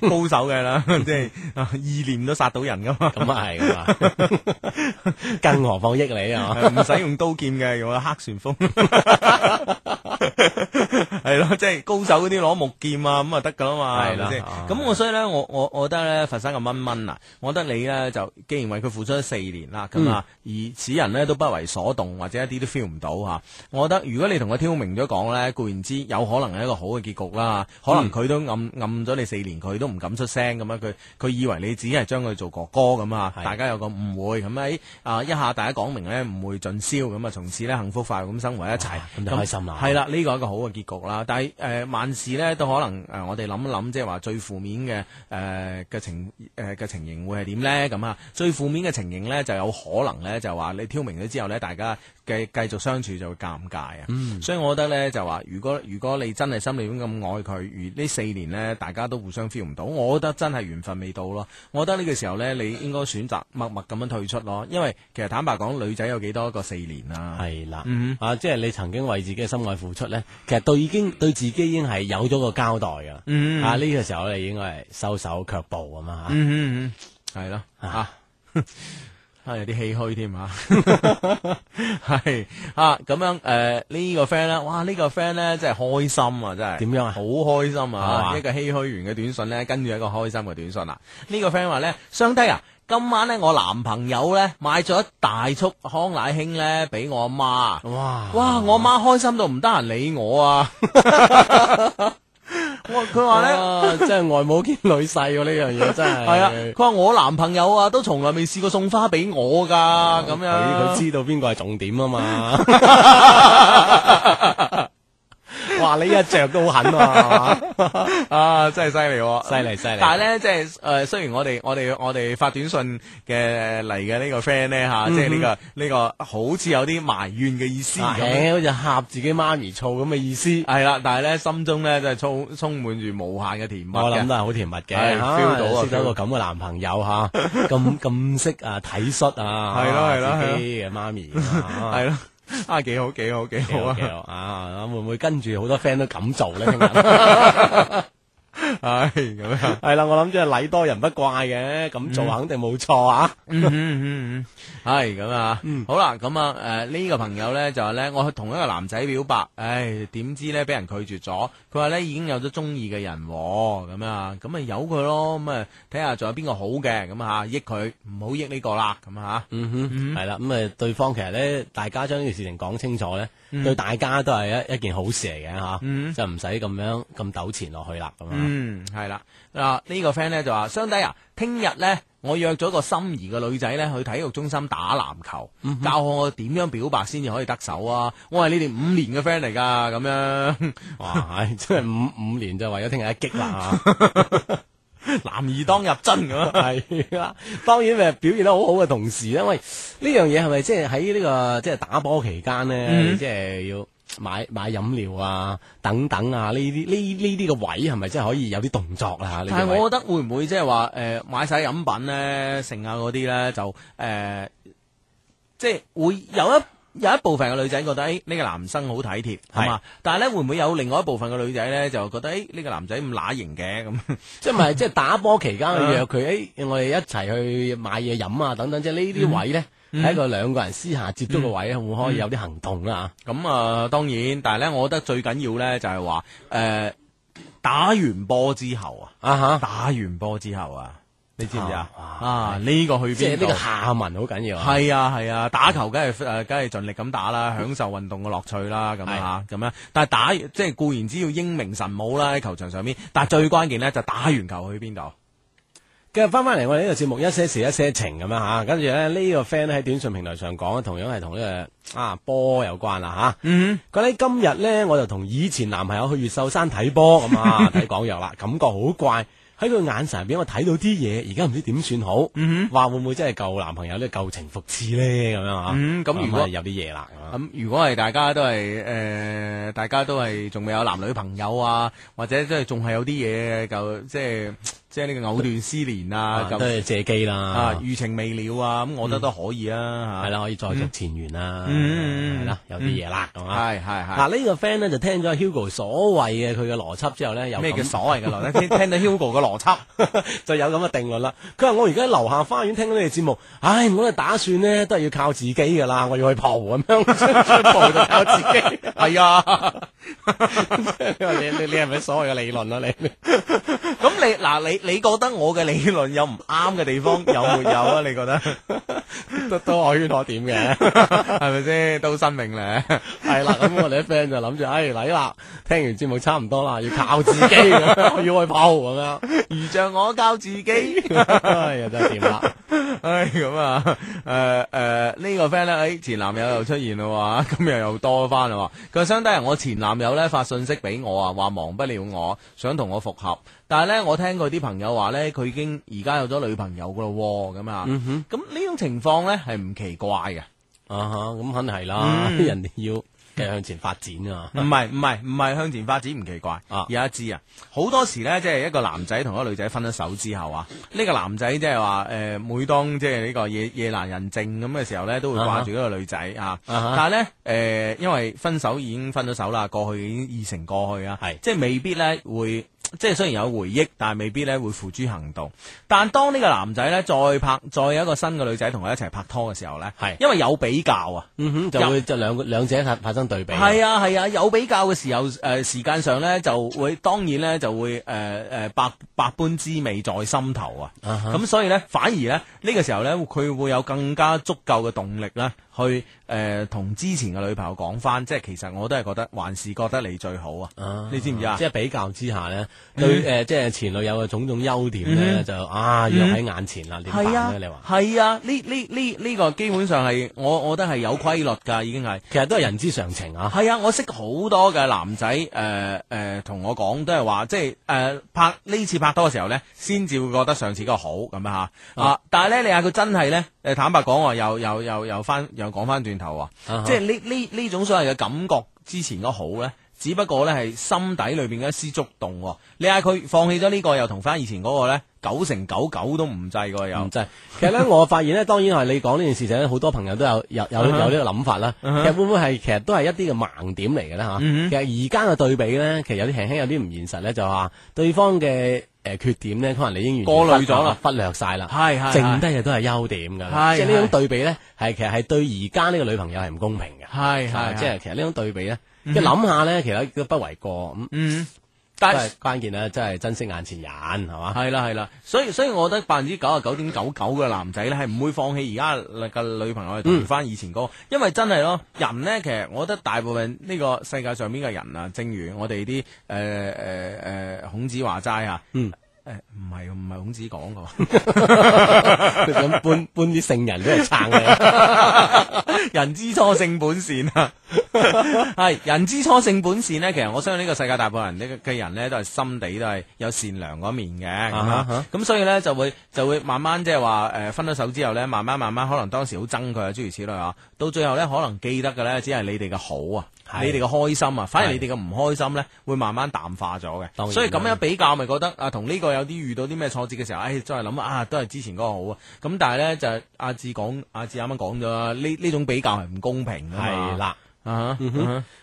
Speaker 2: 高手嘅啦，即係啊意念都殺到人噶嘛。
Speaker 3: 咁啊係噶嘛， [LAUGHS] 更何況益你啊，
Speaker 2: 唔使用刀劍嘅，用黑旋風， [LAUGHS] 係咯，即係高手嗰啲攞木劍啊，咁啊得噶啦嘛，係
Speaker 3: 係啦
Speaker 2: 咪先？
Speaker 3: 啊
Speaker 2: 咁我所以咧，我我我覺得咧，佛山嘅蚊蚊啊，我覺得你咧就既然為佢付出咗四年啦，咁啊，而
Speaker 3: 嗯
Speaker 2: 此人咧都不為所動，或者一啲都 feel 唔到吓。我覺得如果你同佢挑明咗講咧，固然之有可能係一個好嘅結局啦，可能
Speaker 3: 嗯
Speaker 2: 佢都暗暗咗你四年，佢都唔敢出聲咁樣，啊佢佢以為你只係將佢做哥哥咁啊，
Speaker 3: 係
Speaker 2: 大家有個誤會咁喺啊一下大家講明咧誤會盡消咁啊，從此咧幸福快樂咁生活一齊，
Speaker 3: 咁就開心啦
Speaker 2: 係啦，呢個係一個好嘅結局啦。但係誒、呃萬事咧都可能誒、呃我哋諗一諗，即係話最負面嘅誒嘅情誒嘅、情形會係點咧？咁啊，最負面嘅情形咧就有可能咧就話你挑明咗之後咧，大家繼繼續相處就會尷尬啊。所以我覺得咧就話，如果如果你真係心裏邊咁愛佢，如呢四年咧大家都互相 feel 唔到，我覺得真係緣分未到咯。我覺得呢個時候咧，你應該選擇默默咁樣退出咯，因為其實坦白講，女仔有幾多個四年啊？
Speaker 3: 係啦
Speaker 2: 嗯，
Speaker 3: 啊，即係你曾經為自己嘅心愛付出咧，其實對已經對自己已經係有咗個交代噶啦，
Speaker 2: 嗯
Speaker 3: 啊呢個時
Speaker 2: 嗯
Speaker 3: 候你應該係收手卻步咁啊
Speaker 2: 嗯嗯嗯，系咯
Speaker 3: 啊
Speaker 2: 啊。 [LAUGHS] 啊，有啲唏噓添
Speaker 3: [LAUGHS]
Speaker 2: 啊，係啊，咁樣诶呢個 friend 咧，哇呢個 friend 咧真係開心啊，真係
Speaker 3: 點樣啊
Speaker 2: 好開心
Speaker 3: 係
Speaker 2: 啊！
Speaker 3: 嘛
Speaker 2: 一個唏噓完嘅短信咧，跟住一個開心嘅短信啦。呢個 friend 話咧，相低啊！今晚咧，我男朋友咧買咗一大束康乃馨咧俾我阿媽，
Speaker 3: 哇
Speaker 2: 哇！我媽開心到唔得閒理我
Speaker 3: [LAUGHS]
Speaker 2: 啊！我佢話咧。
Speaker 3: 哇啊真係外母見女婿喎，呢樣嘢真
Speaker 2: [LAUGHS]
Speaker 3: 係
Speaker 2: 系啊，佢話我男朋友啊，都從來未試過送花俾我噶，咁
Speaker 3: 佢
Speaker 2: 樣。
Speaker 3: 哦佢知道邊個係重點啊嘛。哇！你一着都好狠啊，
Speaker 2: [LAUGHS] 啊，真係犀利喎，
Speaker 3: 犀利犀利
Speaker 2: 但係咧，即係誒、呃，雖然我哋我哋我哋發短信嘅呃嚟嘅呢個 friend 咧嚇，
Speaker 3: 嗯
Speaker 2: 即係呢、個呢、個好似有啲埋怨嘅意思
Speaker 3: 係嘛
Speaker 2: 咁樣。
Speaker 3: 唉好似呷自己媽咪醋咁嘅意思。
Speaker 2: 係啦，但係咧心中咧就係充充滿住無限嘅甜蜜
Speaker 3: 我諗
Speaker 2: 嘅
Speaker 3: 都係好甜蜜嘅
Speaker 2: 係
Speaker 3: 啊
Speaker 2: feel 到啊
Speaker 3: 識到一
Speaker 2: feel
Speaker 3: 個咁嘅男朋友吓，咁咁識啊體恤 [LAUGHS] 啊，
Speaker 2: 係咯係咯
Speaker 3: 自己嘅媽咪 [LAUGHS] 啊
Speaker 2: 係咯，啊幾好幾好幾
Speaker 3: 幾
Speaker 2: 好
Speaker 3: 好
Speaker 2: 啊
Speaker 3: 幾！好啊！會唔會跟住好多 friend 都咁做 [LAUGHS] 咧？聽日
Speaker 2: 唉咁樣。
Speaker 3: 係啦，我諗即係禮多人不怪嘅，咁做肯定冇錯啊！
Speaker 2: 嗯嗯嗯嗯，系咁啊，好啦，咁啊，诶、呢、個朋友呢，就係呢，我同一個男仔表白，唉，點知呢，俾人拒絕咗，佢話呢已經有咗中意嘅人喎，咁啊，咁啊由佢咯，咁啊睇下仲有邊個好嘅，咁啊益佢，唔好益呢個啦，咁啊，
Speaker 3: 嗯哼，係啦，咁啊，對方其實咧，大家將呢件事情講清楚咧，對大家都係一一件好事嚟嘅吓，就唔使咁樣咁糾纏落去啦，咁啊，
Speaker 2: 嗯，係啦，嗱、呢個 friend 呢，就話，相低啊，聽日呢，我約咗個心儀嘅女仔呢去體育中心打籃球，教我點樣表白先至可以得手啊！我係你哋五年嘅 friend 嚟㗎，咁樣。
Speaker 3: 哇，唉真係五五年就為咗聽日一擊 [LAUGHS] 啦啊吓。
Speaker 2: 男兒當入樽咁
Speaker 3: [LAUGHS]
Speaker 2: 啊！
Speaker 3: 系啦，當然誒表現得好好嘅同時咧，喂呢樣嘢係咪即係喺呢個即係打波期間咧，
Speaker 2: 嗯
Speaker 3: 你即係要買買飲料啊等等啊呢啲呢呢啲嘅位係咪真係可以有啲動作啦、呢啲
Speaker 2: [LAUGHS] 但係
Speaker 3: 位
Speaker 2: 我覺得會唔會即係話誒買晒飲品咧、剩啊嗰啲咧就誒、呃即係會有一有一部分嘅女仔覺得誒呢、個男生好體貼係嘛，但係咧會唔會有另外一部分嘅女仔咧就覺得誒呢、個男仔咁乸型嘅咁？ [LAUGHS]
Speaker 3: 即係咪即係打波期間去約佢？誒、
Speaker 2: 嗯
Speaker 3: 我哋一齊去買嘢飲啊等等，即係呢啲位咧。
Speaker 2: 嗯
Speaker 3: 喺一個兩個人私下接觸嘅位，會可以有啲行動啦
Speaker 2: 咁啊、當然，但係咧，我覺得最緊要咧就係話誒打完波之後啊，
Speaker 3: 啊嚇！
Speaker 2: 打完波之後啊，你知唔知啊？
Speaker 3: 啊
Speaker 2: 啊呢、個去
Speaker 3: 即係
Speaker 2: 邊
Speaker 3: 呢
Speaker 2: 度
Speaker 3: 個？下文好緊要啊！
Speaker 2: 系啊系啊，打球梗係诶，梗係盡力咁打
Speaker 3: [LAUGHS]
Speaker 2: 啦，享受運動嘅樂趣啦，咁啊咁樣。但係打完即係固然之要英明神武啦喺球場上面，但係最關鍵咧就打完球去邊度。
Speaker 3: 啊跟住翻翻嚟我哋呢個節目一些事一些情咁樣吓，跟住咧呢個 friend 喺短信平台上講，同樣係同呢個啊波有關啦吓。
Speaker 2: 嗯，
Speaker 3: 佢咧今日咧我就同以前男朋友去越秀山睇波
Speaker 2: [LAUGHS]
Speaker 3: 咁啊，睇港遊啦，感覺好怪。喺佢眼神入邊，我睇到啲嘢，而家唔知點算好。嗯話會唔會真係舊男朋友咧舊情復熾咧咁樣啊？
Speaker 2: 嗯咁如果
Speaker 3: 啊有啲嘢啦，咁
Speaker 2: 咁、
Speaker 3: 啊
Speaker 2: 如果係大家都係诶、呃大家都係仲未有男女朋友啊，或者即係仲係有啲嘢就即係即係呢個藕斷絲連啊，
Speaker 3: 都
Speaker 2: 就
Speaker 3: 係借機啦
Speaker 2: 啊，餘情未了啊，咁我覺得都可以啊
Speaker 3: 嗯係啦，可以再續前緣啦，
Speaker 2: 嗯嗯嗯
Speaker 3: 係啦，有啲嘢啦咁
Speaker 2: 吓，
Speaker 3: 啊。
Speaker 2: 係係係。
Speaker 3: 嗱呢個 friend 咧就聽咗 Hugo 所謂嘅佢嘅邏輯之後咧，有
Speaker 2: 咩叫
Speaker 3: 咁
Speaker 2: 所謂嘅邏輯？聽聽到 Hugo 嘅邏輯。
Speaker 3: [LAUGHS] 就有咁嘅定律啦。佢話我而家喺樓下花園聽緊你哋節目，唉，我嘅打算咧都係要靠自己噶啦，我要去蒲咁樣，出蒲就靠自己。
Speaker 2: 系啊，
Speaker 3: 你 [LAUGHS] 話你你你係咪所謂嘅理論啊？你
Speaker 2: 咁你嗱，你你觉得我嘅理論有唔啱嘅地方有沒有啊？你覺得
Speaker 3: [LAUGHS] 都都可圈可點嘅。
Speaker 2: 係咪先？都生命咧，
Speaker 3: 係啦，咁我哋啲 friend 就諗住，唉嚟啦，聽完節目差唔多啦，要靠自己咁樣，我 [LAUGHS] 要去蒲咁樣。
Speaker 2: 如像我教自
Speaker 3: [LAUGHS]
Speaker 2: 己。
Speaker 3: 唉，又真係掂啦。
Speaker 2: [LAUGHS] 唉，咁啊，诶、诶，呢、個 friend 咧，诶，前男友又出現啦喎， [LAUGHS] 今日又多翻啦喎。佢話相低人，我前男友咧發信息俾我啊，話忘不了我，想同我復合。但係咧，我聽佢啲朋友話咧，佢已經而家有咗女朋友噶咯喎，咁啊，咁呢、種情況咧係唔奇怪嘅。
Speaker 3: 啊哈，咁肯定係啦，人哋要繼續向前發展啊。
Speaker 2: [LAUGHS] 唔係唔係唔係向前發展唔奇怪，
Speaker 3: 啊
Speaker 2: 有一知啊，好多時呢，即係一個男仔同一個女仔分咗手之後啊，呢、個男仔即係話誒，每當即係呢個夜夜難人靜咁嘅時候呢，都會掛住呢個女仔啊。
Speaker 3: 啊哈
Speaker 2: 但係呢，誒、因為分手已經分咗手啦，過去已經已成過去啊，
Speaker 3: 係
Speaker 2: 即係未必呢會即係雖然有回憶，但係未必咧會付諸行動。但當呢個男仔咧再拍再有一個新嘅女仔同佢一齊拍拖嘅時候咧，
Speaker 3: 係
Speaker 2: 因為有比較啊。
Speaker 3: 嗯哼，就會就兩個兩者發發生對比。
Speaker 2: 係啊係啊，有比較嘅時候，誒、時間上咧就會當然咧就會誒誒、呃百百般滋味在心頭啊。
Speaker 3: 啊哈
Speaker 2: 咁、所以咧，反而咧呢、呢個時候咧，佢會有更加足夠嘅動力咧，去誒同、之前嘅女朋友講翻，即係其實我都係覺得還是覺得你最好啊。
Speaker 3: 啊嗯
Speaker 2: 你知唔知啊？
Speaker 3: 即係比較之下咧，對誒，即係前女友嘅種種優點咧，就啊若喺眼前啦，點
Speaker 2: 係啊
Speaker 3: 辦咧？你話，
Speaker 2: 係啊，呢呢呢呢個基本上係我我覺得係有規律㗎，已經係。
Speaker 3: 其實都係人之常情啊。
Speaker 2: 係啊，我識好多嘅男仔，誒誒同我講都係話，即係誒、呃拍呢次拍拖嘅時候咧，先至會覺得上次嗰個好咁樣嚇啊！但係咧，你嗌佢真係咧，誒坦白講喎，又又又又翻又講翻轉頭
Speaker 3: 啊哈
Speaker 2: 喎，即係呢呢呢種所謂嘅感覺之前嗰好咧。只不過咧係心底裏邊嘅一絲觸動喎，你嗌佢放棄咗呢個，又同翻以前嗰個咧，九成九九都唔制㗎又
Speaker 3: 唔。制。其實咧，我發現咧，當然係你講呢件事情咧，好多朋友都有有有
Speaker 2: 啊
Speaker 3: 有呢個諗法啦。其實會唔會係其實都係一啲嘅盲點嚟嘅咧
Speaker 2: 嗯
Speaker 3: 嚇？其實而家嘅對比咧，其實有啲輕輕有啲唔現實咧，就話對方嘅誒缺點咧，可能你已經完全
Speaker 2: 過濾咗啦
Speaker 3: 忽略晒啦，
Speaker 2: 係係
Speaker 3: 剩低嘅都係優點㗎啦。
Speaker 2: 係
Speaker 3: 即係呢種
Speaker 2: 係
Speaker 3: 對比咧，係其實係對而家呢個女朋友係唔公平嘅。
Speaker 2: 係嗯
Speaker 3: 啊
Speaker 2: 係
Speaker 3: 即係其實呢種對比咧，一諗下咧，其實都不為過咁。
Speaker 2: 嗯，
Speaker 3: 都
Speaker 2: 但係
Speaker 3: 係關鍵咧，真係珍惜眼前人係嘛？ [LAUGHS]
Speaker 2: 系啦系啦，所以所以我覺得百分之九十九點九九嘅男仔咧係唔會放棄而家嘅女朋友去同翻以前
Speaker 3: 嗯
Speaker 2: 嗰個，因為真係咯，人咧其實我覺得大部分呢個世界上邊嘅人啊，正如我哋啲誒誒誒孔子話齋啊，
Speaker 3: 嗯
Speaker 2: 誒唔係唔係孔子講嘅。
Speaker 3: 佢想搬搬啲聖人出嚟撐
Speaker 2: [LAUGHS]
Speaker 3: 你，
Speaker 2: 人之初性本善啊，系人之初性本善咧。其實我相信呢個世界大部分人呢嘅人咧，都係心地都係有善良嗰面嘅。咁
Speaker 3: 啊
Speaker 2: 啊咁所以咧就會就會慢慢即係話誒分咗手之後咧，慢慢慢慢可能當時好憎佢啊，諸如此類啊。到最後咧，可能記得嘅咧，只係你哋嘅好啊。
Speaker 3: 係
Speaker 2: 你哋嘅開心啊，反而
Speaker 3: 係
Speaker 2: 你哋嘅唔開心咧，會慢慢淡化咗
Speaker 3: 當然
Speaker 2: 嘅。所以咁
Speaker 3: 啦
Speaker 2: 樣比較，咪覺得啊，同呢個有啲遇到啲咩挫折嘅時候，唉、再諗啊，都係之前嗰個好啊。咁但係咧就係阿志講，阿志啱啱講咗啦，呢呢種比較係唔公平㗎嘛
Speaker 3: 係啦。
Speaker 2: 啊哈，啊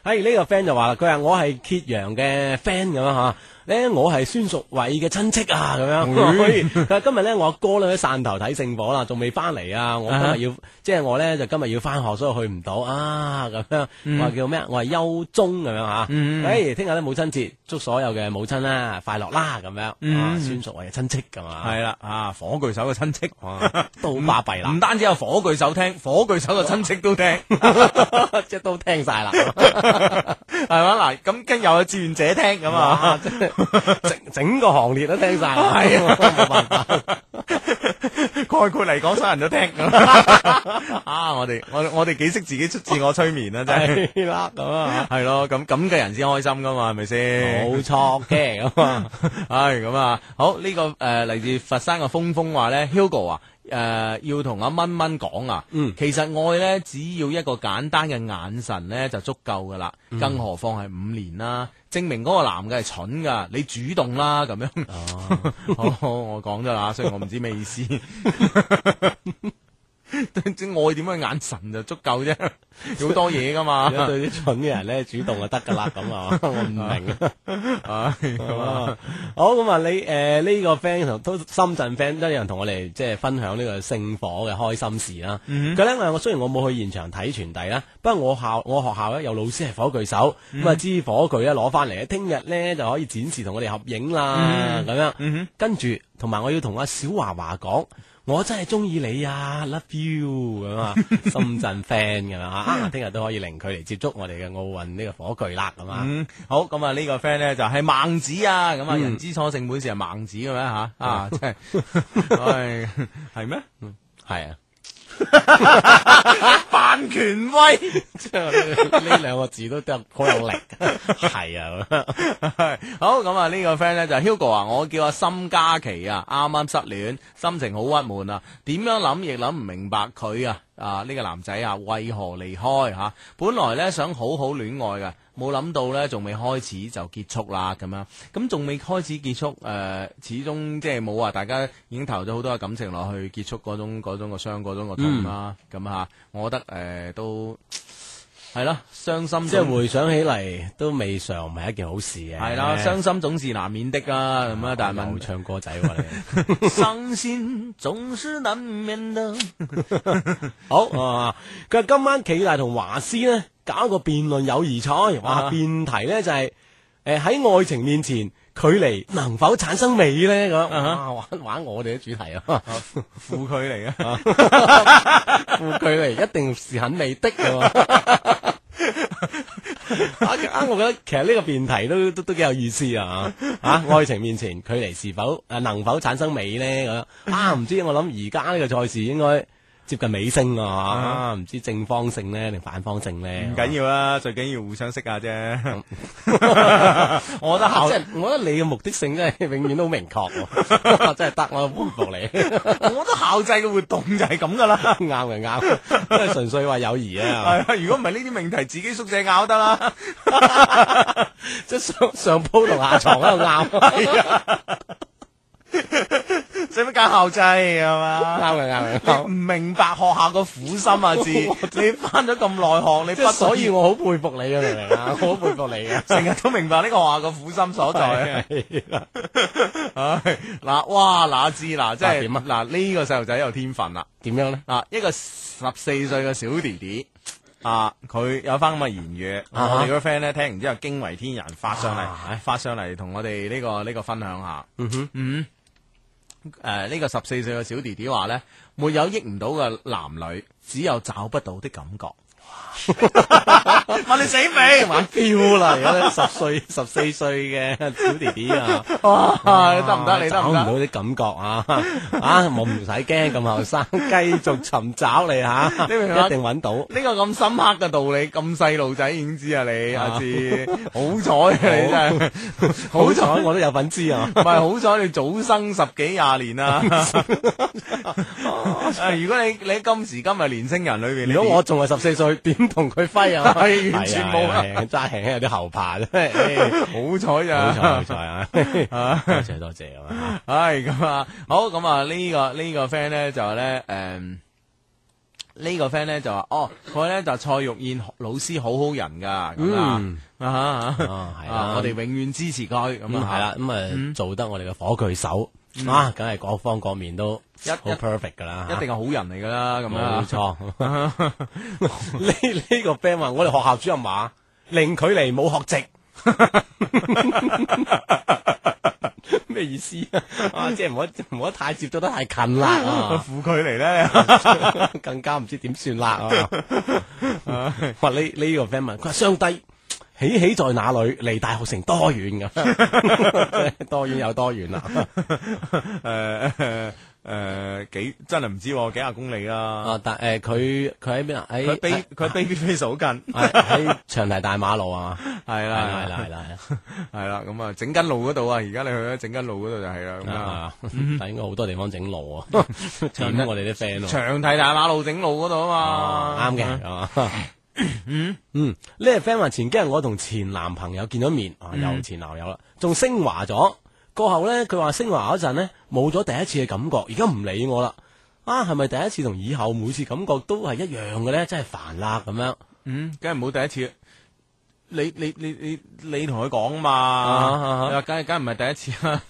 Speaker 3: 喺呢個 friend 就話啦，佢話我係揭陽嘅 friend 咁樣吓，咧我係孫淑偉嘅親戚啊咁樣。
Speaker 2: 嗯
Speaker 3: [LAUGHS] 佢話今日咧我阿哥咧喺汕頭睇聖火啦，仲未翻嚟啊！我今日要即係我咧就今日要翻學，所以去唔到啊咁樣。
Speaker 2: 嗯
Speaker 3: 我話叫咩啊？我係休中咁樣吓。誒，聽日咧母親節，祝所有嘅母親啦快樂啦咁樣。
Speaker 2: 嗯
Speaker 3: 啊，孫淑偉嘅親戚咁啊，
Speaker 2: 係啦，啊火炬手嘅親戚，
Speaker 3: 哇都好巴閉
Speaker 2: [LAUGHS]
Speaker 3: 啦
Speaker 2: 唔，單止有火炬手聽，火炬手嘅親戚都聽，係嗯
Speaker 3: [LAUGHS] 即係都聽
Speaker 2: [LAUGHS]
Speaker 3: 晒啦。
Speaker 2: 嘛嗱？咁跟又有志願者聽咁啊。
Speaker 3: 整整個行列 [LAUGHS] 都聽晒啦，
Speaker 2: 係啊
Speaker 3: 冇辦法。
Speaker 2: [LAUGHS] 概括嚟講，所有人都聽咁 [LAUGHS] 啊！我哋我我哋幾識自己出自我催眠啊，真係。
Speaker 3: 係啦，咁啊，
Speaker 2: 系咯，咁咁嘅人先開心噶嘛，係咪先？
Speaker 3: 冇錯嘅咁啊，
Speaker 2: 唉，咁啊，好呢、個诶嚟、自佛山嘅峰峰話咧，Hugo 啊，诶、要同阿蚊蚊講啊，
Speaker 3: 嗯
Speaker 2: 其實愛咧只要一個簡單嘅眼神咧就足夠噶啦，
Speaker 3: 嗯
Speaker 2: 更何況係五年啦，證明嗰個男嘅係蠢噶，你主動啦咁樣。
Speaker 3: 哦
Speaker 2: [LAUGHS] 好好，我講咗啦，雖然我唔知咩意
Speaker 3: [LAUGHS]
Speaker 2: 思。 [LAUGHS] 即愛點樣眼神就足夠
Speaker 3: [LAUGHS]
Speaker 2: 啫，有好多嘢噶嘛
Speaker 3: 如。果對啲蠢嘅人咧，主動就得噶啦，咁啊，我唔明
Speaker 2: 唉，咁啊。
Speaker 3: 啊。 [LAUGHS] 好咁啊，你誒呢個 friend 同都深圳 friend 都有人同我哋即係分享呢個聖火嘅開心事啦。
Speaker 2: 嗯
Speaker 3: 佢咧我雖然我冇去現場睇傳遞啦，不過我校我學校咧有老師係火炬手，
Speaker 2: 嗯
Speaker 3: 咁啊支火炬咧攞翻嚟咧，聽日咧就可以展示同我哋合影
Speaker 2: 嗯
Speaker 3: 啦，咁樣。跟住同埋我要同阿小華華講。我真係中意你啊，love you
Speaker 2: [LAUGHS]
Speaker 3: 咁啊，深圳 friend 咁樣啊啊，聽日都可以零距離接觸我哋嘅奧運呢個火炬啦，咁啊，
Speaker 2: 嗯，好咁啊！呢個 friend 咧就係孟子啊，咁啊人之初性本善係孟子嘅咩吓啊？即係唉係咩？
Speaker 3: 係啊。
Speaker 2: [LAUGHS] 扮權威，
Speaker 3: 即系呢兩個字都得好有力，係啊，
Speaker 2: 好咁啊！呢個 friend 咧就 Hugo 啊，我叫阿森嘉琪啊，啱啱失戀，心情好鬱悶啊，點樣諗亦諗唔明白佢啊啊呢個男仔啊，為何離開吓？本來咧想好好戀愛嘅。冇諗到咧，仲未開始就結束啦，咁樣咁仲未開始結束，誒、始終即係冇話大家已經投咗好多嘅感情落去啊呃結束嗰種嗰種個傷嗰種個痛啦，咁嚇、我覺得誒、都系啦，伤心
Speaker 3: 即係
Speaker 2: 總
Speaker 3: 回想起嚟都未嘗唔係一件好事嘅。
Speaker 2: 系啦，伤心总是难免的啊，咁啊，但系
Speaker 3: 又
Speaker 2: 问 [LAUGHS]
Speaker 3: 唱歌仔喎你。
Speaker 2: 伤心总是难免的，
Speaker 3: 好啊，佢話今晚暨大同華師呢搞一個辯論友誼賽，
Speaker 2: 啊
Speaker 3: 哇，辯題呢就係誒喺愛情面前，距離能否產生美呢？咁
Speaker 2: 啊
Speaker 3: 哇玩玩我哋啲主題啊！
Speaker 2: 负佢嚟啊。 [LAUGHS]
Speaker 3: 副距離一定是很美的㗎喎 [LAUGHS] 啊！啊，我覺得其實呢個辯題都都都幾有意思啊！啊，愛情面前距離是否誒能否產生美呢？咁樣啊，唔知我諗而家呢個賽事應該接近尾聲啊啊！唔知正方性呢定反方性呢？
Speaker 2: 唔
Speaker 3: 唔
Speaker 2: 緊要啦，最緊要互相識下啫。
Speaker 3: 我覺得
Speaker 2: 啊
Speaker 3: 即係我覺得你嘅目的性真係永遠都好明確
Speaker 2: [LAUGHS]
Speaker 3: 喎，真係得我佩服你，
Speaker 2: 我覺得校際嘅活動就係咁噶啦。
Speaker 3: 啱嘅啱嘅，即係純粹話友誼
Speaker 2: 係
Speaker 3: 啊！
Speaker 2: 啊，如果唔係呢啲命題，自己宿舍拗得啦。
Speaker 3: [LAUGHS] 即係上上鋪同下床喺度
Speaker 2: [LAUGHS]
Speaker 3: 拗。
Speaker 2: 使乜搞校啊際係嘛？
Speaker 3: 啱嘅啱嘅
Speaker 2: 你
Speaker 3: 啱
Speaker 2: 唔明白學校個苦心啊！字 [LAUGHS] 你翻咗咁耐學，
Speaker 3: 即
Speaker 2: 你
Speaker 3: 係
Speaker 2: 不
Speaker 3: 所以我好佩服你啊，明唔明啊？我好佩服你嘅。
Speaker 2: 成日都明白呢個學校個苦心 [LAUGHS] 所在。唉嗱，哇！嗱知嗱，即
Speaker 3: 嗱
Speaker 2: 係
Speaker 3: 點啊
Speaker 2: 嗱呢個細路仔有天分啦。
Speaker 3: [LAUGHS] 點樣咧？
Speaker 2: 啊，一個十四歲嘅小弟弟。啊！佢有翻咁嘅言語，
Speaker 3: 啊哈
Speaker 2: 我哋嗰個 friend 咧聽完之後驚為天人，發上嚟，
Speaker 3: 啊
Speaker 2: 發上嚟同我哋呢個呢個分享下。
Speaker 3: 嗯哼，
Speaker 2: 嗯，誒呢個十四歲嘅小弟弟話咧，沒有益唔到嘅男女，只有找不到的感覺。 [LAUGHS] 問你死未？
Speaker 3: 玩標啦，而家十歲、十四歲嘅小弟弟啊，
Speaker 2: 哇！你得唔得？你得
Speaker 3: 找
Speaker 2: 唔
Speaker 3: 啊唔
Speaker 2: 得
Speaker 3: 到？啲感覺啊！啊， [LAUGHS] 我唔使驚，咁
Speaker 2: [LAUGHS]
Speaker 3: 後生，繼續尋找你嚇，
Speaker 2: 你明唔明啊
Speaker 3: 一定揾到。
Speaker 2: 呢個咁深刻嘅道理，咁細路仔已經知啊！你阿志，好彩啊！你真係
Speaker 3: 好彩我都有份知
Speaker 2: [LAUGHS]
Speaker 3: 啊！
Speaker 2: 唔係好彩你早生十幾廿年
Speaker 3: [LAUGHS]
Speaker 2: 啦。啊如果你你今時今日年青人裏邊，你
Speaker 3: 如果我仲係十四歲，點同佢揮啊？
Speaker 2: [LAUGHS] 係完全冇啦
Speaker 3: 係啊，係啊真係輕輕有啲後怕啫。
Speaker 2: [LAUGHS]
Speaker 3: 唉
Speaker 2: 好彩
Speaker 3: 好彩 [LAUGHS] 好
Speaker 2: 咋。
Speaker 3: 彩啊！
Speaker 2: [LAUGHS]
Speaker 3: 多謝多謝啊！
Speaker 2: 唉，咁啊，好咁啊，呢個呢個 friend 咧就咧，誒呢個 friend 咧就話，哦，佢咧就蔡玉燕老師好好人㗎，咁啊
Speaker 3: 嗯
Speaker 2: 啊嚇
Speaker 3: 啊係啦
Speaker 2: 啊我哋永遠支持佢咁
Speaker 3: 咁
Speaker 2: 啊，
Speaker 3: 啊系啦，咁啊做得我哋嘅火炬手啊，梗係各方各面都
Speaker 2: 嗯一
Speaker 3: 好
Speaker 2: 一
Speaker 3: perfect 噶啦，
Speaker 2: 一定係好人嚟㗎啦，咁
Speaker 3: 冇
Speaker 2: 啊。
Speaker 3: 錯。 [LAUGHS] 呢呢個 friend 話：我哋學校主任話零距離冇學籍。 [LAUGHS] 咩意思啊？啊即係唔好唔好太接觸得太近 [LAUGHS] 啦，啊
Speaker 2: 負佢嚟咧，
Speaker 3: [LAUGHS] 更加唔知點算啦。啊哇！呢呢個 friend 問佢話：相低喜喜在哪裏？離大學城多遠㗎？ [LAUGHS] 多遠有多遠啦。啊
Speaker 2: [LAUGHS] 誒誒幾真係唔知喎，幾廿公里啦。
Speaker 3: 啊，但誒佢佢喺邊啊？喺
Speaker 2: 佢 baby 佢 baby face
Speaker 3: [LAUGHS]
Speaker 2: 好近，
Speaker 3: 喺喺長堤大馬路啊！
Speaker 2: 係
Speaker 3: [LAUGHS] 係啦
Speaker 2: 啦
Speaker 3: 係啦係啊啦
Speaker 2: 係啦，咁啊整緊路嗰度啊，而家你去咗整緊路嗰度就係啦，
Speaker 3: 係
Speaker 2: 咁啊。
Speaker 3: 啦， [LAUGHS] 但應該好多地方整路啊，
Speaker 2: [LAUGHS] 長
Speaker 3: 點
Speaker 2: 堤
Speaker 3: 我哋啲 friend 咯。
Speaker 2: 長堤大馬路整路嗰度
Speaker 3: 哦
Speaker 2: 啊嘛，
Speaker 3: 啱嘅，
Speaker 2: [COUGHS]
Speaker 3: 係嘛嗯，呢個 friend 話前幾日我同前男朋友見咗面，啊
Speaker 2: 嗯
Speaker 3: 又前男友啦，仲升華咗。過後呢，佢話升華嗰陣呢，冇咗第一次嘅感覺，而家唔理我啦。啊，係咪第一次同以後每次感覺都係一樣嘅呢？真係煩啦咁
Speaker 2: [LAUGHS]
Speaker 3: 樣。
Speaker 2: 嗯，梗係唔好第一次。你你你你你同佢講
Speaker 3: 啊
Speaker 2: 嘛，你話梗係梗係唔係第一次啦，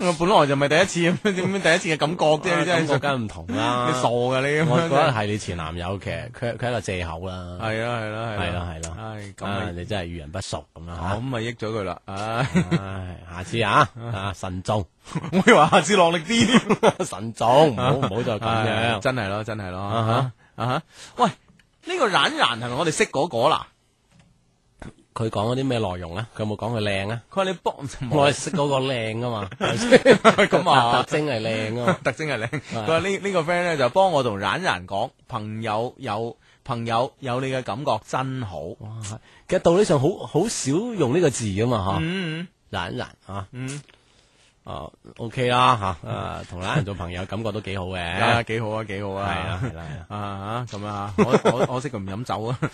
Speaker 2: [LAUGHS] 我本來就唔係第一次，咁點樣第一次嘅感覺啫？你
Speaker 3: 啊
Speaker 2: 真
Speaker 3: 感覺
Speaker 2: 係
Speaker 3: 梗係唔同啦。
Speaker 2: [LAUGHS] 你傻噶你咁
Speaker 3: 我
Speaker 2: 樣
Speaker 3: 覺得係你前男友，其實佢佢係一個借口啦。
Speaker 2: 係啦係啦
Speaker 3: 係啦係啦
Speaker 2: 唉咁
Speaker 3: 啊，
Speaker 2: 咪
Speaker 3: 你真係遇人不淑咁
Speaker 2: 咁
Speaker 3: 啦
Speaker 2: 咪益咗佢 [LAUGHS] 啦，唉，
Speaker 3: 嚇。唉， [LAUGHS] 下
Speaker 2: [LAUGHS]
Speaker 3: 次啊，啊慎重 [LAUGHS]
Speaker 2: 我以為下次落力啲添。
Speaker 3: 慎重，唔好唔
Speaker 2: [LAUGHS]
Speaker 3: 好再咁
Speaker 2: 唉
Speaker 3: 樣。
Speaker 2: 真係咯，真係咯，
Speaker 3: 啊哈
Speaker 2: 啊哈啊哈！喂，呢個冉冉係咪我哋識嗰個啦？
Speaker 3: 佢講嗰啲咩內容咧？佢有冇講佢靚啊？
Speaker 2: 佢話你幫 [LAUGHS] 我
Speaker 3: 我係識嗰個
Speaker 2: [LAUGHS]
Speaker 3: 靚啊嘛，
Speaker 2: 咁
Speaker 3: [LAUGHS]
Speaker 2: 啊
Speaker 3: 特徵係靚啊嘛。
Speaker 2: 特徵係靚。佢話呢呢個 friend 咧就幫我同冉冉講，朋友有朋友有你嘅感覺真好。
Speaker 3: 哇其實道理上好好少用呢個字啊嘛，嚇
Speaker 2: 嗯，
Speaker 3: 懶人嚇。
Speaker 2: 嗯。
Speaker 3: 哦，OK 啦嚇，啊同懶人做朋友感覺都幾好
Speaker 2: [LAUGHS]
Speaker 3: 嘅。
Speaker 2: 嗯
Speaker 3: 係
Speaker 2: 啊，幾好啊，幾好
Speaker 3: 啦
Speaker 2: 啊。
Speaker 3: 係啦係啦。
Speaker 2: [LAUGHS] 啊咁啊，我我我識佢唔飲酒啊。 [LAUGHS]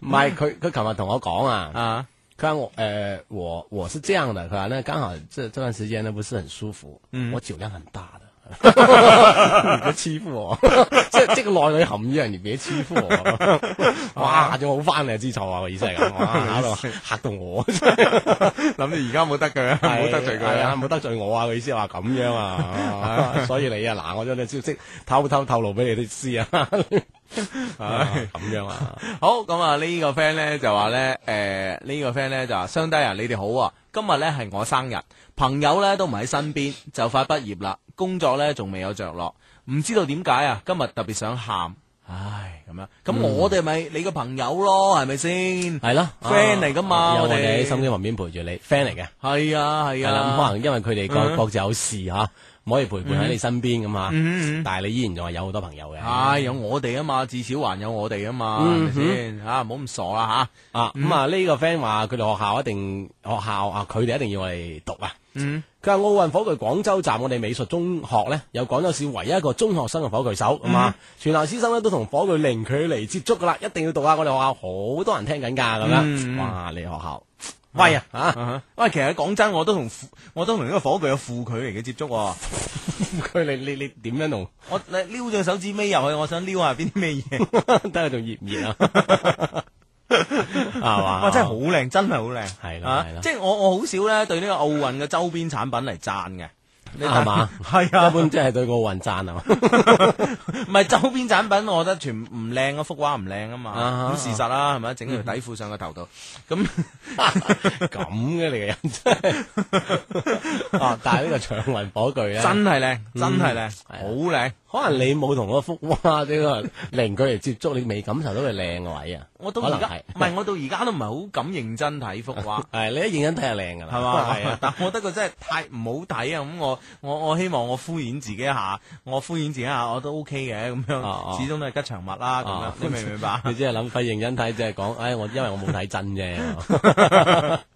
Speaker 3: 唔係佢佢琴日同我講啊。
Speaker 2: 啊，
Speaker 3: 看我，呃，
Speaker 2: 嗯 [LAUGHS]
Speaker 3: 我我是这样的，可能刚好这这段时间呢不是很舒服，我酒量很大的，你欺負我， [LAUGHS] 即係即係個內裏含義係你別欺負
Speaker 2: [LAUGHS]
Speaker 3: 我。哇，下次我好翻你就知錯啊！個意思係咁，哇嚇到嚇到我，
Speaker 2: [LAUGHS] 諗住而家冇得嘅，唔好得罪佢
Speaker 3: 係啊，
Speaker 2: 啊！
Speaker 3: 唔好得罪我啊！佢意思話咁樣啊，
Speaker 2: [LAUGHS]
Speaker 3: 啊所以你啊嗱，我將你消息偷偷透露俾你哋知
Speaker 2: [LAUGHS]
Speaker 3: 啊，
Speaker 2: 唉
Speaker 3: 咁樣啊，
Speaker 2: 好咁啊，呢個 friend 咧就話咧，诶呢個 friend 咧就話，相低人你哋好啊，今日咧係我生日，朋友咧都唔喺身邊，就快畢業啦，工作咧仲未有着落，唔知道點解啊，今日特別想喊，唉咁樣，
Speaker 3: 嗯
Speaker 2: 咁我哋咪你個朋友咯，係咪先？
Speaker 3: 係咯
Speaker 2: friend 嚟㗎嘛
Speaker 3: 啊有
Speaker 2: 我
Speaker 3: 我
Speaker 2: 哋
Speaker 3: 哋喺心機旁邊陪住你，friend 嚟嘅。
Speaker 2: 係啊係
Speaker 3: 係啦，咁
Speaker 2: 啊嗯
Speaker 3: 可，能因為佢哋各各自有事吓，唔可以陪伴喺你身邊咁吓，但係你依然仲係有好多朋友嘅。
Speaker 2: 唉有我嗯哋啊嘛，至少還有我哋啊嘛，係
Speaker 3: 嗯
Speaker 2: 咪先？吓唔好咁傻啦
Speaker 3: 啊，咁啊呢個 friend 話佢哋學校一定學校啊，佢哋一定要我哋讀啊。
Speaker 2: 嗯
Speaker 3: 佢話奧運火炬廣州站，我哋美術中學呢，有廣州市唯一一個中學生嘅火炬手，咁
Speaker 2: 嗯
Speaker 3: 啊、全校師生呢都同火炬零距離接觸噶啦，一定要讀啊！我哋學校好多人聽緊㗎咁樣，啊
Speaker 2: 嗯
Speaker 3: 哇！你學校 [LAUGHS] 威啊嚇！
Speaker 2: 吓。啊喂，其實講真，我都同父我都同呢個火炬有負距離嘅接觸喎。
Speaker 3: 佢你你你點樣 [LAUGHS] 弄？
Speaker 2: 我你撩咗手指尾入去，我想撩下邊啲咩
Speaker 3: [LAUGHS]
Speaker 2: 嘢。
Speaker 3: 睇下仲熱唔
Speaker 2: [LAUGHS]
Speaker 3: 熱啊？ [LAUGHS] 係嘛？
Speaker 2: 哇，真係好靚，真係好靚。
Speaker 3: 係啦
Speaker 2: 啊
Speaker 3: 係啦
Speaker 2: 即係我我好少咧對呢個奧運嘅周邊產品嚟讚嘅。你睇
Speaker 3: 係嘛？
Speaker 2: 係
Speaker 3: 一
Speaker 2: 啊，
Speaker 3: 般即係對奧運讚啊嘛。
Speaker 2: 唔係周邊產品，我覺得全唔靚嗰幅畫唔靚啊嘛。
Speaker 3: 啊
Speaker 2: 咁事實啦，係咪？整條底褲上個頭度，
Speaker 3: [LAUGHS]
Speaker 2: 咁
Speaker 3: 咁嘅你嘅人真
Speaker 2: [LAUGHS]
Speaker 3: 係啊！但係呢個長雲火炬咧，
Speaker 2: 真係靚，真係靚，
Speaker 3: 係啊
Speaker 2: 好靚。
Speaker 3: 可能你冇同嗰幅哇呢個零距離接觸，你未感受到佢靚嘅位啊。
Speaker 2: 我到
Speaker 3: 可
Speaker 2: 而
Speaker 3: 能
Speaker 2: 家
Speaker 3: 係
Speaker 2: 唔係，我到而家都唔係好敢認真睇幅畫。
Speaker 3: 係你一認真睇就靚㗎啦，
Speaker 2: 係嘛？
Speaker 3: [LAUGHS] 係啊。
Speaker 2: 但我覺得佢真係太唔好睇啊！咁我我我希望我敷衍自己一下，我敷衍自己一下我都 OK 嘅咁樣，
Speaker 3: 哦哦
Speaker 2: 始終都係吉祥物啦咁樣
Speaker 3: 哦，
Speaker 2: 你明唔明白？
Speaker 3: 你只 [LAUGHS] 係諗費認真睇，只係講，唉，我因為我冇睇真啫。
Speaker 2: [LAUGHS]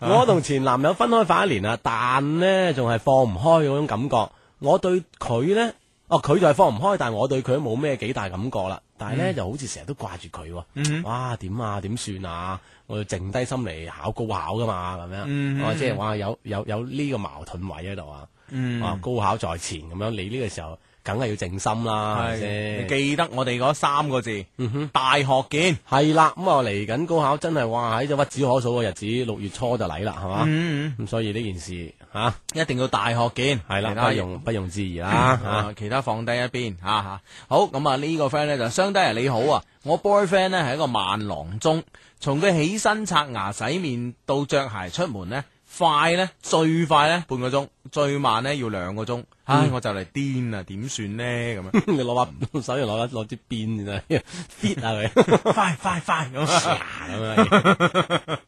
Speaker 3: 我同前男友分開快一年啦，但呢仲係放唔開嗰種感覺。我對佢呢，哦，佢就係放唔開，但我對佢都冇咩幾大感覺啦。但係呢，
Speaker 2: 嗯
Speaker 3: 就好似成日都掛住佢喎，哇點啊點算啊？我要靜低心嚟考高考噶嘛，咁樣，
Speaker 2: 嗯
Speaker 3: 哦即係話有有有呢個矛盾位喺度啊，
Speaker 2: 嗯
Speaker 3: 啊高考在前咁樣，你呢個時候梗係要靜心啦，係咪
Speaker 2: 係，
Speaker 3: 先嗯
Speaker 2: 你？記得我哋嗰三個字，大學見。
Speaker 3: 系啦，咁啊嚟緊高考真係哇喺只屈指可數嘅日子，六月初就嚟啦，係嘛？
Speaker 2: 嗯，
Speaker 3: 咁所以呢件事吓
Speaker 2: 一定要大學見，
Speaker 3: 係
Speaker 2: 其他
Speaker 3: 啦，不
Speaker 2: 嘢
Speaker 3: 容不容置疑啦
Speaker 2: [LAUGHS]
Speaker 3: 吓。
Speaker 2: 啊，其他放低一邊嚇嚇。好咁啊，呢個 friend 咧就相低人你好啊，我 boyfriend 咧係一個慢郎中，從佢起身刷牙洗面到着鞋出門呢，快呢，最快呢半個鐘，最慢呢要兩個鐘。唉，我就嚟癲啦，點算呢？咁樣
Speaker 3: 你 [LAUGHS] 攞把手又攞攞支鞭先啦 [LAUGHS] ，fit 下佢，
Speaker 2: [LAUGHS] 快快快咁啊！
Speaker 3: 咁樣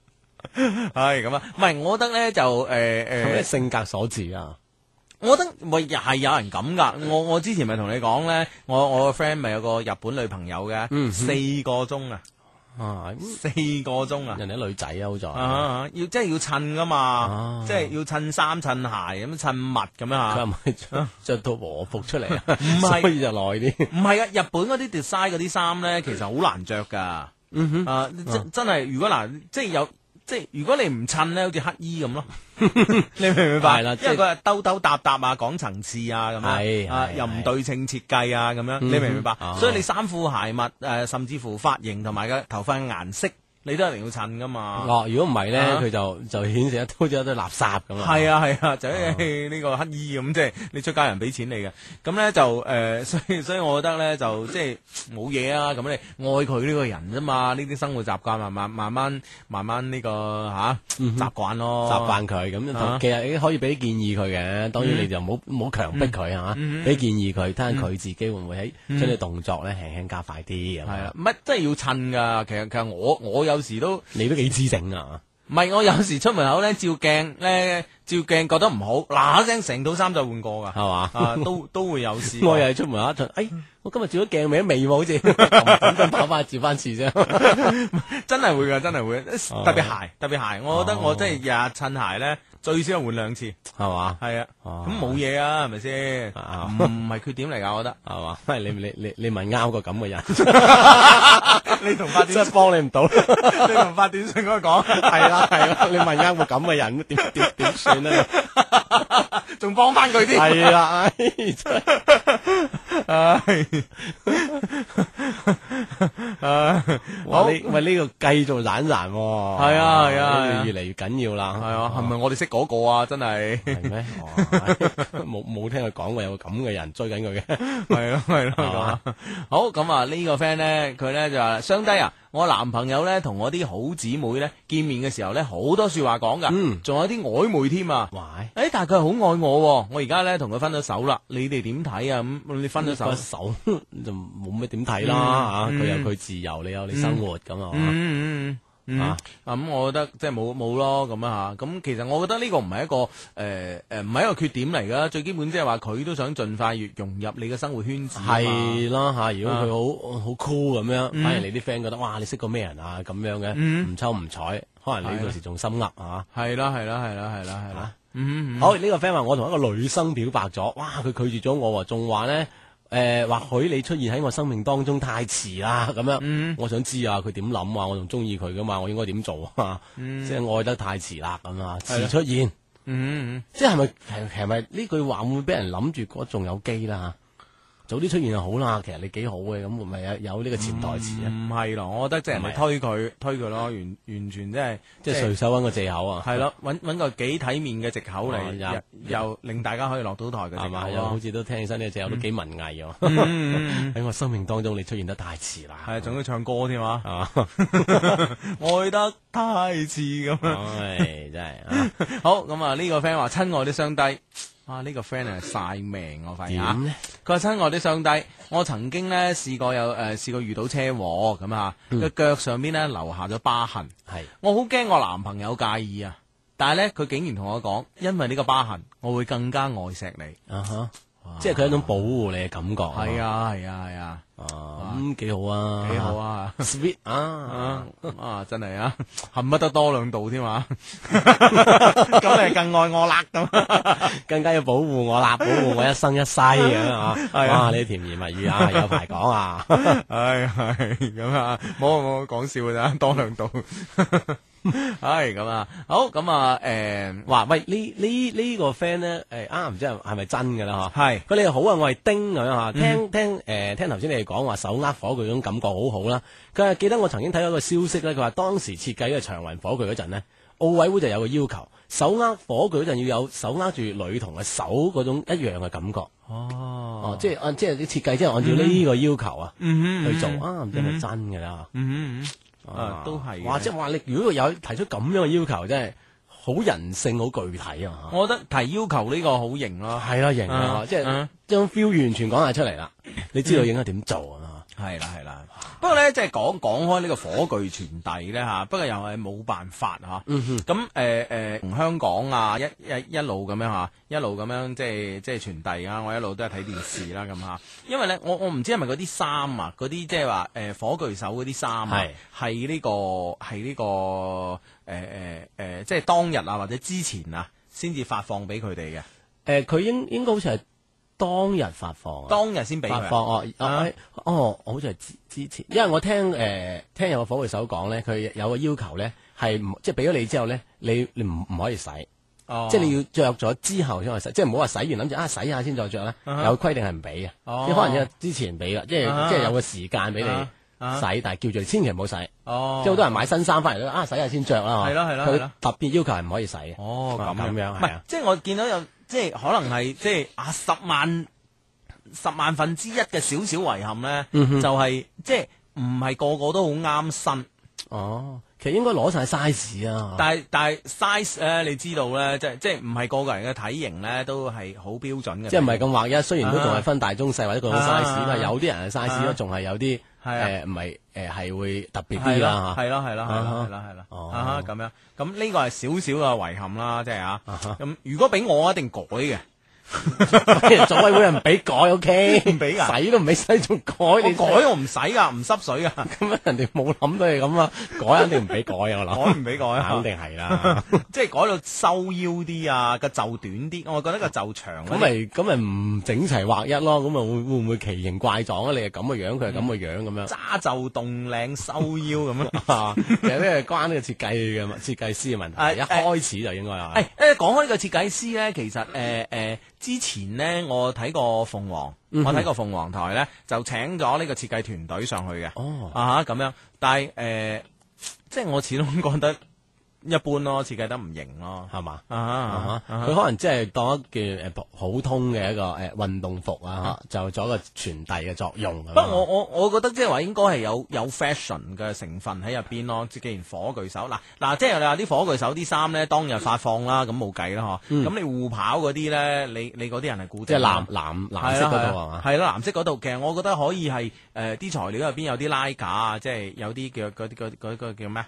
Speaker 2: [LAUGHS] 係咁啊，唔係我覺得呢就誒誒。
Speaker 3: 係
Speaker 2: [LAUGHS]
Speaker 3: 咪性格所致啊？
Speaker 2: 我覺得咪又係有人咁噶，我我之前咪同你講呢，我我個 friend 咪有個日本女朋友嘅，四個鐘啊，
Speaker 3: 啊，咁
Speaker 2: 四個鐘啊，
Speaker 3: 人哋女仔啊，好在
Speaker 2: 啊
Speaker 3: 佢
Speaker 2: 啊，要即係要襯噶嘛
Speaker 3: 啊，
Speaker 2: 即係要襯衫襯鞋咁襯襪咁樣
Speaker 3: 又
Speaker 2: 啊。
Speaker 3: 唔係着着到和服出嚟啊，
Speaker 2: 係
Speaker 3: [LAUGHS] 所以就耐啲。
Speaker 2: 唔係啊，日本嗰啲 design 嗰啲衫咧，其實好難着噶。嗯哼，啊，真真係如果嗱，即係有。即係如果你唔襯咧，好似乞衣
Speaker 3: [LAUGHS]
Speaker 2: 咁咯，你明唔明白？
Speaker 3: 係
Speaker 2: 因
Speaker 3: 啦
Speaker 2: 為
Speaker 3: 即係
Speaker 2: 佢係兜兜搭搭啊，講層次啊，咁樣
Speaker 3: 係
Speaker 2: 啊，
Speaker 3: 係
Speaker 2: 又唔
Speaker 3: 係
Speaker 2: 對稱設計啊，咁樣，你明唔明白
Speaker 3: 嗯？哼
Speaker 2: 所以你衫褲鞋襪誒，甚至乎髮型同埋個頭髮嘅顏色，你都一定要襯噶嘛。
Speaker 3: 哦，如果唔係咧，
Speaker 2: 啊
Speaker 3: 佢就就顯示得好似一堆垃圾咁啊。
Speaker 2: 係啊係啊，就好似呢個乞衣咁，即係你出街人俾錢你嘅，咁咧就誒、呃所以 [LAUGHS] 所以我覺得咧就即係冇嘢啊，咁你愛佢呢個人啫嘛，呢啲生活習慣慢慢慢慢慢慢呢、個嚇、習慣咯，
Speaker 3: 嗯習慣佢
Speaker 2: 哦
Speaker 3: 咁，
Speaker 2: 啊嗯
Speaker 3: 同其實你可以俾建議佢嘅，當然你就唔好唔好強迫佢嚇，俾建議佢，睇下佢自己會唔會喺將啲動作咧輕輕加快啲咁
Speaker 2: 嗯係啊唔
Speaker 3: 樣。，
Speaker 2: 係真係要襯噶，其實其實我我有時都。
Speaker 3: 你都幾知整啊！
Speaker 2: 唔係，我有時出門口咧照鏡咧照鏡覺得唔好，嗱一聲成套衫就換過㗎，
Speaker 3: 係嘛 [LAUGHS]
Speaker 2: 啊，嗯都都會有事。
Speaker 3: 我又係出門口一陣，哎，我今日照咗鏡未？未喎，
Speaker 2: [LAUGHS]
Speaker 3: 好似咁咁跑翻照翻次啫。
Speaker 2: 真係會㗎，真係會㗎，
Speaker 3: 哦
Speaker 2: 特別鞋，特別鞋，我覺得我真係日日襯鞋咧，最少換兩次，
Speaker 3: 係嘛？
Speaker 2: 係啊，
Speaker 3: 哦
Speaker 2: 咁冇嘢啊，係咪先？
Speaker 3: 啊
Speaker 2: 唔唔係缺點嚟㗎，我覺得。
Speaker 3: 係嘛？你你你你問啱個咁嘅
Speaker 2: [LAUGHS]
Speaker 3: 人，
Speaker 2: 啊你同發
Speaker 3: [LAUGHS] 真係幫你唔到。
Speaker 2: 你同發短信嗰個講， [LAUGHS]
Speaker 3: [LAUGHS] 係啦係啦，你問啱個咁嘅人，點點點算咧？
Speaker 2: 仲幫翻佢添。
Speaker 3: 係
Speaker 2: 啊
Speaker 3: 啊啦，唉真係
Speaker 2: 唉，唉好
Speaker 3: 哇呢喂呢個繼續懶懶喎，
Speaker 2: 係啊係啊係啊
Speaker 3: 越嚟越緊要啦，
Speaker 2: 係啊，係咪我哋識嗰個啊？真
Speaker 3: [LAUGHS]
Speaker 2: 係
Speaker 3: 係咩？哦冇冇聽佢講過有個咁嘅人追緊佢嘅，
Speaker 2: 係咯係咯
Speaker 3: 係
Speaker 2: 咁
Speaker 3: 嘛
Speaker 2: 啊。好咁啊，呢個 friend 咧，佢咧就話：相低啊，我男朋友咧同我啲好姊妹咧見面嘅時候咧，好多説話講㗎，
Speaker 3: 嗯
Speaker 2: 仲有啲曖昧添啊。
Speaker 3: 喂，
Speaker 2: 诶、但系佢係好愛我、喎。我而家咧同佢分咗手啦，你哋點睇啊？咁你分咗手
Speaker 3: 個，手就冇咩點睇啦嚇，佢有佢自由，你有你生活咁啊嘛。
Speaker 2: 嗯嗯嗯嗯嗯
Speaker 3: 啊，
Speaker 2: 咁、我覺得即係冇冇咯咁啊吓，咁其實我覺得呢個唔係一個诶诶唔係一個缺點嚟噶，最基本即係話佢都想盡快越融入你嘅生活圈子啊嘛，
Speaker 3: 係啦嚇，如果佢
Speaker 2: 啊
Speaker 3: 好好 cool 咁
Speaker 2: 嗯
Speaker 3: 樣，反而你啲 friend 覺得哇，你識個咩人啊咁樣嘅，唔抽唔睬，可能你
Speaker 2: 啊
Speaker 3: 到時仲心噏嚇。
Speaker 2: 係啦係啦係啦係啦係啦
Speaker 3: 啊，
Speaker 2: 嗯嗯
Speaker 3: 好，呢個 friend 話我同一個女生表白咗，哇，佢拒絕咗我喎，仲話咧。誒，或許你出現喺我生命當中太遲啦，咁樣，我想知啊，佢點諗啊？我仲中意佢噶嘛，我應該點做啊？即係愛得太遲啦，咁啊，遲出現，
Speaker 2: 嗯嗯
Speaker 3: 即係咪係係咪呢句話會俾人諗住嗰仲有機啦？早啲出現就好啦，其實你幾好嘅，咁會咪有有呢個潛台詞啊？
Speaker 2: 嗯，唔係咯，我覺得即係人哋推佢推佢咯，完完全即係
Speaker 3: 即係隨手揾個藉口啊，
Speaker 2: 係咯，揾揾個幾體面嘅藉口
Speaker 3: 哦
Speaker 2: 嚟，
Speaker 3: 又
Speaker 2: 又又令大家可以落到台嘅藉
Speaker 3: 係嘛？
Speaker 2: 口
Speaker 3: 又
Speaker 2: 咯嗯
Speaker 3: 好。似都聽起身呢個藉口都幾文藝喎。 [LAUGHS] 喺我生命當中你出現得太遲啦，
Speaker 2: 系，仲要唱歌添啊！
Speaker 3: 啊，
Speaker 2: 愛得太遲咁樣。
Speaker 3: 唉，真係 [LAUGHS] 啊
Speaker 2: 好，咁啊呢個 friend 話：親愛的雙低，啊呢個 friend 係晒命我發現啊
Speaker 3: 點！咧？
Speaker 2: 佢話親愛的上帝，我曾經咧試過有誒、呃、試過遇到車禍咁啊，
Speaker 3: 嗯
Speaker 2: 個腳上邊咧留下咗疤痕，
Speaker 3: 係
Speaker 2: 我好驚我男朋友介意啊！但係咧，佢竟然同我講，因為呢個疤痕，我會更加愛錫你。
Speaker 3: 啊哈，即係佢有一種保護你嘅感覺。
Speaker 2: 係，啊，係啊，係啊，
Speaker 3: 啊咁幾好哦啊，
Speaker 2: 幾好啊！
Speaker 3: ，sweet 啊，
Speaker 2: 啊 [LAUGHS] 啊！真係啊，恨不得多兩度添
Speaker 3: [LAUGHS]
Speaker 2: 嘛， [LAUGHS] 咁你更愛我啦咁。
Speaker 3: 更加要保護我啦，保護我一生一世咁 [LAUGHS] 啊！
Speaker 2: 係啊
Speaker 3: 哇，你甜言蜜語啊，有排講啊！
Speaker 2: [LAUGHS] 唉，系咁啊，冇冇講笑噶咋，多兩度。 [LAUGHS] 唉，咁啊，好咁啊，诶、
Speaker 3: 哇， [LAUGHS] 喂，呢呢呢個 friend 咧，誒啊，唔知係咪真嘅啦嚇？
Speaker 2: 係
Speaker 3: 佢哋好啊，我係丁咁樣嚇，
Speaker 2: 嗯
Speaker 3: 聽聽誒聽頭先你哋講話手握火炬嗰種感覺好好啦。佢話記得我曾經睇到一個消息咧，佢話當時設計呢個長雲火炬嗰陣咧，奧委會就有個要求，手握火炬嗰陣要有手握住女童嘅手嗰種一樣嘅感覺。
Speaker 2: 哦，
Speaker 3: 哦，即係按即係啲設計，即係按照呢個要求啊去做啊，唔知係咪真嘅啦嚇？
Speaker 2: 嗯，啊都係嘅
Speaker 3: 哇！即係話你如果有提出咁樣嘅要求，真係好人性，好具體啊！
Speaker 2: 我覺得提要求呢個好型咯，
Speaker 3: 係啦，型啊，
Speaker 2: 啊
Speaker 3: 即係
Speaker 2: 啊
Speaker 3: 將 feel 完全講晒出嚟啦，你知道應該點做啊？
Speaker 2: 係啦係啦。不過咧，即係講講開呢個火炬傳遞咧吓，不過又係冇辦法吓。
Speaker 3: 嗯
Speaker 2: 咁诶诶，同、香港啊，一一一路咁樣吓，一路咁樣即係即係傳遞啊。我一路都係睇電視啦咁吓，因為咧，我我唔知係咪嗰啲衫啊，嗰啲即係話诶火炬手嗰啲衫啊
Speaker 3: 係，
Speaker 2: 係呢、個係呢、個诶诶诶，即係當日啊或者之前啊，先至發放俾佢哋嘅，
Speaker 3: 誒，佢應應該好似係當日發放啊，
Speaker 2: 嗯當日先俾佢
Speaker 3: 發
Speaker 2: 啊。
Speaker 3: 放哦哦哦，好似係之之前，因為我聽誒聽有個火炬手講咧，佢有個要求咧係唔即係俾咗你之後咧，你你唔唔可以洗。
Speaker 2: 哦
Speaker 3: 即係你要着咗之後先可以洗，即係唔好話洗完諗住啊洗下先再着咧，有規定係唔俾嘅，
Speaker 2: 啊哦
Speaker 3: 即係可能有之前俾啦，即
Speaker 2: 啊哈
Speaker 3: 係即係有個時間俾你洗
Speaker 2: 啊，啊
Speaker 3: 但係叫做你千祈唔好洗，即
Speaker 2: 哦，
Speaker 3: 係好多人買新衫翻嚟都啊洗下先着啦，
Speaker 2: 係咯係咯係
Speaker 3: 佢
Speaker 2: 咯
Speaker 3: 特別要求係唔可以洗嘅，
Speaker 2: 哦，
Speaker 3: 啊
Speaker 2: 咁
Speaker 3: 咁樣
Speaker 2: 唔
Speaker 3: 係
Speaker 2: 係
Speaker 3: 啊，，
Speaker 2: 即係我見到有，即係可能係即係啊十萬十萬分之一嘅少少遺憾咧，
Speaker 3: 嗯
Speaker 2: 就係即係唔係個個都好啱身，
Speaker 3: 哦，其實應該攞晒 size 啊，
Speaker 2: 但係但係 size 咧，你知道咧，即係即係唔係個個人嘅體型咧都係好標準嘅，
Speaker 3: 即係唔係咁劃一，雖然都仲
Speaker 2: 啊
Speaker 3: 係分大中細或者各種
Speaker 2: 啊
Speaker 3: size，但係有啲人嘅 size
Speaker 2: 啊
Speaker 3: 都仲係有啲
Speaker 2: 係啊
Speaker 3: 誒唔係誒係會特別
Speaker 2: 係
Speaker 3: 啲
Speaker 2: 啦
Speaker 3: 啦，
Speaker 2: 係啦，係啦，係
Speaker 3: 啊
Speaker 2: 啦，
Speaker 3: 哈
Speaker 2: 係啦，係啦，
Speaker 3: 哦
Speaker 2: 啊哈咁樣，咁呢個係少少嘅遺憾啦，即係啊，
Speaker 3: 啊哈
Speaker 2: 咁如果俾我我一定改嘅，
Speaker 3: [LAUGHS] 作啊委會人唔俾改
Speaker 2: [LAUGHS]
Speaker 3: ，OK，
Speaker 2: 唔俾㗎
Speaker 3: 洗都唔俾洗，仲改
Speaker 2: 我
Speaker 3: 你啊
Speaker 2: 改我唔使噶，唔濕水噶，
Speaker 3: [LAUGHS] 咁樣人哋冇諗到你咁啊，改肯定唔俾改啊，我
Speaker 2: 改
Speaker 3: 諗
Speaker 2: 唔俾改啊
Speaker 3: 肯，定係啦。
Speaker 2: 即係改到收腰啲啊，個袖短啲，我覺得個袖長嗰啲
Speaker 3: 咁咪咁咪唔整齊劃一咯，咁咪會會唔會奇形怪狀啊？你係咁嘅
Speaker 2: 嗯
Speaker 3: 樣，佢係咁嘅樣咁樣。
Speaker 2: 揸袖動領收腰咁樣。
Speaker 3: [LAUGHS] 啊，
Speaker 2: [LAUGHS]
Speaker 3: 其實呢係關呢個設計嘅問設計師嘅問
Speaker 2: 誒
Speaker 3: 題，一開始就應該係。
Speaker 2: 哎誒誒，講開呢個設計師咧，其實誒誒、呃呃之前咧，我睇過鳳凰，
Speaker 3: 嗯
Speaker 2: 我睇過鳳凰台咧，就請咗呢個設計團隊上去嘅。
Speaker 3: 哦
Speaker 2: 啊哈咁樣，但係誒、呃即係我始終覺得一般咯，設計得唔型咯。
Speaker 3: 係嘛？
Speaker 2: 啊哈
Speaker 3: 啊
Speaker 2: 啊哈
Speaker 3: 哈佢可能即係當一件誒普普通嘅一個誒運動服啊，就做一個傳遞嘅作用咁
Speaker 2: 不
Speaker 3: 樣。
Speaker 2: 過我我我覺得即係話應該係有有 fashion 嘅成分喺入邊咯。即既然火炬手嗱嗱，即係你話啲火炬手啲衫咧當日發放啦，咁冇計啦嗬。咁、你互跑嗰啲咧，你你嗰啲人係啊固
Speaker 3: 嗯即
Speaker 2: 定
Speaker 3: 係
Speaker 2: 㗎
Speaker 3: 藍藍藍色嗰度係嘛？
Speaker 2: 係啦，藍色嗰度其實我覺得可以係誒啲材料入邊有啲拉架啊，即係有啲叫嗰啲嗰嗰嗰叫咩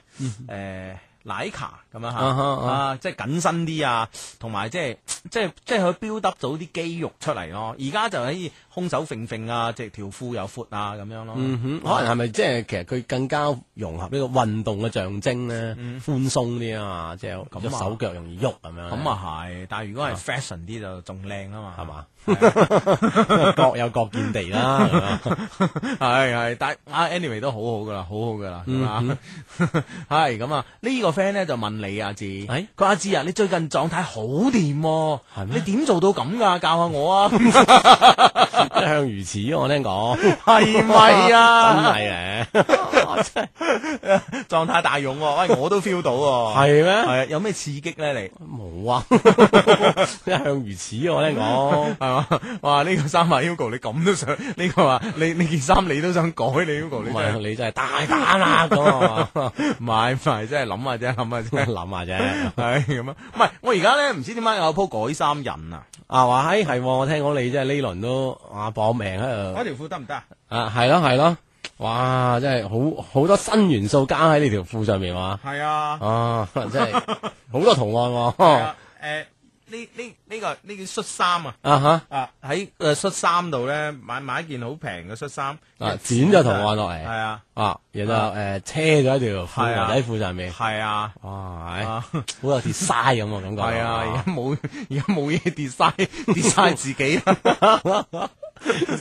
Speaker 2: 誒奶卡咁樣嚇
Speaker 3: 嗯啊哈啊哈
Speaker 2: 啊，即係緊身啲啊，同埋即係即係即係佢 build up 到啲肌肉出嚟咯。而家就喺空手揈揈啊，即係條褲又闊啊咁樣咯。
Speaker 3: 嗯哼，可能係咪即係其實佢更加融合呢個運動嘅象徵咧，寬鬆啲啊嘛，即係
Speaker 2: 嗯咁啊
Speaker 3: 咁手腳容易喐咁樣。
Speaker 2: 咁啊係，但係如果係 fashion 啲就仲靚啊嘛，
Speaker 3: 係嘛？ [LAUGHS] 各有各見地啦。咁樣
Speaker 2: 係係，但係啊，anyway 都好好噶啦，好好噶啦，
Speaker 3: 嗯
Speaker 2: 咁啊， [LAUGHS] 係咁啊，呢個 friend 咧就問你阿志，
Speaker 3: 哎
Speaker 2: 佢話阿志啊，你最近狀態好掂喎，
Speaker 3: 係咩
Speaker 2: 你點做到咁噶？教下我啊， [LAUGHS]
Speaker 3: 一向如此，我聽講
Speaker 2: 係咪
Speaker 3: [LAUGHS] 真
Speaker 2: 啊？
Speaker 3: 係咧，
Speaker 2: 狀態大勇喎，喂，我都 feel 到喎，
Speaker 3: 係咩？
Speaker 2: 係啊，有咩刺激咧？你 [LAUGHS]
Speaker 3: 冇啊，一向如此，我聽講。
Speaker 2: 係嘛？哇！呢個衫啊，Hugo，你咁都想？呢個話你呢件衫你都想改？你 Hugo，
Speaker 3: 唔
Speaker 2: 你
Speaker 3: 係
Speaker 2: 真係
Speaker 3: 啊你真係大膽啦咁啊！ [LAUGHS]
Speaker 2: 唔係唔係，真係諗下啫，諗下啫。
Speaker 3: 諗下啫，
Speaker 2: 系咁啊，唔系我而家咧唔知點解有鋪改衫人啊，
Speaker 3: 啊話嘿係喎，我聽講你真係呢輪都啊搏命喺度
Speaker 2: 條褲得唔得啊？
Speaker 3: 啊，係咯係咯，哇！真係好好多新元素加喺呢條褲上面哇！
Speaker 2: 系啊，
Speaker 3: 啊，真係好多圖
Speaker 2: [LAUGHS]
Speaker 3: 案喎，啊
Speaker 2: 诶呢呢呢個呢件恤衫啊，
Speaker 3: 哈
Speaker 2: 啊喺诶恤衫度咧買買一件好平嘅恤衫，
Speaker 3: 啊剪咗圖案落嚟
Speaker 2: 係啊
Speaker 3: 啊，然後誒車咗喺條褲
Speaker 2: 係啊
Speaker 3: 牛仔褲上面，
Speaker 2: 係啊。
Speaker 3: 哇！係
Speaker 2: 啊
Speaker 3: 好有 design 咁嘅感覺，
Speaker 2: 係啊，而家冇而家冇嘢 [LAUGHS] design design 自己啦，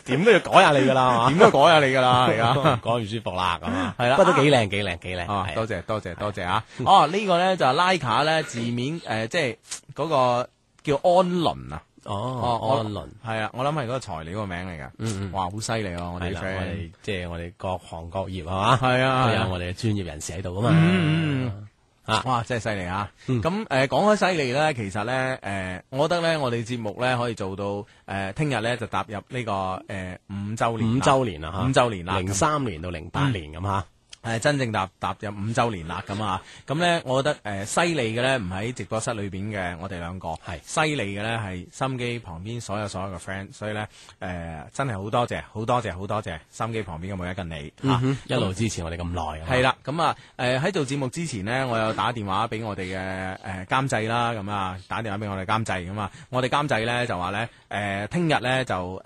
Speaker 3: 點都要改下你噶 [LAUGHS] 啦，係嘛
Speaker 2: [LAUGHS] 點都改下你噶啦，而 [LAUGHS] 家。
Speaker 3: 改唔舒服啦，咁啊，
Speaker 2: 係啦
Speaker 3: 不過都幾靚幾靚幾靚，
Speaker 2: 啊
Speaker 3: 係，
Speaker 2: 多謝多謝多謝啊！哦，呢個咧就係拉卡咧字面誒，即係嗰個叫安倫啊。
Speaker 3: 哦，安倫。
Speaker 2: 系啊，我諗係嗰個材料個名嚟㗎。嗯嗯，哇，好犀利啊！我
Speaker 3: 系
Speaker 2: 哋
Speaker 3: 啦，
Speaker 2: 啲
Speaker 3: 我
Speaker 2: friend
Speaker 3: 哋即係我哋各行各業係嘛，
Speaker 2: 係啊
Speaker 3: 都
Speaker 2: 係啊
Speaker 3: 有我哋嘅專業人士喺度噶嘛，啊
Speaker 2: 嗯
Speaker 3: 嗯
Speaker 2: 哇，真係犀利啊！咁诶，讲开犀利咧，其實咧，诶，我覺得咧，我哋節目咧可以做到诶，聽日咧就踏入呢個诶五周年
Speaker 3: 五
Speaker 2: 啦，
Speaker 3: 周年啦吓，
Speaker 2: 五周年啦，
Speaker 3: 零三年到零八年咁吓，
Speaker 2: 誒呃真正踏踏入五週年啦咁啊！咁咧，我覺得誒呃犀利嘅咧，唔喺直播室裏邊嘅我哋兩個，
Speaker 3: 係
Speaker 2: 犀利嘅咧係心機旁邊所有所有嘅 friend，所以咧誒、呃真係好多謝，好多謝，好多謝心機旁邊嘅每一個你嚇。啊
Speaker 3: 一路支持我哋咁耐啊，
Speaker 2: 係啦，咁啊，誒喺做節目之前呢，我有打電話俾我哋嘅誒監製啦，咁啊打電話俾我哋監製咁啊，我哋監製呢就話呢，誒聽日呢就誒、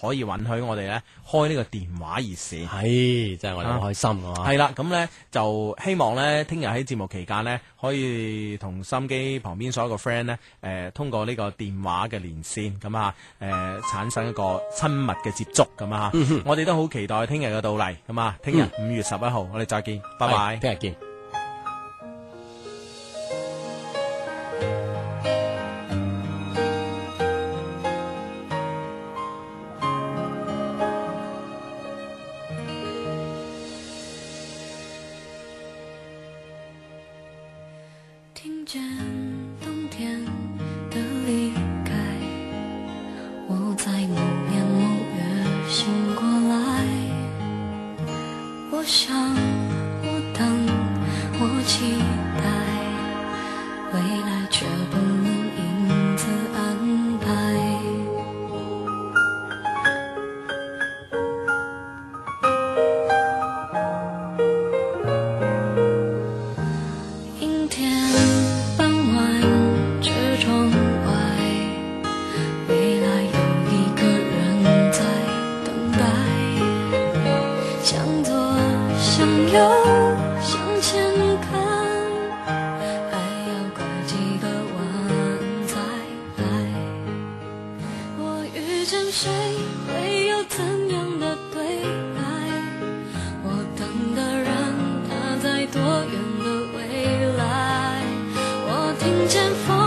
Speaker 2: 可以允許我哋呢開呢個電話熱線。
Speaker 3: 係真係我哋好開心啊嘛，
Speaker 2: 系啦，咁呢就希望呢，聽日喺節目期間呢，可以同心機旁邊所有個 friend 呢，誒、通過呢個電話嘅連線咁啊，誒、產生一個親密嘅接觸咁啊，我哋都好期待聽日嘅到嚟咁啊，聽日五月十一號我哋再見，拜拜
Speaker 3: 係。聽日見。
Speaker 4: 听见冬天的离开，我在某年某月醒过来。我想，我等，我期待，未来却不能因此安排。阴天傍晚，听见风